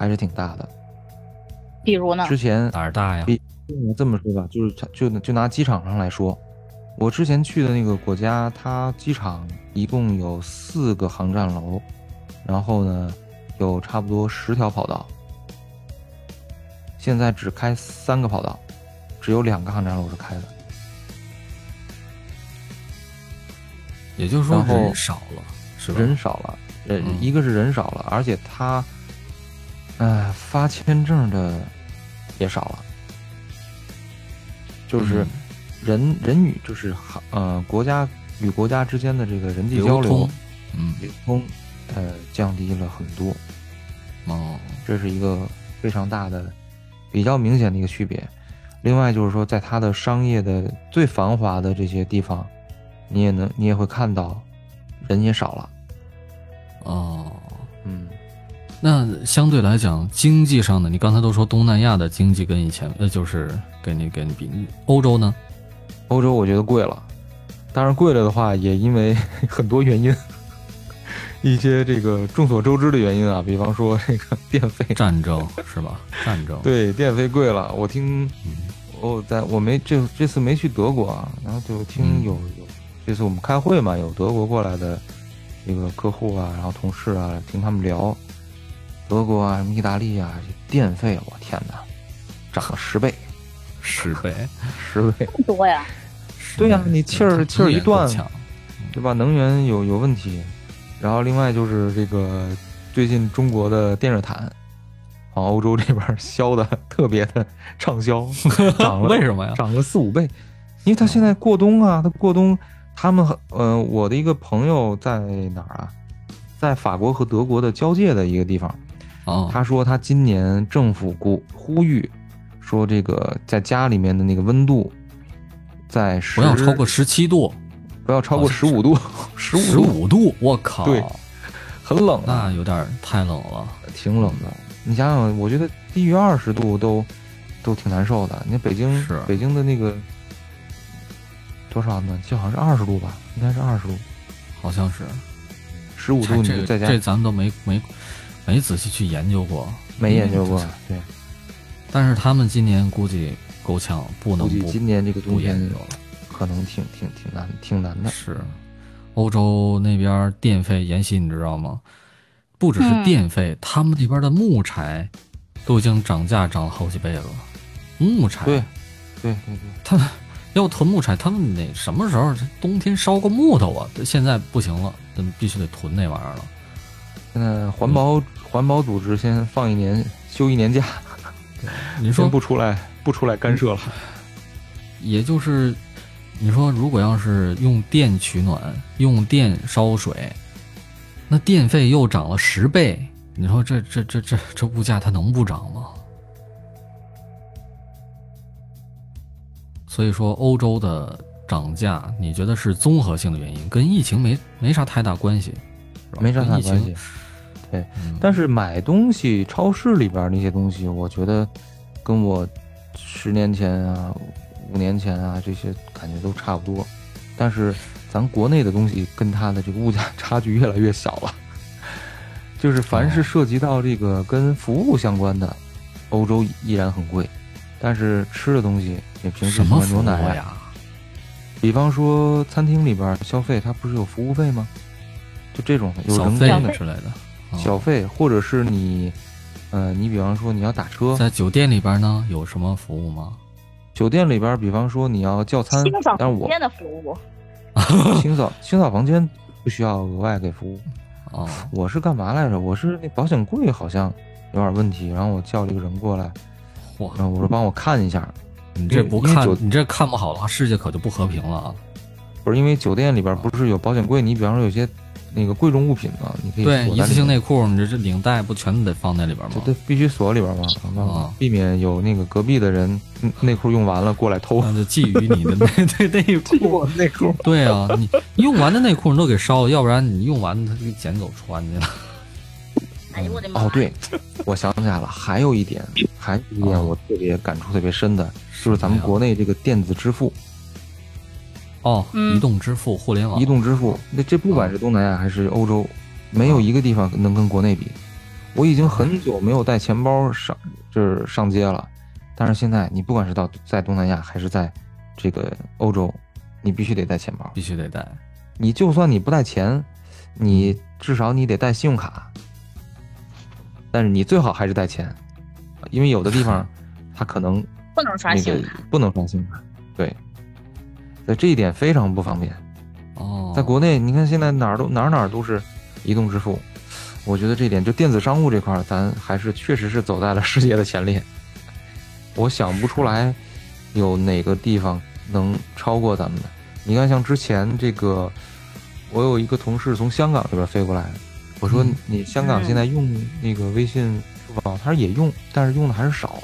Speaker 3: 还是挺大的。
Speaker 2: 比如
Speaker 4: 啊
Speaker 2: 呢？
Speaker 3: 之前
Speaker 1: 哪儿大呀？
Speaker 3: 比这么说吧，就是就就拿机场上来说，我之前去的那个国家，它机场一共有四个航站楼，然后呢有差不多十条跑道，现在只开三个跑道，只有两个航站楼是开的。
Speaker 1: 也就是说
Speaker 3: 然后
Speaker 1: 人少了，是吧？
Speaker 3: 人少了，呃，
Speaker 1: 嗯
Speaker 3: 一个是人少了，而且他，呃，发签证的也少了，就是
Speaker 1: 嗯
Speaker 3: 人、人与就是呃国家与国家之间的这个人际
Speaker 1: 流
Speaker 3: 交流
Speaker 1: 通，嗯，
Speaker 3: 流通，呃，降低了很多，
Speaker 1: 哦，
Speaker 3: 这是一个非常大的、比较明显的一个区别。另外就是说，在它的商业的最繁华的这些地方，你也能你也会看到，人也少了，
Speaker 1: 哦，
Speaker 3: 嗯。
Speaker 1: 那相对来讲，经济上呢，你刚才都说东南亚的经济跟以前，呃，就是跟你跟你比，欧洲呢？
Speaker 3: 欧洲我觉得贵了，当然贵了的话，也因为 很多原因， 一些这个众所周知的原因啊，比方说 这个电费，
Speaker 1: 战争是吧？战争，
Speaker 3: 对，电费贵了。我听
Speaker 1: 嗯
Speaker 3: 我在我没这这次没去德国啊，然后就听
Speaker 1: 嗯
Speaker 3: 有有这次我们开会嘛，有德国过来的这个客户啊，然后同事啊，听他们聊德国啊，什么意大利啊，这电费，我天哪，涨了十倍，
Speaker 1: 十倍，
Speaker 3: 十倍。
Speaker 5: 不多呀，
Speaker 3: 对呀
Speaker 1: 十倍
Speaker 3: 你气儿气儿一
Speaker 1: 也够
Speaker 3: 断
Speaker 1: 呛
Speaker 3: 对吧？能源有有问题，然后另外就是这个最近中国的电热毯往欧洲这边儿 销的特别的 畅销，涨了
Speaker 1: 为什么呀？
Speaker 3: 涨了四五倍，因为它现在过冬啊，它过冬，他们很呃，我的一个朋友在哪儿啊，在法国和德国的交界的一个地方，
Speaker 1: 哦，
Speaker 3: 他说他今年政府鼓呼吁说这个在家里面的那个温度在
Speaker 1: 不要超过十七度，
Speaker 3: 不要超过
Speaker 1: 好
Speaker 3: 十
Speaker 1: 像是
Speaker 3: 五度，十五
Speaker 1: 十
Speaker 3: 十
Speaker 1: 五度，我靠，
Speaker 3: 对很冷啊，
Speaker 1: 那有点儿太冷了。
Speaker 3: 挺冷的。你想想，我觉得低于二十度都都挺难受的。你看北京
Speaker 1: 是
Speaker 3: 北京的那个多少呢？就好像是二十度吧，应该是二十度，
Speaker 1: 好像是，
Speaker 3: 十五度你就
Speaker 1: 这
Speaker 3: 在家
Speaker 1: 这咱们都没没没仔细去研究过，
Speaker 3: 没研究过
Speaker 1: 嗯。
Speaker 3: 对，
Speaker 1: 但是他们今年估计够呛，不能
Speaker 3: 估计
Speaker 1: 不
Speaker 3: 今年这个冬
Speaker 1: 不
Speaker 3: 天
Speaker 1: 研究了。
Speaker 3: 可能挺挺挺难挺难的。
Speaker 1: 是，欧洲那边儿电费延期，你知道吗？不只是
Speaker 2: 嗯
Speaker 1: 电费，他们那边的木柴都已经涨价涨了好几倍了。木柴，
Speaker 3: 对，对对对，
Speaker 1: 他们要囤木柴，他们得什么时候冬天烧个木头啊？这现在不行了，咱们必须得囤那玩意儿了。
Speaker 3: 现在环保环保组织先放一年休一年假，
Speaker 1: 你说
Speaker 3: 先不出来不出来干涉了。
Speaker 1: 也就是你说，如果要是用电取暖，用电烧水，那电费又涨了十倍，你说这这这这这物价它能不涨吗？所以说，欧洲的涨价，你觉得是综合性的原因，跟疫情没没啥太大关系，是吧
Speaker 3: 没啥太大
Speaker 1: 跟疫
Speaker 3: 关
Speaker 1: 情
Speaker 3: 系。
Speaker 1: 嗯
Speaker 3: 但是买东西，超市里边儿那些东西，我觉得跟我十年前啊、五年前啊这些感觉都差不多。但是咱国内的东西跟它的这个物价 差距越来越小了，就是凡
Speaker 1: 哦
Speaker 3: 是涉及到这个跟服务相关的，欧洲依然很贵，但是吃的东西，你平时
Speaker 1: 什
Speaker 3: 喜
Speaker 1: 么
Speaker 3: 欢牛
Speaker 1: 服务
Speaker 3: 奶啊，
Speaker 1: 呀？
Speaker 3: 比方说餐厅里边儿消费，它不是有服务费吗？就这种的有
Speaker 1: 小
Speaker 3: 人
Speaker 1: 费
Speaker 3: 工的
Speaker 1: 之类的。啊
Speaker 3: 小费，或者是你，呃，你比方说你要打车，
Speaker 1: 在酒店里边呢，有什么服务吗？
Speaker 3: 酒店里边，比方说你要叫餐
Speaker 4: 清扫，
Speaker 3: 但是
Speaker 4: 房
Speaker 3: 我
Speaker 4: 间的服务，
Speaker 3: 清扫清扫房间不需要额外给服务。
Speaker 1: 哦，
Speaker 3: 我是干嘛来着？我是那保险柜好像有点问题，然后我叫了一个人过来，
Speaker 1: 嚯！
Speaker 3: 然后我说帮我看一下，
Speaker 1: 你这不
Speaker 3: 因为
Speaker 1: 看
Speaker 3: 嗯酒，
Speaker 1: 你这看不好的话，世界可就不和平了啊！
Speaker 3: 不是因为酒店里边不是有保险柜，你比方说有些那个贵重物品嘛，你可以锁
Speaker 1: 对，
Speaker 3: 在里
Speaker 1: 一
Speaker 3: 面
Speaker 1: 次性内裤，你这这领带不全得放那里边
Speaker 3: 就
Speaker 1: 吗？
Speaker 3: 对，必须锁里边嘛，
Speaker 1: 啊
Speaker 3: 避免有那个隔壁的人嗯内裤用完了过来偷
Speaker 1: 那就觊觎你的内对内裤。
Speaker 3: 内裤。
Speaker 1: 对啊，你用完的内裤你都给烧了，要不然你用完他给捡走穿去了。
Speaker 4: 哎呦我的妈！
Speaker 3: 哦，，对，我想起来了，还有一点，还有一点我特别感触特别深的，就是咱们国内这个电子支付、
Speaker 1: 哦，
Speaker 2: 嗯
Speaker 1: 移动支付、互联网，
Speaker 3: 移动支付，那这不管是东南亚还是欧洲，没有一个地方能跟国内比。我已经很久没有带钱包上，就是上街了，但是现在你不管是到在东南亚还是在这个欧洲，你必须得带钱包。
Speaker 1: 必须得带。
Speaker 3: 你就算你不带钱，
Speaker 4: 嗯
Speaker 3: 你至少你得带信用卡，但是你最好还是带钱，因为有的地 方它可能
Speaker 4: 不能刷
Speaker 3: 那
Speaker 4: 信
Speaker 3: 个
Speaker 4: 用卡，
Speaker 3: 不能刷信用卡，对，在这一点非常不方便。
Speaker 1: 哦，
Speaker 3: 在国内，你看现在哪儿都哪儿哪儿都是移动支付，我觉得这一点就电子商务这块儿，咱还是确实是走在了世界的前列。 我想不出来有哪个地方能超过咱们的。你看，像之前这个，我有一个同事从香港这边飞过来，我说
Speaker 1: 嗯
Speaker 3: 你香港现在用那个微信、支付宝，他说也用，但是用的还是少。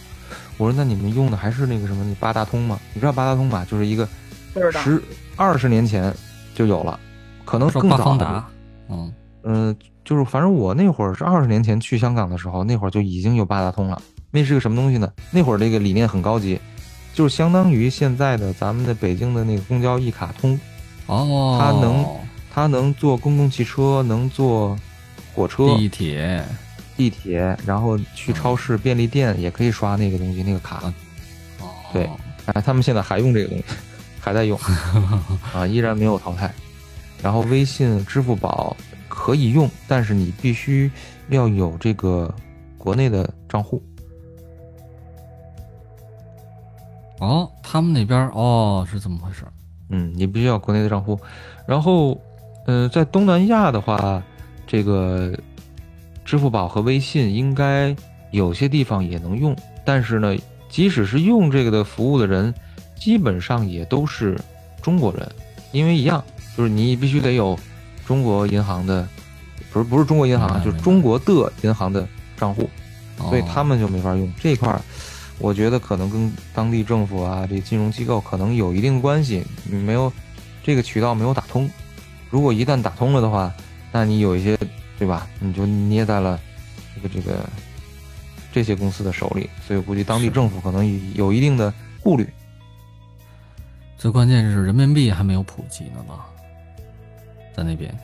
Speaker 3: 我说那你们用的还是那个什么，你八达通吗？你知道八达通吧？就是一个
Speaker 4: 不知道。
Speaker 3: 十二十年前就有了，可能
Speaker 1: 说
Speaker 3: 更
Speaker 1: 巴
Speaker 3: 早
Speaker 1: 方
Speaker 3: 了。
Speaker 1: 达，嗯，
Speaker 3: 嗯、就是反正我那会儿是二十年前去香港的时候，那会儿就已经有八达通了。那是个什么东西呢？那会儿这个理念很高级，就是相当于现在的咱们的北京的那个公交一卡通，
Speaker 1: 哦，
Speaker 3: 它能它能坐公共汽车，能坐火车、
Speaker 1: 地嗯铁
Speaker 3: 地铁，然后去超市、便利店也可以刷那个东西，那个卡。
Speaker 1: 哦，
Speaker 3: 对哎，他们现在还用这个东西，还在用啊，依然没有淘汰。然后微信、支付宝可以用，但是你必须要有这个国内的账户。
Speaker 1: 哦，他们那边儿哦是这么回事儿？
Speaker 3: 嗯，你必须要有国内的账户。然后，呃，在东南亚的话，这个支付宝和微信应该有些地方也能用，但是呢，即使是用这个的服务的人，基本上也都是中国人，因为一样，就是你必须得有中国银行的，不是不是中国银行啊，
Speaker 1: 明白
Speaker 3: 就是中国的银行的账户。
Speaker 1: 哦
Speaker 3: 所以他们就没法用这一块儿。我觉得可能跟当地政府啊，这金融机构可能有一定关系，没有这个渠道没有打通，如果一旦打通了的话，那你有一些对吧？你就捏在了这个这个这些公司的手里，所以估计当地
Speaker 1: 是
Speaker 3: 政府可能有一定的顾虑。
Speaker 1: 哦最关键是人民币还没有普及呢吧，在那边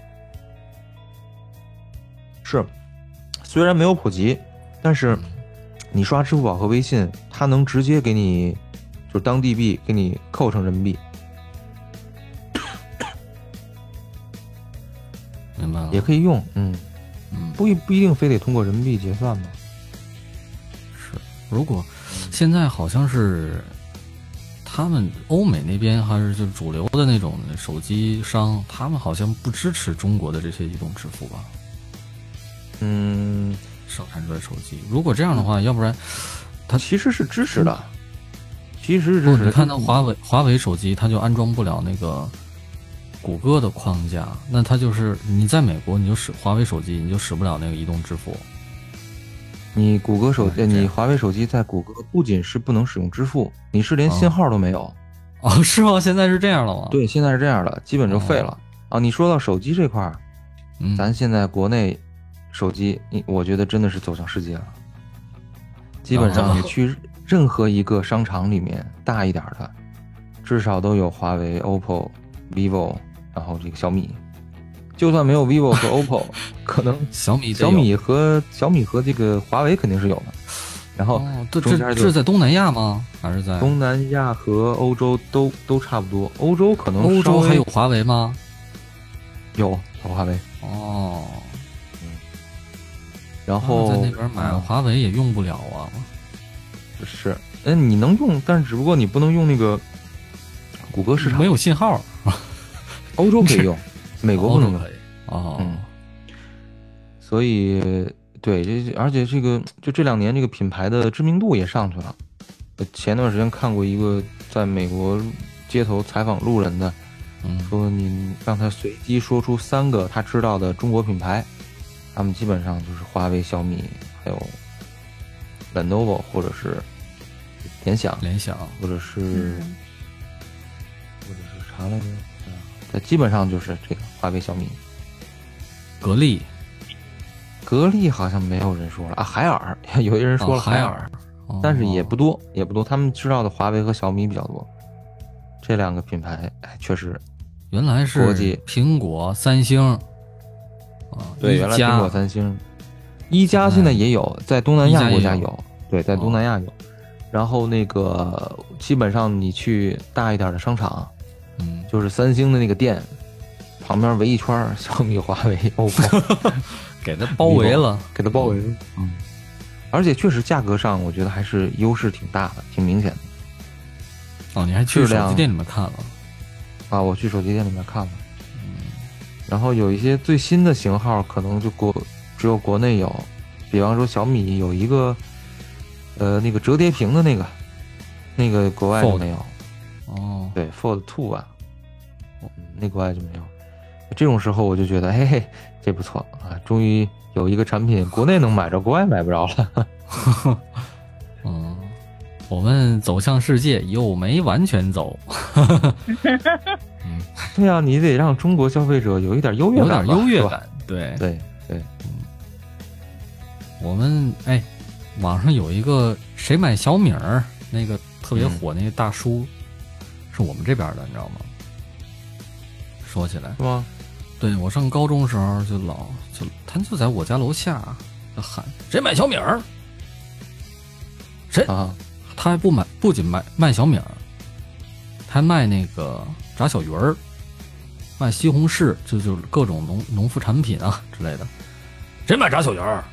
Speaker 3: 是，虽然没有普及，但是你刷支付宝和微信，它能直接给你就是当地币给你扣成人民币，
Speaker 1: 明白了
Speaker 3: 也，可以用。嗯，
Speaker 1: 嗯，
Speaker 3: 不一不一定非得通过人民币结算嘛。
Speaker 1: 是，如果现在好像是他们欧美那边还是就主流的那种手机商，他们好像不支持中国的这些移动支付吧，
Speaker 3: 嗯，
Speaker 1: 生产出来手机。如果这样的话，要不然
Speaker 3: 它其实是支持的，其实是
Speaker 1: 不，
Speaker 3: 嗯支持的。
Speaker 1: 你看到华为华为手机，它就安装不了那个谷歌的框架，那它就是你在美国你就使华为手机，你就使不了那个移动支付。
Speaker 3: 你谷歌手，
Speaker 1: 对
Speaker 3: 呃
Speaker 1: 这样
Speaker 3: 你华为手机在谷歌不仅是不能使用支付，你是连
Speaker 1: 哦
Speaker 3: 信号都没有。
Speaker 1: 哦，是吗？现在是这样了吗？，
Speaker 3: 对，现在是这样的，基本就废了、
Speaker 1: 哦
Speaker 3: 啊。你说到手机这块儿，
Speaker 1: 嗯，
Speaker 3: 咱现在国内手机，你我觉得真的是走向世界了。基本
Speaker 1: 哦
Speaker 3: 上你去任何一个商场里面，大一点儿的，至少都有华为、OPPO、vivo，然后这个小米。就算没有 vivo 和 OPPO，可能
Speaker 1: 小米得
Speaker 3: 小
Speaker 1: 有
Speaker 3: 米和小米和这个华为肯定是有的。然后
Speaker 1: 哦，这
Speaker 3: 中间
Speaker 1: 这
Speaker 3: 就
Speaker 1: 这是在东南亚吗？还是在
Speaker 3: 东南亚和欧洲都都差不多，欧洲可能
Speaker 1: 欧
Speaker 3: 稍
Speaker 1: 洲
Speaker 3: 微
Speaker 1: 还有华为吗？
Speaker 3: 有有华为，
Speaker 1: 哦，
Speaker 3: 然
Speaker 1: 然哦
Speaker 3: 后啊
Speaker 1: 在那边买华为也用不了啊。
Speaker 3: 是，嗯，你能用，但是只不过你不能用那个谷歌市场，
Speaker 1: 没有信号，
Speaker 3: 欧洲可以 用，美国不能
Speaker 1: 哦
Speaker 3: 用
Speaker 1: 可，以哦。
Speaker 3: 嗯所以对这而且这个就这两年这个品牌的知名度也上去了。呃前段时间看过一个在美国街头采访路人的，
Speaker 1: 嗯，
Speaker 3: 说你让他随机说出三个他知道的中国品牌，他们基本上就是华为、小米，还有 Lenovo 或者是联想，
Speaker 1: 联想
Speaker 3: 或者是、
Speaker 4: 嗯
Speaker 3: 或者是啥来着？嗯它基本上就是这个华为、小米。
Speaker 1: 格力
Speaker 3: 格力好像没有人说了啊，海尔 有一人说
Speaker 1: 哦
Speaker 3: 了
Speaker 1: 海
Speaker 3: 海
Speaker 1: 尔，哦
Speaker 3: 但是也不多，也不多。他们知道的华为和小米比较多，这两个品牌，哎，确实
Speaker 1: 原来是
Speaker 3: 国际
Speaker 1: 苹果、三星啊，一
Speaker 3: 原来
Speaker 1: 加
Speaker 3: 苹果、三星、一加现在也有，在东南亚国家
Speaker 1: 一加也有
Speaker 3: 有，对，在东南亚有。然后那个基本上你去大一点的商场，
Speaker 1: 嗯，
Speaker 3: 就是三星的那个店旁边围一圈儿小米、华为、OPPO，
Speaker 1: 给它包围了。
Speaker 3: 给它包围了。嗯，而且确实价格上，我觉得还是优势挺大的，挺明显的
Speaker 1: 哦，你还去
Speaker 3: 质
Speaker 1: 手
Speaker 3: 量
Speaker 1: 机店里面看了？
Speaker 3: 啊。我去手机店里面看了，然后有一些最新的型号，可能就国只有国内有，比方说小米有一个，呃，那个折叠屏的那个，那个国外就
Speaker 1: Fold
Speaker 3: 没有。
Speaker 1: 哦，
Speaker 3: 对，Fold Two 啊，嗯那国外就没有。这种时候我就觉得，嘿嘿，这不错啊，终于有一个产品国内能买着，国外买不着 了。
Speaker 1: 嗯，我们走向世界又没完全走，
Speaker 3: 对啊，你得让中国消费者有一点优越
Speaker 1: 有
Speaker 3: 感
Speaker 1: 点
Speaker 3: 吧，
Speaker 1: 优越
Speaker 3: 是吧。
Speaker 1: 感。对，
Speaker 3: 对对，
Speaker 1: 我们哎，网上有一个谁买小米儿那个特
Speaker 3: 嗯
Speaker 1: 别火那个大叔，是我们这边的，你知道吗？说起来，
Speaker 3: 是吗？
Speaker 1: 对我上高中时候就老就他就在我家楼下啊就喊谁买小米儿，
Speaker 3: 啊，
Speaker 1: 他还不买，不仅卖卖小米儿，还卖那个炸小鱼儿，卖西红柿，就就各种农农副产品啊之类的。谁买炸小鱼儿？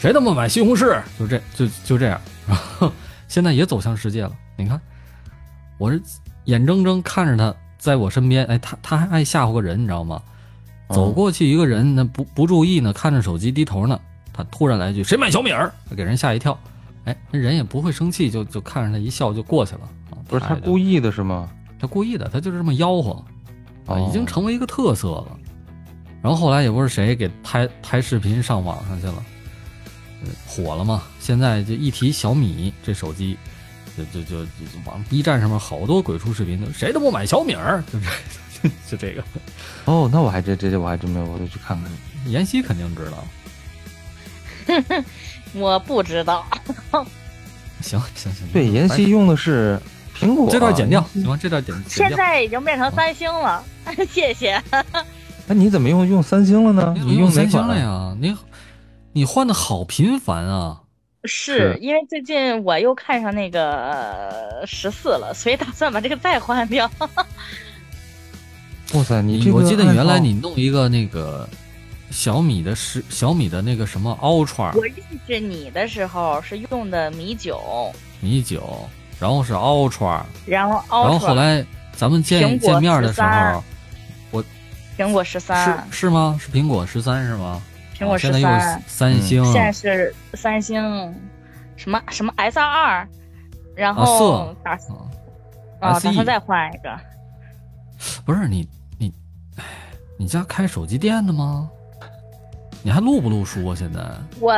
Speaker 1: 谁他妈买西红柿？就这就就这样， 然后现在也走向世界了。你看，我是眼睁睁看着他在我身边，哎，他他还爱吓唬个人，你知道吗？
Speaker 3: 哦
Speaker 1: 走过去一个人，那不不注意呢，看着手机低头呢，他突然来一句：“谁买小米儿？”给人吓一跳。哎，那人也不会生气，就就看着他一笑就过去了。啊
Speaker 3: 不是他
Speaker 1: 也就
Speaker 3: 故意的是吗？
Speaker 1: 他故意的，他就是这么吆喝啊，
Speaker 3: 哦
Speaker 1: 已经成为一个特色了。然后后来也不是谁给拍拍视频上网上去了，呃火了嘛。现在就一提小米这手机，就就就就就往 B 站上面好多鬼畜视频，都谁都不买小米儿，就这 就这个。
Speaker 3: 哦，那我还真这这我还真没有，我得去看看。
Speaker 1: 妍希肯定知道。
Speaker 4: 我不知道，
Speaker 1: 行行行，
Speaker 3: 对，妍希用的是苹果，
Speaker 1: 这段剪掉，行吗？这段剪剪
Speaker 4: 现
Speaker 1: 掉。
Speaker 4: 在已经变成三星了， 谢谢。
Speaker 3: 那你怎么用用三星了呢？
Speaker 1: 你怎么
Speaker 3: 啊你
Speaker 1: 用
Speaker 3: 哪
Speaker 1: 三星
Speaker 3: 款
Speaker 1: 了？呀？你你换的好频繁啊！
Speaker 4: 是
Speaker 3: 是
Speaker 4: 因为最近我又看上那个呃十四了，所以打算把这个再换掉。
Speaker 3: 哇塞，你这个
Speaker 1: 我记得你原来
Speaker 3: 爱好
Speaker 1: 你弄一个那个小米的十小米的那个什么 Ultra
Speaker 4: 我认识你的时候是用的米九，
Speaker 1: 米九，然后是 Ultra，
Speaker 4: 然后 Ultra，
Speaker 1: 然后后来咱们见
Speaker 4: 苹果
Speaker 1: 见面的时
Speaker 4: 13
Speaker 1: 候
Speaker 4: 苹果十
Speaker 1: 是
Speaker 4: 三，
Speaker 1: 是吗？是苹果十三是吗？
Speaker 4: 苹果
Speaker 1: 啊
Speaker 4: 十
Speaker 1: 现在又
Speaker 4: 三嗯
Speaker 1: 是，三星，
Speaker 4: 现在是三星，什么什么 S 二二，然后
Speaker 1: 色
Speaker 4: 打
Speaker 1: 啊
Speaker 4: 啊打
Speaker 1: SE
Speaker 4: 算再换一个。
Speaker 1: 不是你你，哎，你家开手机店的吗？你还录不录书啊？现在
Speaker 4: 我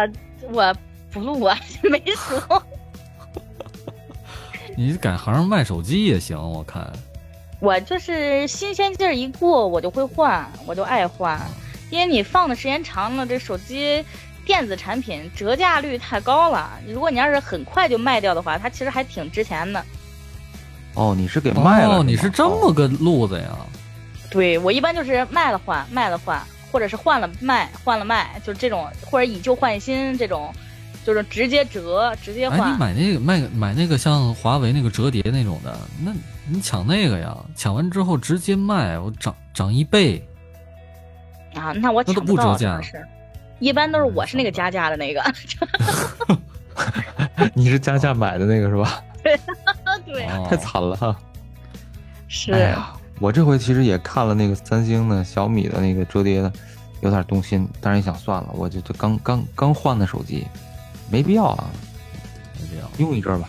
Speaker 4: 我不录啊， 没说。
Speaker 1: 你改行卖手机也行，我看。
Speaker 4: 我就是新鲜劲儿一过，我就会换，我就爱换，因为你放的时间长了，这手机电子产品折价率太高了。如果你要是很快就卖掉的话，它其实还挺值钱的。
Speaker 3: 哦，你是给卖了吗？
Speaker 1: 哦，你是这么
Speaker 3: 哦
Speaker 1: 个路子呀？
Speaker 4: 对我一般就是卖了换，卖了换，或者是换了卖，换了卖，就是这种，或者以旧换新这种，就是直接折，直接
Speaker 1: 哎，你
Speaker 4: 换。
Speaker 1: 买那个卖买那个像华为那个折叠那种的，那你抢那个呀？抢完之后直接卖，我涨涨一倍。
Speaker 4: 啊，那我
Speaker 1: 那都
Speaker 4: 抢不
Speaker 1: 不折
Speaker 4: 到，
Speaker 1: 价嗯
Speaker 4: 真的是。一般都是我是那个加价的那个，
Speaker 3: 你是加价买的那个是吧？
Speaker 4: 对，
Speaker 1: 哦、
Speaker 3: 太惨了哈。
Speaker 4: 是、
Speaker 3: 哎呀，我这回其实也看了那个三星的、小米的那个折叠的，有点动心，但是一想算了，我就这刚刚刚换的手机，没必要啊，
Speaker 1: 没必要。
Speaker 3: 用一阵儿吧。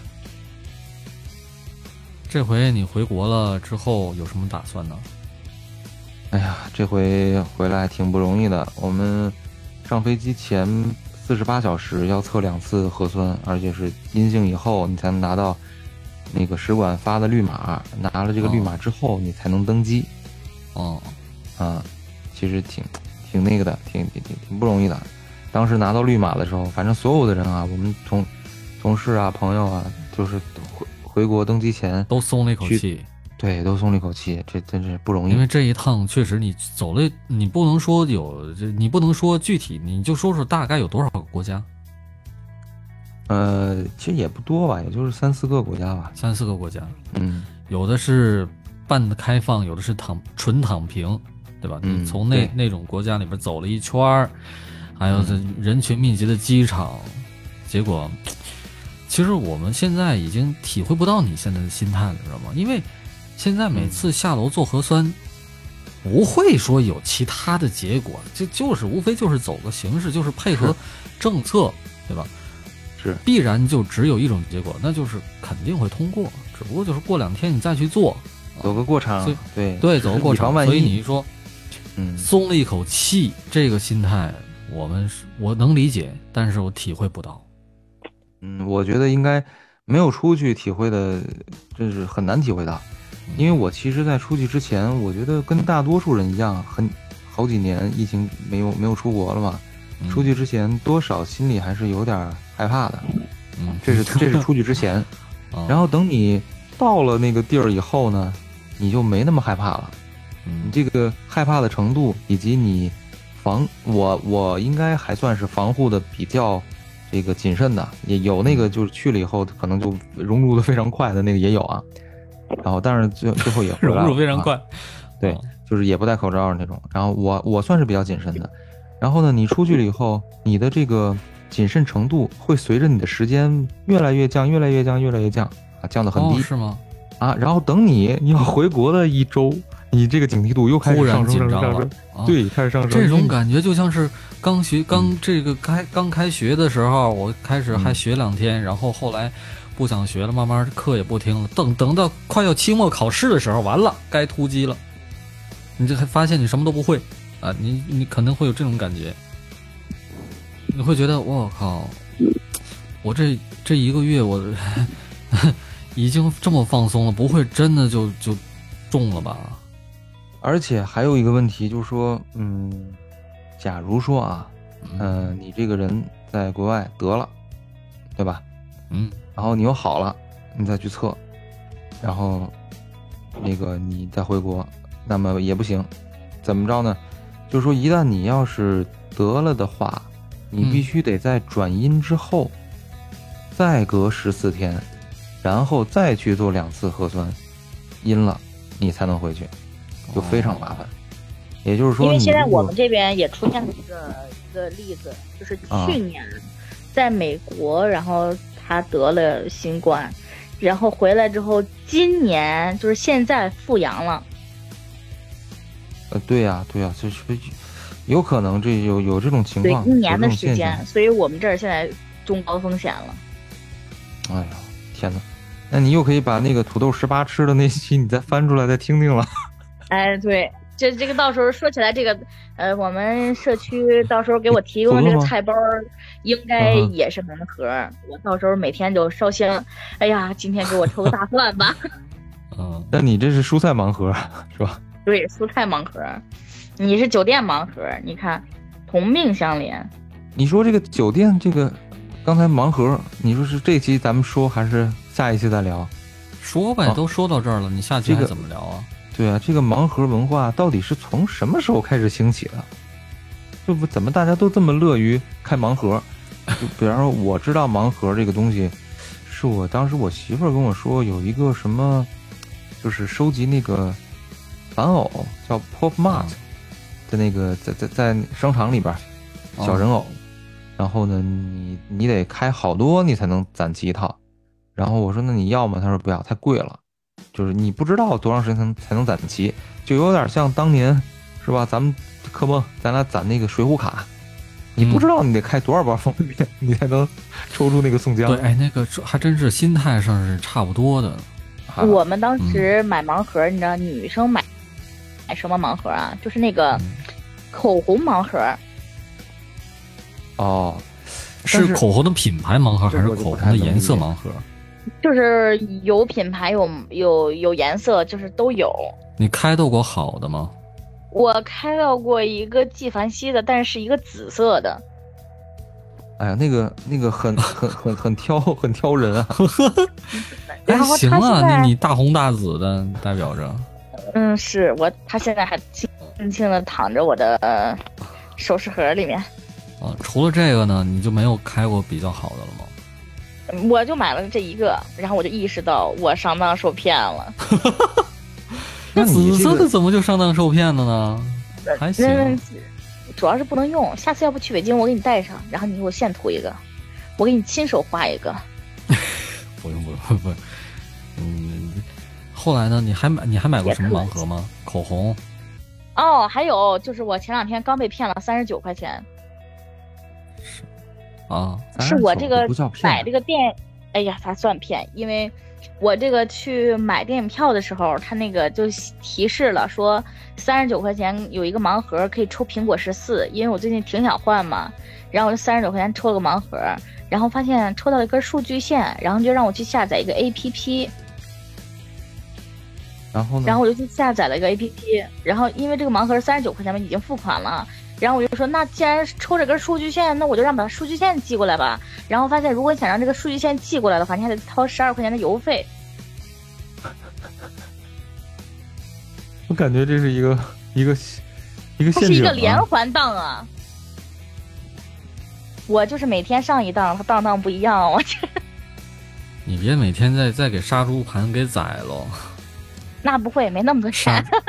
Speaker 1: 这回你回国了之后有什么打算呢？
Speaker 3: 哎呀，这回回来挺不容易的。我们上飞机前四十八小时要测两次核酸，而且是阴性以后，你才能拿到那个使馆发的绿码。拿了这个绿码之后，你才能登机
Speaker 1: 哦，
Speaker 3: 啊。其实挺挺那个的，挺挺挺挺不容易的。当时拿到绿码的时候，反正所有的人啊，我们同同事啊、朋友啊，就是回回国登机前，
Speaker 1: 都松了一口
Speaker 3: 去嗯
Speaker 1: 气，
Speaker 3: 对，都松了一口气，这真是不容易
Speaker 1: 因。为这一趟确实你走了，你不能说有，这你不能说具体，你就说说大概有多少个国家，
Speaker 3: 呃，其实也不多吧，也就是三四个国家吧。
Speaker 1: 三四个国家，
Speaker 3: 嗯，
Speaker 1: 有的是半开放，有的是躺纯躺平，对吧？
Speaker 3: 嗯
Speaker 1: 你从那
Speaker 3: 对嗯
Speaker 1: 那种国家里边走了一圈儿，还有这人群密集的机场，结果，其实我们现在已经体会不到你现在的心态了，知道吗？因为现在每次下楼做核酸。不会说有其他的结果，这就是无非就是走个形式，就是配合
Speaker 3: 是
Speaker 1: 政策，对吧？
Speaker 3: 是
Speaker 1: 必然就只有一种结果，那就是肯定会通过，只不过就是过两天你再去做，
Speaker 3: 走个过场
Speaker 1: 所以，
Speaker 3: 对
Speaker 1: 对，走个 过
Speaker 3: 以防
Speaker 1: 场。
Speaker 3: 万
Speaker 1: 所以
Speaker 3: 一
Speaker 1: 你一说
Speaker 3: 嗯，
Speaker 1: 松了一口气，这个心态我们是我能理解，但是我体会不到。
Speaker 3: 嗯，我觉得应该没有出去体会的，真是很难体会到。因为我其实，在出去之前，我觉得跟大多数人一样，很好几年疫情没有没有出国了嘛，
Speaker 1: 嗯
Speaker 3: 出去，之前多少心里还是有点儿害 怕的。
Speaker 1: 嗯，
Speaker 3: 这是这是出去之前，
Speaker 1: 啊
Speaker 3: 然后等你到了那个地儿以后呢，你就没那么害怕了。你
Speaker 1: 嗯
Speaker 3: 这个害怕的程度，以及你防我我应该还算是防护的比较这个谨慎的，也有那个就是去了以后可能就融入的非常快的那个也有啊。然后但是最最后也回来了
Speaker 1: 融入非常
Speaker 3: 啊
Speaker 1: 快，
Speaker 3: 对
Speaker 1: 啊，
Speaker 3: 就是也不戴口罩那种。然后我我算是比较谨慎的。然后呢，你出去了以后，你的这个谨慎程度会随着你的时间越来越降，越来越降，越来越降啊，降得很
Speaker 1: 哦
Speaker 3: 低、
Speaker 1: 是吗？
Speaker 3: 啊。然后等你要回国的一周，你这个警惕度又开
Speaker 1: 突
Speaker 3: 始
Speaker 1: 然
Speaker 3: 上升
Speaker 1: 紧
Speaker 3: 上升
Speaker 1: 张了
Speaker 3: 上升，，
Speaker 1: 啊，
Speaker 3: 对，开始上升。
Speaker 1: 这种
Speaker 3: 感。
Speaker 1: 感觉就像是刚学刚这个开刚开学的时候，我开始还
Speaker 3: 嗯
Speaker 1: 学两天，然后后来不想学了，慢慢课也不听了。等等到快要期末考试的时候，完了该突击了，你这还发现你什么都不会啊！你你可能会有这种感觉，你会觉得我靠，我这这一个月我 已经这么放松了，不会真的就就中了吧？
Speaker 3: 而且还有一个问题就是说，嗯，假如说啊，嗯、你这个人在国外得了，对吧？
Speaker 1: 嗯
Speaker 3: 然后你又好了，你再去测，然后那个你再回国，那么也不行。怎么着呢？就是说，一旦你要是得了的话，你
Speaker 1: 嗯
Speaker 3: 必须得在转阴之后，再隔十四天，然后再去做两次核酸，阴了你才能回去，就非常麻烦。也就是说，
Speaker 4: 哦因为
Speaker 3: 你
Speaker 4: 现在
Speaker 3: 如
Speaker 4: 我
Speaker 3: 果
Speaker 4: 们这边也出现了一个一个例子，就是
Speaker 3: 啊
Speaker 4: 去年在美国，然后他得了新冠，然后回来之后，今年就是现在复阳了。
Speaker 3: 呃，对呀、对呀、就是有可能这有有这种情
Speaker 4: 对
Speaker 3: 况，，
Speaker 4: 一年的
Speaker 3: 有这种
Speaker 4: 时
Speaker 3: 现象
Speaker 4: 间，所以我们这儿现在中高风险了。
Speaker 3: 哎呀，天哪！那你又可以把那个土豆十八吃的那期你再翻出来再听听了。
Speaker 4: 哎，对，这这个到时候说起来，这个呃，我们社区到时候给我提供这
Speaker 3: 有
Speaker 4: 个
Speaker 3: 了吗
Speaker 4: 菜包儿，应该
Speaker 3: 嗯哼
Speaker 4: 也是盲盒儿。我到时候每天就烧香，哎呀，今天给我抽个大蒜吧。
Speaker 1: 嗯，
Speaker 3: 那你这是蔬菜盲盒啊是吧？
Speaker 4: 对，蔬菜盲盒，你是酒店盲盒，你看同命相连。
Speaker 3: 你说这个酒店这个，刚才盲盒，你说是这期咱们说还是下一期再聊？
Speaker 1: 说呗，
Speaker 3: 好
Speaker 1: 都说到这儿了，你下期
Speaker 3: 哦这
Speaker 1: 还
Speaker 3: 个
Speaker 1: 怎么聊啊？
Speaker 3: 对啊，这个盲盒文化到底是从什么时候开始兴起的？这不怎么大家都这么乐于开盲盒？就比方说，我知道盲盒这个东西，是我当时我媳妇儿跟我说有一个什么，就是收集那个玩偶叫 Pop Mart
Speaker 1: 嗯
Speaker 3: 的那个，在在在商场里边儿
Speaker 1: 哦
Speaker 3: 小人偶，然后呢，你你得开好多你才能攒齐一套。然后我说那你要吗？他说不要，太贵了。就是你不知道多长时间才能才能攒齐，就有点像当年是吧？咱们科梦，咱俩攒那个水浒卡，你不知道你得开多少包封面，你才能抽出那个宋江
Speaker 1: 对，。哎，那个这还真是心态上是差不多的。
Speaker 3: 啊
Speaker 4: 我们当时买盲盒，你知道女生买买什么盲盒啊？就是那个
Speaker 1: 嗯
Speaker 4: 口红盲盒，
Speaker 3: 哦，但
Speaker 1: 是
Speaker 3: 是
Speaker 1: 口红的品牌盲盒
Speaker 3: 这
Speaker 1: 还是
Speaker 3: 我就
Speaker 1: 口
Speaker 3: 不
Speaker 1: 红
Speaker 3: 太
Speaker 1: 的
Speaker 3: 能
Speaker 1: 颜色
Speaker 3: 理解
Speaker 1: 盲盒？
Speaker 4: 就是有品牌，有有有颜色，就是都有。
Speaker 1: 你开到过好的吗？
Speaker 4: 我开到过一个纪梵希的，但是是一个紫色的，
Speaker 3: 哎呀，那个那个很很很很挑很挑人啊！
Speaker 1: 哎
Speaker 4: 然后，
Speaker 1: 行
Speaker 4: 它
Speaker 1: 啊，
Speaker 4: 现在
Speaker 1: 那你大红大紫的代表着，
Speaker 4: 嗯，是我，他现在还轻轻的躺着我的呃首饰盒里面，
Speaker 1: 啊，除了这个呢，你就没有开过比较好的了吗？
Speaker 4: 我就买了这一个，然后我就意识到我上当受骗了。
Speaker 3: 那你
Speaker 1: 紫
Speaker 3: 这
Speaker 1: 色
Speaker 3: 个
Speaker 1: 的怎么就上当受骗了呢？还行，
Speaker 4: 那嗯主要是不能用，下次要不去北京我给你带上，然后你给我现涂一个，我给你亲手画一个。
Speaker 1: 不用不用不用，嗯，后来呢？你还买你还买过什么盲盒吗？口红
Speaker 4: 哦，还有就是我前两天刚被骗了三十九块钱，
Speaker 1: 啊，
Speaker 4: 是我这
Speaker 3: 咱
Speaker 4: 个
Speaker 3: 哎手不叫骗啊
Speaker 4: 买这个电，哎呀，它算骗，因为我这个去买电影票的时候，它那个就提示了说三十九块钱有一个盲盒可以抽苹果十四，因为我最近挺想换嘛，然后我就三十九块钱抽了个盲盒，然后发现抽到一根数据线，然后就让我去下载一个 APP，
Speaker 3: 然后呢？
Speaker 4: 然后我就去下载了一个 APP，然后因为这个盲盒三十九块钱嘛，已经付款了。然后我就说，那既然抽这根数据线，那我就让把数据线寄过来吧。然后发现，如果你想让这个数据线寄过来的话，你还得掏十二块钱的邮费。
Speaker 3: 我感觉这是一个一个一个
Speaker 4: 它
Speaker 3: 陷
Speaker 4: 是一
Speaker 3: 阱、
Speaker 4: 个
Speaker 3: 啊。
Speaker 4: 连环当啊！我就是每天上一当，它当当不一样。我这
Speaker 1: 你别每天再再给杀猪盘给宰喽，
Speaker 4: 那不会，没那么多
Speaker 1: 杀
Speaker 4: 钱。。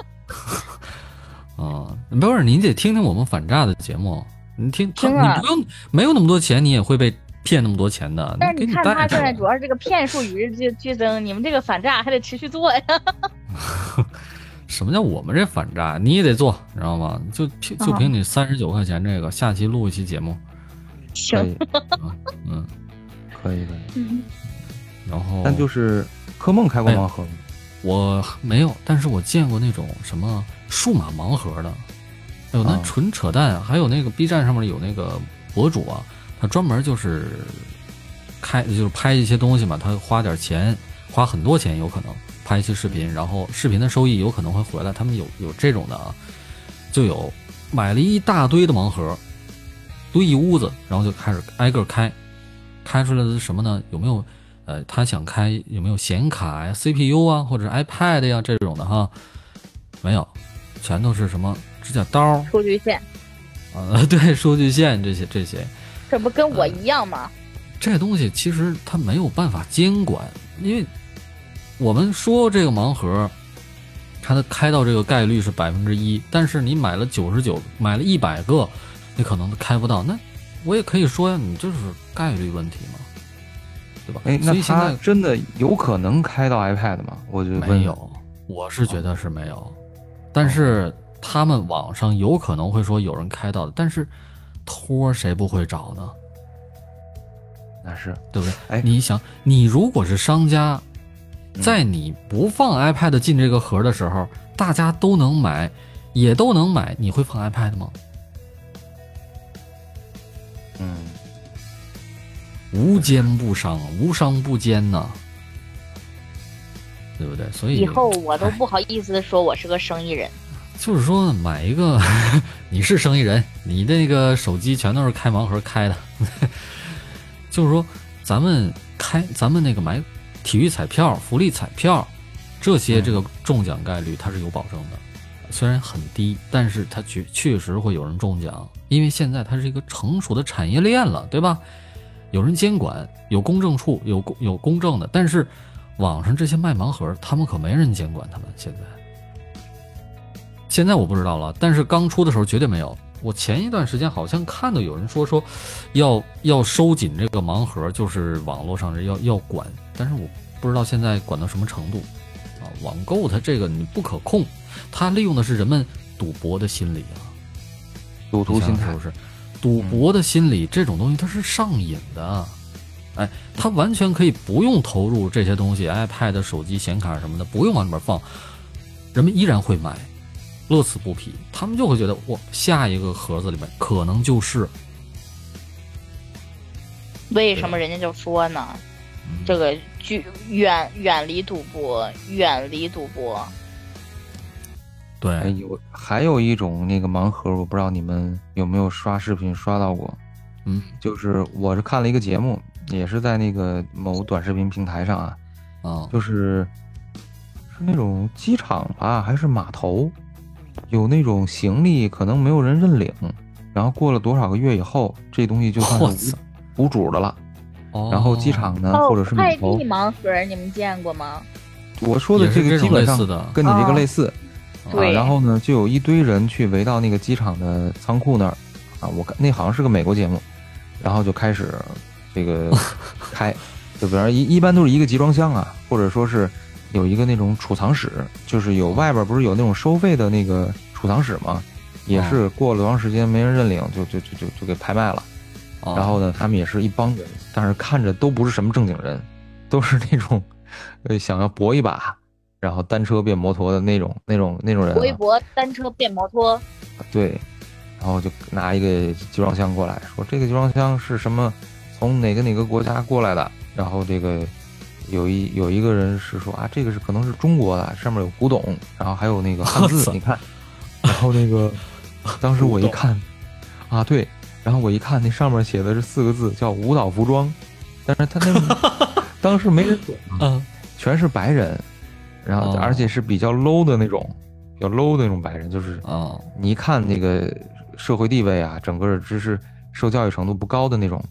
Speaker 1: 啊，没事，你得听听我们反诈的节目，你听，
Speaker 4: 听
Speaker 1: 他
Speaker 4: 了
Speaker 1: 你不用没有那么多钱，你也会被骗那么多钱的。
Speaker 4: 但是
Speaker 1: 给
Speaker 4: 你
Speaker 1: 你
Speaker 4: 看，
Speaker 1: 带
Speaker 4: 它现在
Speaker 1: 上
Speaker 4: 主要是这个骗术与日俱俱增，你们这个反诈还得持续做呀。
Speaker 1: 什么叫我们这反诈？你也得做，你知道吗？就凭就
Speaker 4: 啊
Speaker 1: 凭你三十九块钱这个，下期录一期节目，
Speaker 3: 可
Speaker 4: 行，
Speaker 3: 以
Speaker 1: 嗯，
Speaker 3: 可 以的，
Speaker 1: 然后
Speaker 3: 但就是科梦开过盲盒吗？
Speaker 1: 我没有，但是我见过那种什么数码盲盒的，哎呦，那
Speaker 3: 啊
Speaker 1: 纯扯淡啊！还有那个 B 站上面有那个博主啊，他专门就是开就是拍一些东西嘛，他花点钱，花很多钱有可能，拍一些视频，然后视频的收益有可能会回来。他们有有这种的啊，就有买了一大堆的盲盒，堆一屋子，然后就开始挨个开，开出来的是什么呢？有没有呃，他想开有没有显卡呀、CPU 啊，或者是 iPad 呀、这种的哈？没有，全都是什么指甲刀儿
Speaker 4: 数据线，
Speaker 1: 啊， 对，数据线这些这些。
Speaker 4: 这不跟我一样吗？
Speaker 1: 这东西其实它没有办法监管，因为我们说这个盲盒，它的开到这个概率是百分之一，但是你买了九十九，买了一百个，你可能开不到。那我也可以说呀，你这是概率问题嘛，对吧？
Speaker 3: 哎，
Speaker 1: 所
Speaker 3: 那
Speaker 1: 以现
Speaker 3: 他
Speaker 1: 在
Speaker 3: 真的有可能开到 iPad 吗？我就问
Speaker 1: 没有，我是觉得是没有，但是他们网上有可能会说有人开到的，但是托儿谁不会找呢？
Speaker 3: 那是
Speaker 1: 对不对？
Speaker 3: 哎
Speaker 1: 你想，你如果是商家，
Speaker 3: 嗯
Speaker 1: 在你不放 iPad 进这个盒的时候，大家都能买，也都能买，你会放 iPad 吗？
Speaker 3: 嗯，
Speaker 1: 无奸不商，无商不奸呐、对不对？所
Speaker 3: 嗯
Speaker 1: 以
Speaker 4: 以后我都
Speaker 1: 哎
Speaker 4: 不好意思说我是个生意人。
Speaker 1: 就是说买一个， 你是生意人，你那个手机全都是开盲盒开的， 就是说咱们开咱们那个买体育彩票、福利彩票这些
Speaker 3: 嗯
Speaker 1: 这个中奖概率它是有保证的，虽然很低，但是它确确实会有人中奖，因为现在它是一个成熟的产业链了，对吧？有人监管，有公证处，有公有公证的，但是网上这些卖盲盒，他们可没人监管他们现在。现在我不知道了，但是刚出的时候绝对没有。我前一段时间好像看到有人说说要要收紧这个盲盒，就是网络上要要管，但是我不知道现在管到什么程度啊。网购它这个你不可控，它利用的是人们赌博的心理啊，
Speaker 3: 赌徒心态
Speaker 1: 是不是？赌博的心理这种东西它是上瘾的，哎，它完全可以不用投入这些东西，iPad、手哎机、显卡什么的，不用往里边放，人们依然会买。乐此不疲，他们就会觉得哇，下一个盒子里面可能就是
Speaker 4: 为什么人家就说呢？这个距远远离赌博，远离赌博。
Speaker 3: 啊
Speaker 1: 嗯对，
Speaker 3: 哎有还有一种那个盲盒，我不知道你们有没有刷视频刷到过，
Speaker 1: 嗯
Speaker 3: 就是我是看了一个节目，也是在那个某短视频平台上啊，
Speaker 1: 啊，
Speaker 3: 就是是那种机场吧，还是码头，有那种行李可能没有人认领，然后过了多少个月以后，这东西就
Speaker 1: 我
Speaker 3: 算是
Speaker 1: 操
Speaker 3: 无无主的了。
Speaker 1: 哦
Speaker 3: 然后机场呢，或者是码
Speaker 4: 哦快
Speaker 3: 头
Speaker 4: 递，盲盒你们见过吗？
Speaker 3: 我说的
Speaker 1: 也是
Speaker 3: 个基
Speaker 1: 种
Speaker 3: 本
Speaker 1: 类
Speaker 3: 上
Speaker 1: 似的，
Speaker 3: 跟你这个类似。
Speaker 1: 啊
Speaker 3: 啊，
Speaker 4: 对
Speaker 3: 然后呢，就有一堆人去围到那个机场的仓库那儿，啊，我看那好像是个美国节目，然后就开始这 个开，就比方一一般都是一个集装箱啊，或者说是有一个那种储藏室，就是有外边不是有那种收费的那个储藏室吗？也是过了多长时间没人认领，就就就就就给拍卖了。
Speaker 4: 哦
Speaker 1: 啊
Speaker 3: 然后呢，他们也是一帮人，但是看着都不是什么正经人，都是那种呃想要搏一把，然后单车变摩托的那种那种那种人、
Speaker 4: 搏一
Speaker 3: 啊。
Speaker 4: 搏，单车变摩托，
Speaker 3: 对，然后就拿一个集装箱过来说，这个集装箱是什么，从哪个哪个国家过来的。然后这个有一有一个人是说啊，这个是可能是中国的，上面有古董，然后还有那个 汉
Speaker 1: 我
Speaker 3: 字，
Speaker 1: 操
Speaker 3: 你看。然后那 个当时我一看，啊对，然后我一看那上面写的是四个字叫舞蹈服装，但是他那 当时没人懂啊。
Speaker 1: 嗯
Speaker 3: 全是白人，然后
Speaker 1: 哦
Speaker 3: 而且是比较 low 的那种，比较 low 的那种白人，就是
Speaker 1: 啊
Speaker 3: 你一看那个社会地位啊，整个知识受教育程度不高的那种，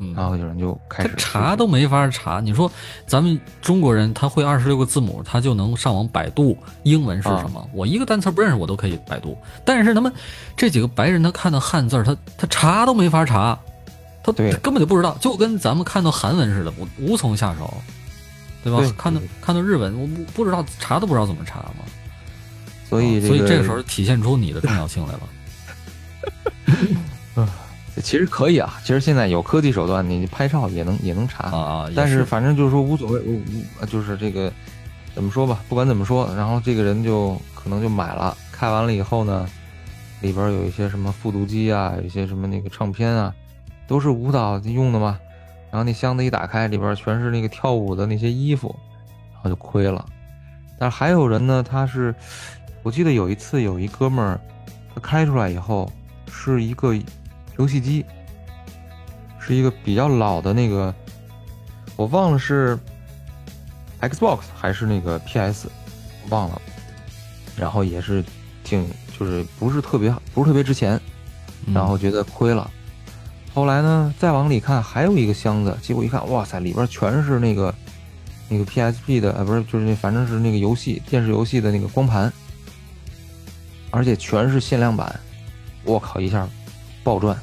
Speaker 1: 嗯
Speaker 3: 然后有人就开
Speaker 1: 他
Speaker 3: 始
Speaker 1: 查都没法查。你说咱们中国人他会二十六个字母，他就能上网百度英文是什么？
Speaker 3: 啊
Speaker 1: 我一个单词不认识，我都可以百度。但是他们这几个白人，他看到汉字儿，他他查都没法查，他
Speaker 3: 对
Speaker 1: 他根本就不知道，就跟咱们看到韩文似的，我无从下手，对吧？
Speaker 3: 对
Speaker 1: 看到
Speaker 3: 对
Speaker 1: 看到日文，我不不知道查都不知道怎么查嘛。啊
Speaker 3: 所以
Speaker 1: 哦所以
Speaker 3: 个、
Speaker 1: 这个时候体现出你的重要性来了。
Speaker 3: 其实可以啊，其实现在有科技手段，你拍照也能也能查，
Speaker 1: 啊啊！也
Speaker 3: 但
Speaker 1: 是
Speaker 3: 是反正就是说无所谓，无无就是这个怎么说吧，不管怎么说，然后这个人就可能就买了，开完了以后呢，里边有一些什么复读机啊，有一些什么那个唱片啊，都是舞蹈用的嘛。然后那箱子一打开，里边全是那个跳舞的那些衣服，然后就亏了。但是还有人呢，他是我记得有一次有一哥们儿，他开出来以后是一个游戏机，是一个比较老的那个，我忘了是 Xbox 还是那个 PS，忘了。然后也是挺就是不是特别不是特别值钱，
Speaker 1: 嗯
Speaker 3: 然后觉得亏了。后来呢，再往里看还有一个箱子，结果一看，哇塞，里边全是那个那个 PSP 的，呃，不是，就是那反正是那个游戏电视游戏的那个光盘，而且全是限量版，我靠，一下暴赚。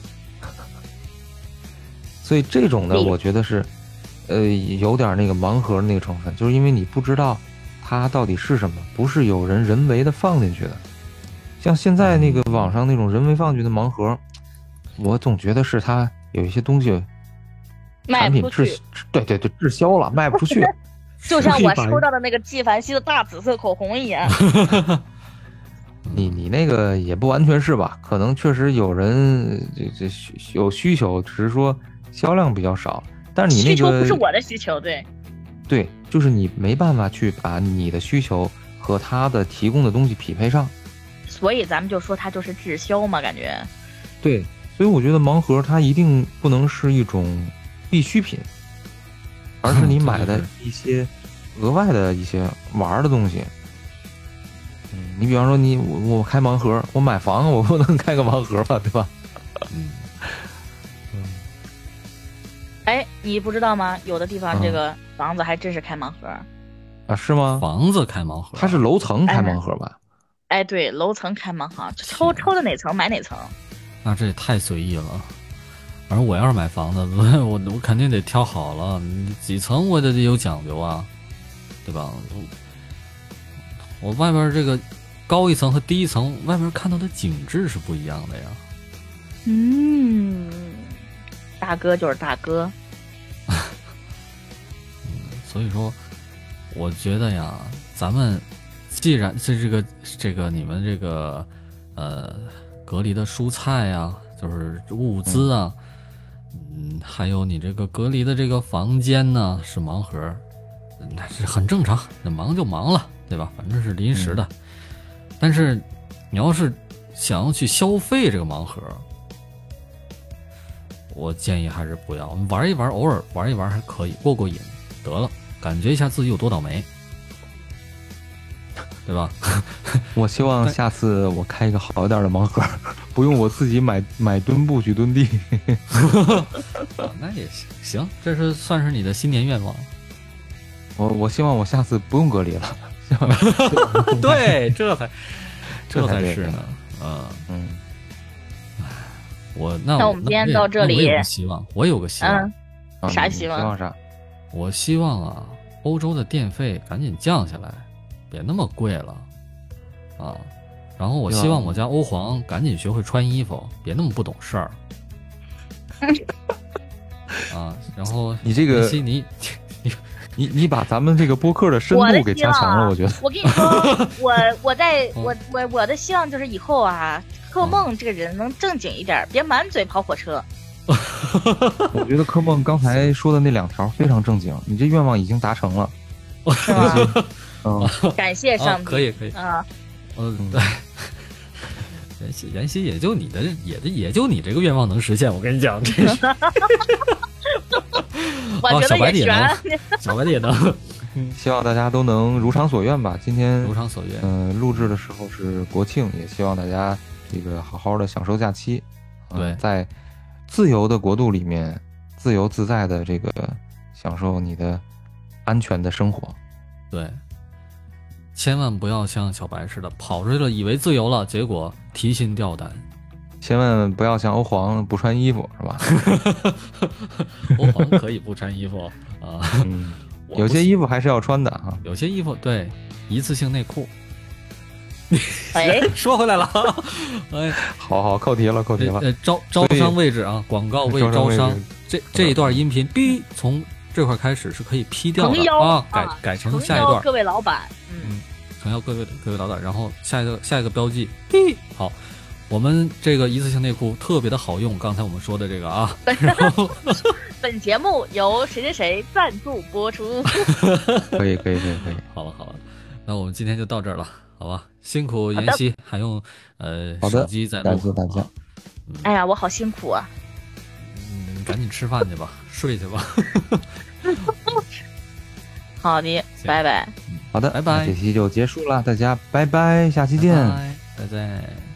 Speaker 3: 所以这种的，
Speaker 2: 嗯
Speaker 3: 我觉得是，呃，有点那个盲盒那个成分，就是因为你不知道它到底是什么，不是有人人为的放进去的。像现在那个
Speaker 4: 嗯
Speaker 3: 网上那种人为放进去的盲盒，我总觉得是它有一些东西
Speaker 4: 卖
Speaker 3: 产
Speaker 4: 不
Speaker 3: 品
Speaker 4: 出
Speaker 3: 滞
Speaker 4: 去。
Speaker 3: 滞对对对滞销了，卖不出 去。
Speaker 4: 就像我收到的那个纪梵希的大紫色口红一样，
Speaker 3: 你你那个也不完全是吧？可能确实有人这这需有需求，只是说销量比较少。但 是你
Speaker 4: 需
Speaker 3: 那
Speaker 4: 求
Speaker 3: 个
Speaker 4: 不是我的需求，对，
Speaker 3: 对，就是你没办法去把你的需求和他的提供的东西匹配上。
Speaker 4: 所以咱们就说它就是滞销嘛，感觉。
Speaker 3: 对，所以我觉得盲盒它一定不能是一种必需品，而是你
Speaker 1: 嗯
Speaker 3: 买的
Speaker 1: 对
Speaker 3: 一些额外的一些玩儿的东西。嗯，你比方说你我我开盲盒，我买房我不能开个盲盒吧，对吧？
Speaker 1: 嗯，
Speaker 4: 哎，你不知道吗？有的地方
Speaker 3: 嗯
Speaker 4: 这个房子还真是开盲盒。
Speaker 3: 啊，是吗？
Speaker 1: 房子开盲盒，
Speaker 3: 它是楼层开盲盒吧？
Speaker 4: 哎，对，楼层开盲盒，就抽抽的哪层买哪层。
Speaker 1: 那这也太随意了。而我要是买房子， 我我我肯定得挑好了，你几层我也得有讲究啊，对吧？我我外边这个高一层和低一层，外面看到的景致是不一样的呀。
Speaker 4: 嗯，大哥就是大哥，
Speaker 1: 所以说，我觉得呀，咱们既然是这个这个你们这个呃隔离的蔬菜呀，就是物资啊，嗯，还有你这个隔离的这个房间呢是盲盒，嗯那是很正常，那忙就忙了，对吧？反正是临时的。但是你要是想要去消费这个盲盒，我建议还是不要，玩一玩，偶尔玩一玩还可以，过过瘾，得了，感觉一下自己有多倒霉，对吧？
Speaker 3: 我希望下次我开一个好一点的盲盒， 不用我自己买买墩布去墩地。
Speaker 1: 啊 那也行 行，这是算是你的新年愿望。
Speaker 3: 我我希望我下次不用隔离了。
Speaker 1: 对，这才这
Speaker 3: 这才
Speaker 1: 才
Speaker 3: 对
Speaker 1: 是呢。嗯，
Speaker 3: 嗯，
Speaker 1: 我那
Speaker 4: 那
Speaker 1: 我
Speaker 4: 我们今天到这里
Speaker 1: 那我有个希望，我有个希望，
Speaker 4: 嗯，
Speaker 3: 啊
Speaker 4: 啥
Speaker 3: 你
Speaker 4: 希
Speaker 3: 你
Speaker 4: 望
Speaker 3: 希望啥？
Speaker 1: 我希望啊，欧洲的电费赶紧降下来，别那么贵了啊。然后我
Speaker 3: 对吧
Speaker 1: 希望我家欧皇赶紧学会穿衣服，别那么不懂事 儿。啊，然后
Speaker 3: 你这
Speaker 1: 梅
Speaker 3: 个
Speaker 1: 西 尼，
Speaker 3: 你你把咱们这个播客的深
Speaker 4: 我的
Speaker 3: 度给加强了，我觉得。
Speaker 4: 我跟你说，我我在
Speaker 1: 嗯
Speaker 4: 我我我的希望就是以后啊，柯梦这个人能正经一点，别满嘴跑火车。
Speaker 3: 我觉得柯梦刚才说的那两条非常正经，你这愿望已经达成了。 吧嗯，
Speaker 4: 感谢
Speaker 1: 啊
Speaker 4: 上，帝。
Speaker 1: 可以可以，
Speaker 4: 啊，
Speaker 1: 嗯，对。 妍希，妍希，也就你的，也也就你这个愿望能实现。我跟你讲，这是
Speaker 4: 我
Speaker 1: 哦
Speaker 4: 觉
Speaker 1: 小
Speaker 4: 得
Speaker 1: 白脸
Speaker 4: 也悬。
Speaker 1: 呢 小白脸能
Speaker 3: 希望大家都能如偿所愿吧。今天
Speaker 1: 如偿所愿。
Speaker 3: 嗯、录制的时候是国庆，也希望大家这个好好的享受假期。呃
Speaker 1: 对
Speaker 3: 在自由的国度里面，自由自在的这个享受你的安全的生活。
Speaker 1: 对，千万不要像小白似的跑出去了，以为自由了，结果提心吊胆。
Speaker 3: 千万不要像欧皇不穿衣服，是吧？
Speaker 1: 欧皇可以不穿衣服 啊，
Speaker 3: 嗯，
Speaker 1: 我不
Speaker 3: 有些
Speaker 1: 行
Speaker 3: 衣服还是要穿的啊。
Speaker 1: 有些衣服对，一次性内裤。
Speaker 4: 哎，
Speaker 1: 说回来了，哎，
Speaker 3: 好好，扣题了，扣题
Speaker 1: 这
Speaker 3: 了。
Speaker 1: 呃招招商位置啊，广告位
Speaker 3: 招商
Speaker 1: 招
Speaker 3: 位
Speaker 1: 商
Speaker 3: 置，
Speaker 1: 这这一段音频必从这块开始是可以 P 掉
Speaker 4: 诚
Speaker 1: 的
Speaker 4: 邀
Speaker 1: 啊，改
Speaker 4: 啊
Speaker 1: 改成
Speaker 4: 诚
Speaker 1: 下一
Speaker 4: 邀
Speaker 1: 段，
Speaker 4: 各位老板，嗯，
Speaker 1: 诚邀各位各位老板，然后下一个下一个标记 P 好。我们这个一次性内裤特别的好用，刚才我们说的这个啊，然后
Speaker 4: 本节目由谁谁谁赞助播出。
Speaker 3: 可以，可以，可以，可以。
Speaker 1: 好了好了，那我们今天就到这儿了，好吧？辛苦
Speaker 4: 好的
Speaker 1: 妍希，还用呃
Speaker 3: 好的
Speaker 1: 手机在
Speaker 3: 感
Speaker 1: 录
Speaker 3: 谢，大家
Speaker 1: 啊。嗯
Speaker 4: 哎呀，我好辛苦啊！
Speaker 1: 嗯，赶紧吃饭去吧，睡去吧，
Speaker 4: 好的，拜拜。
Speaker 3: 好的，
Speaker 1: 拜拜
Speaker 3: 那这期就结束了，大家拜拜，下期
Speaker 1: 再
Speaker 3: 见。
Speaker 1: 拜拜。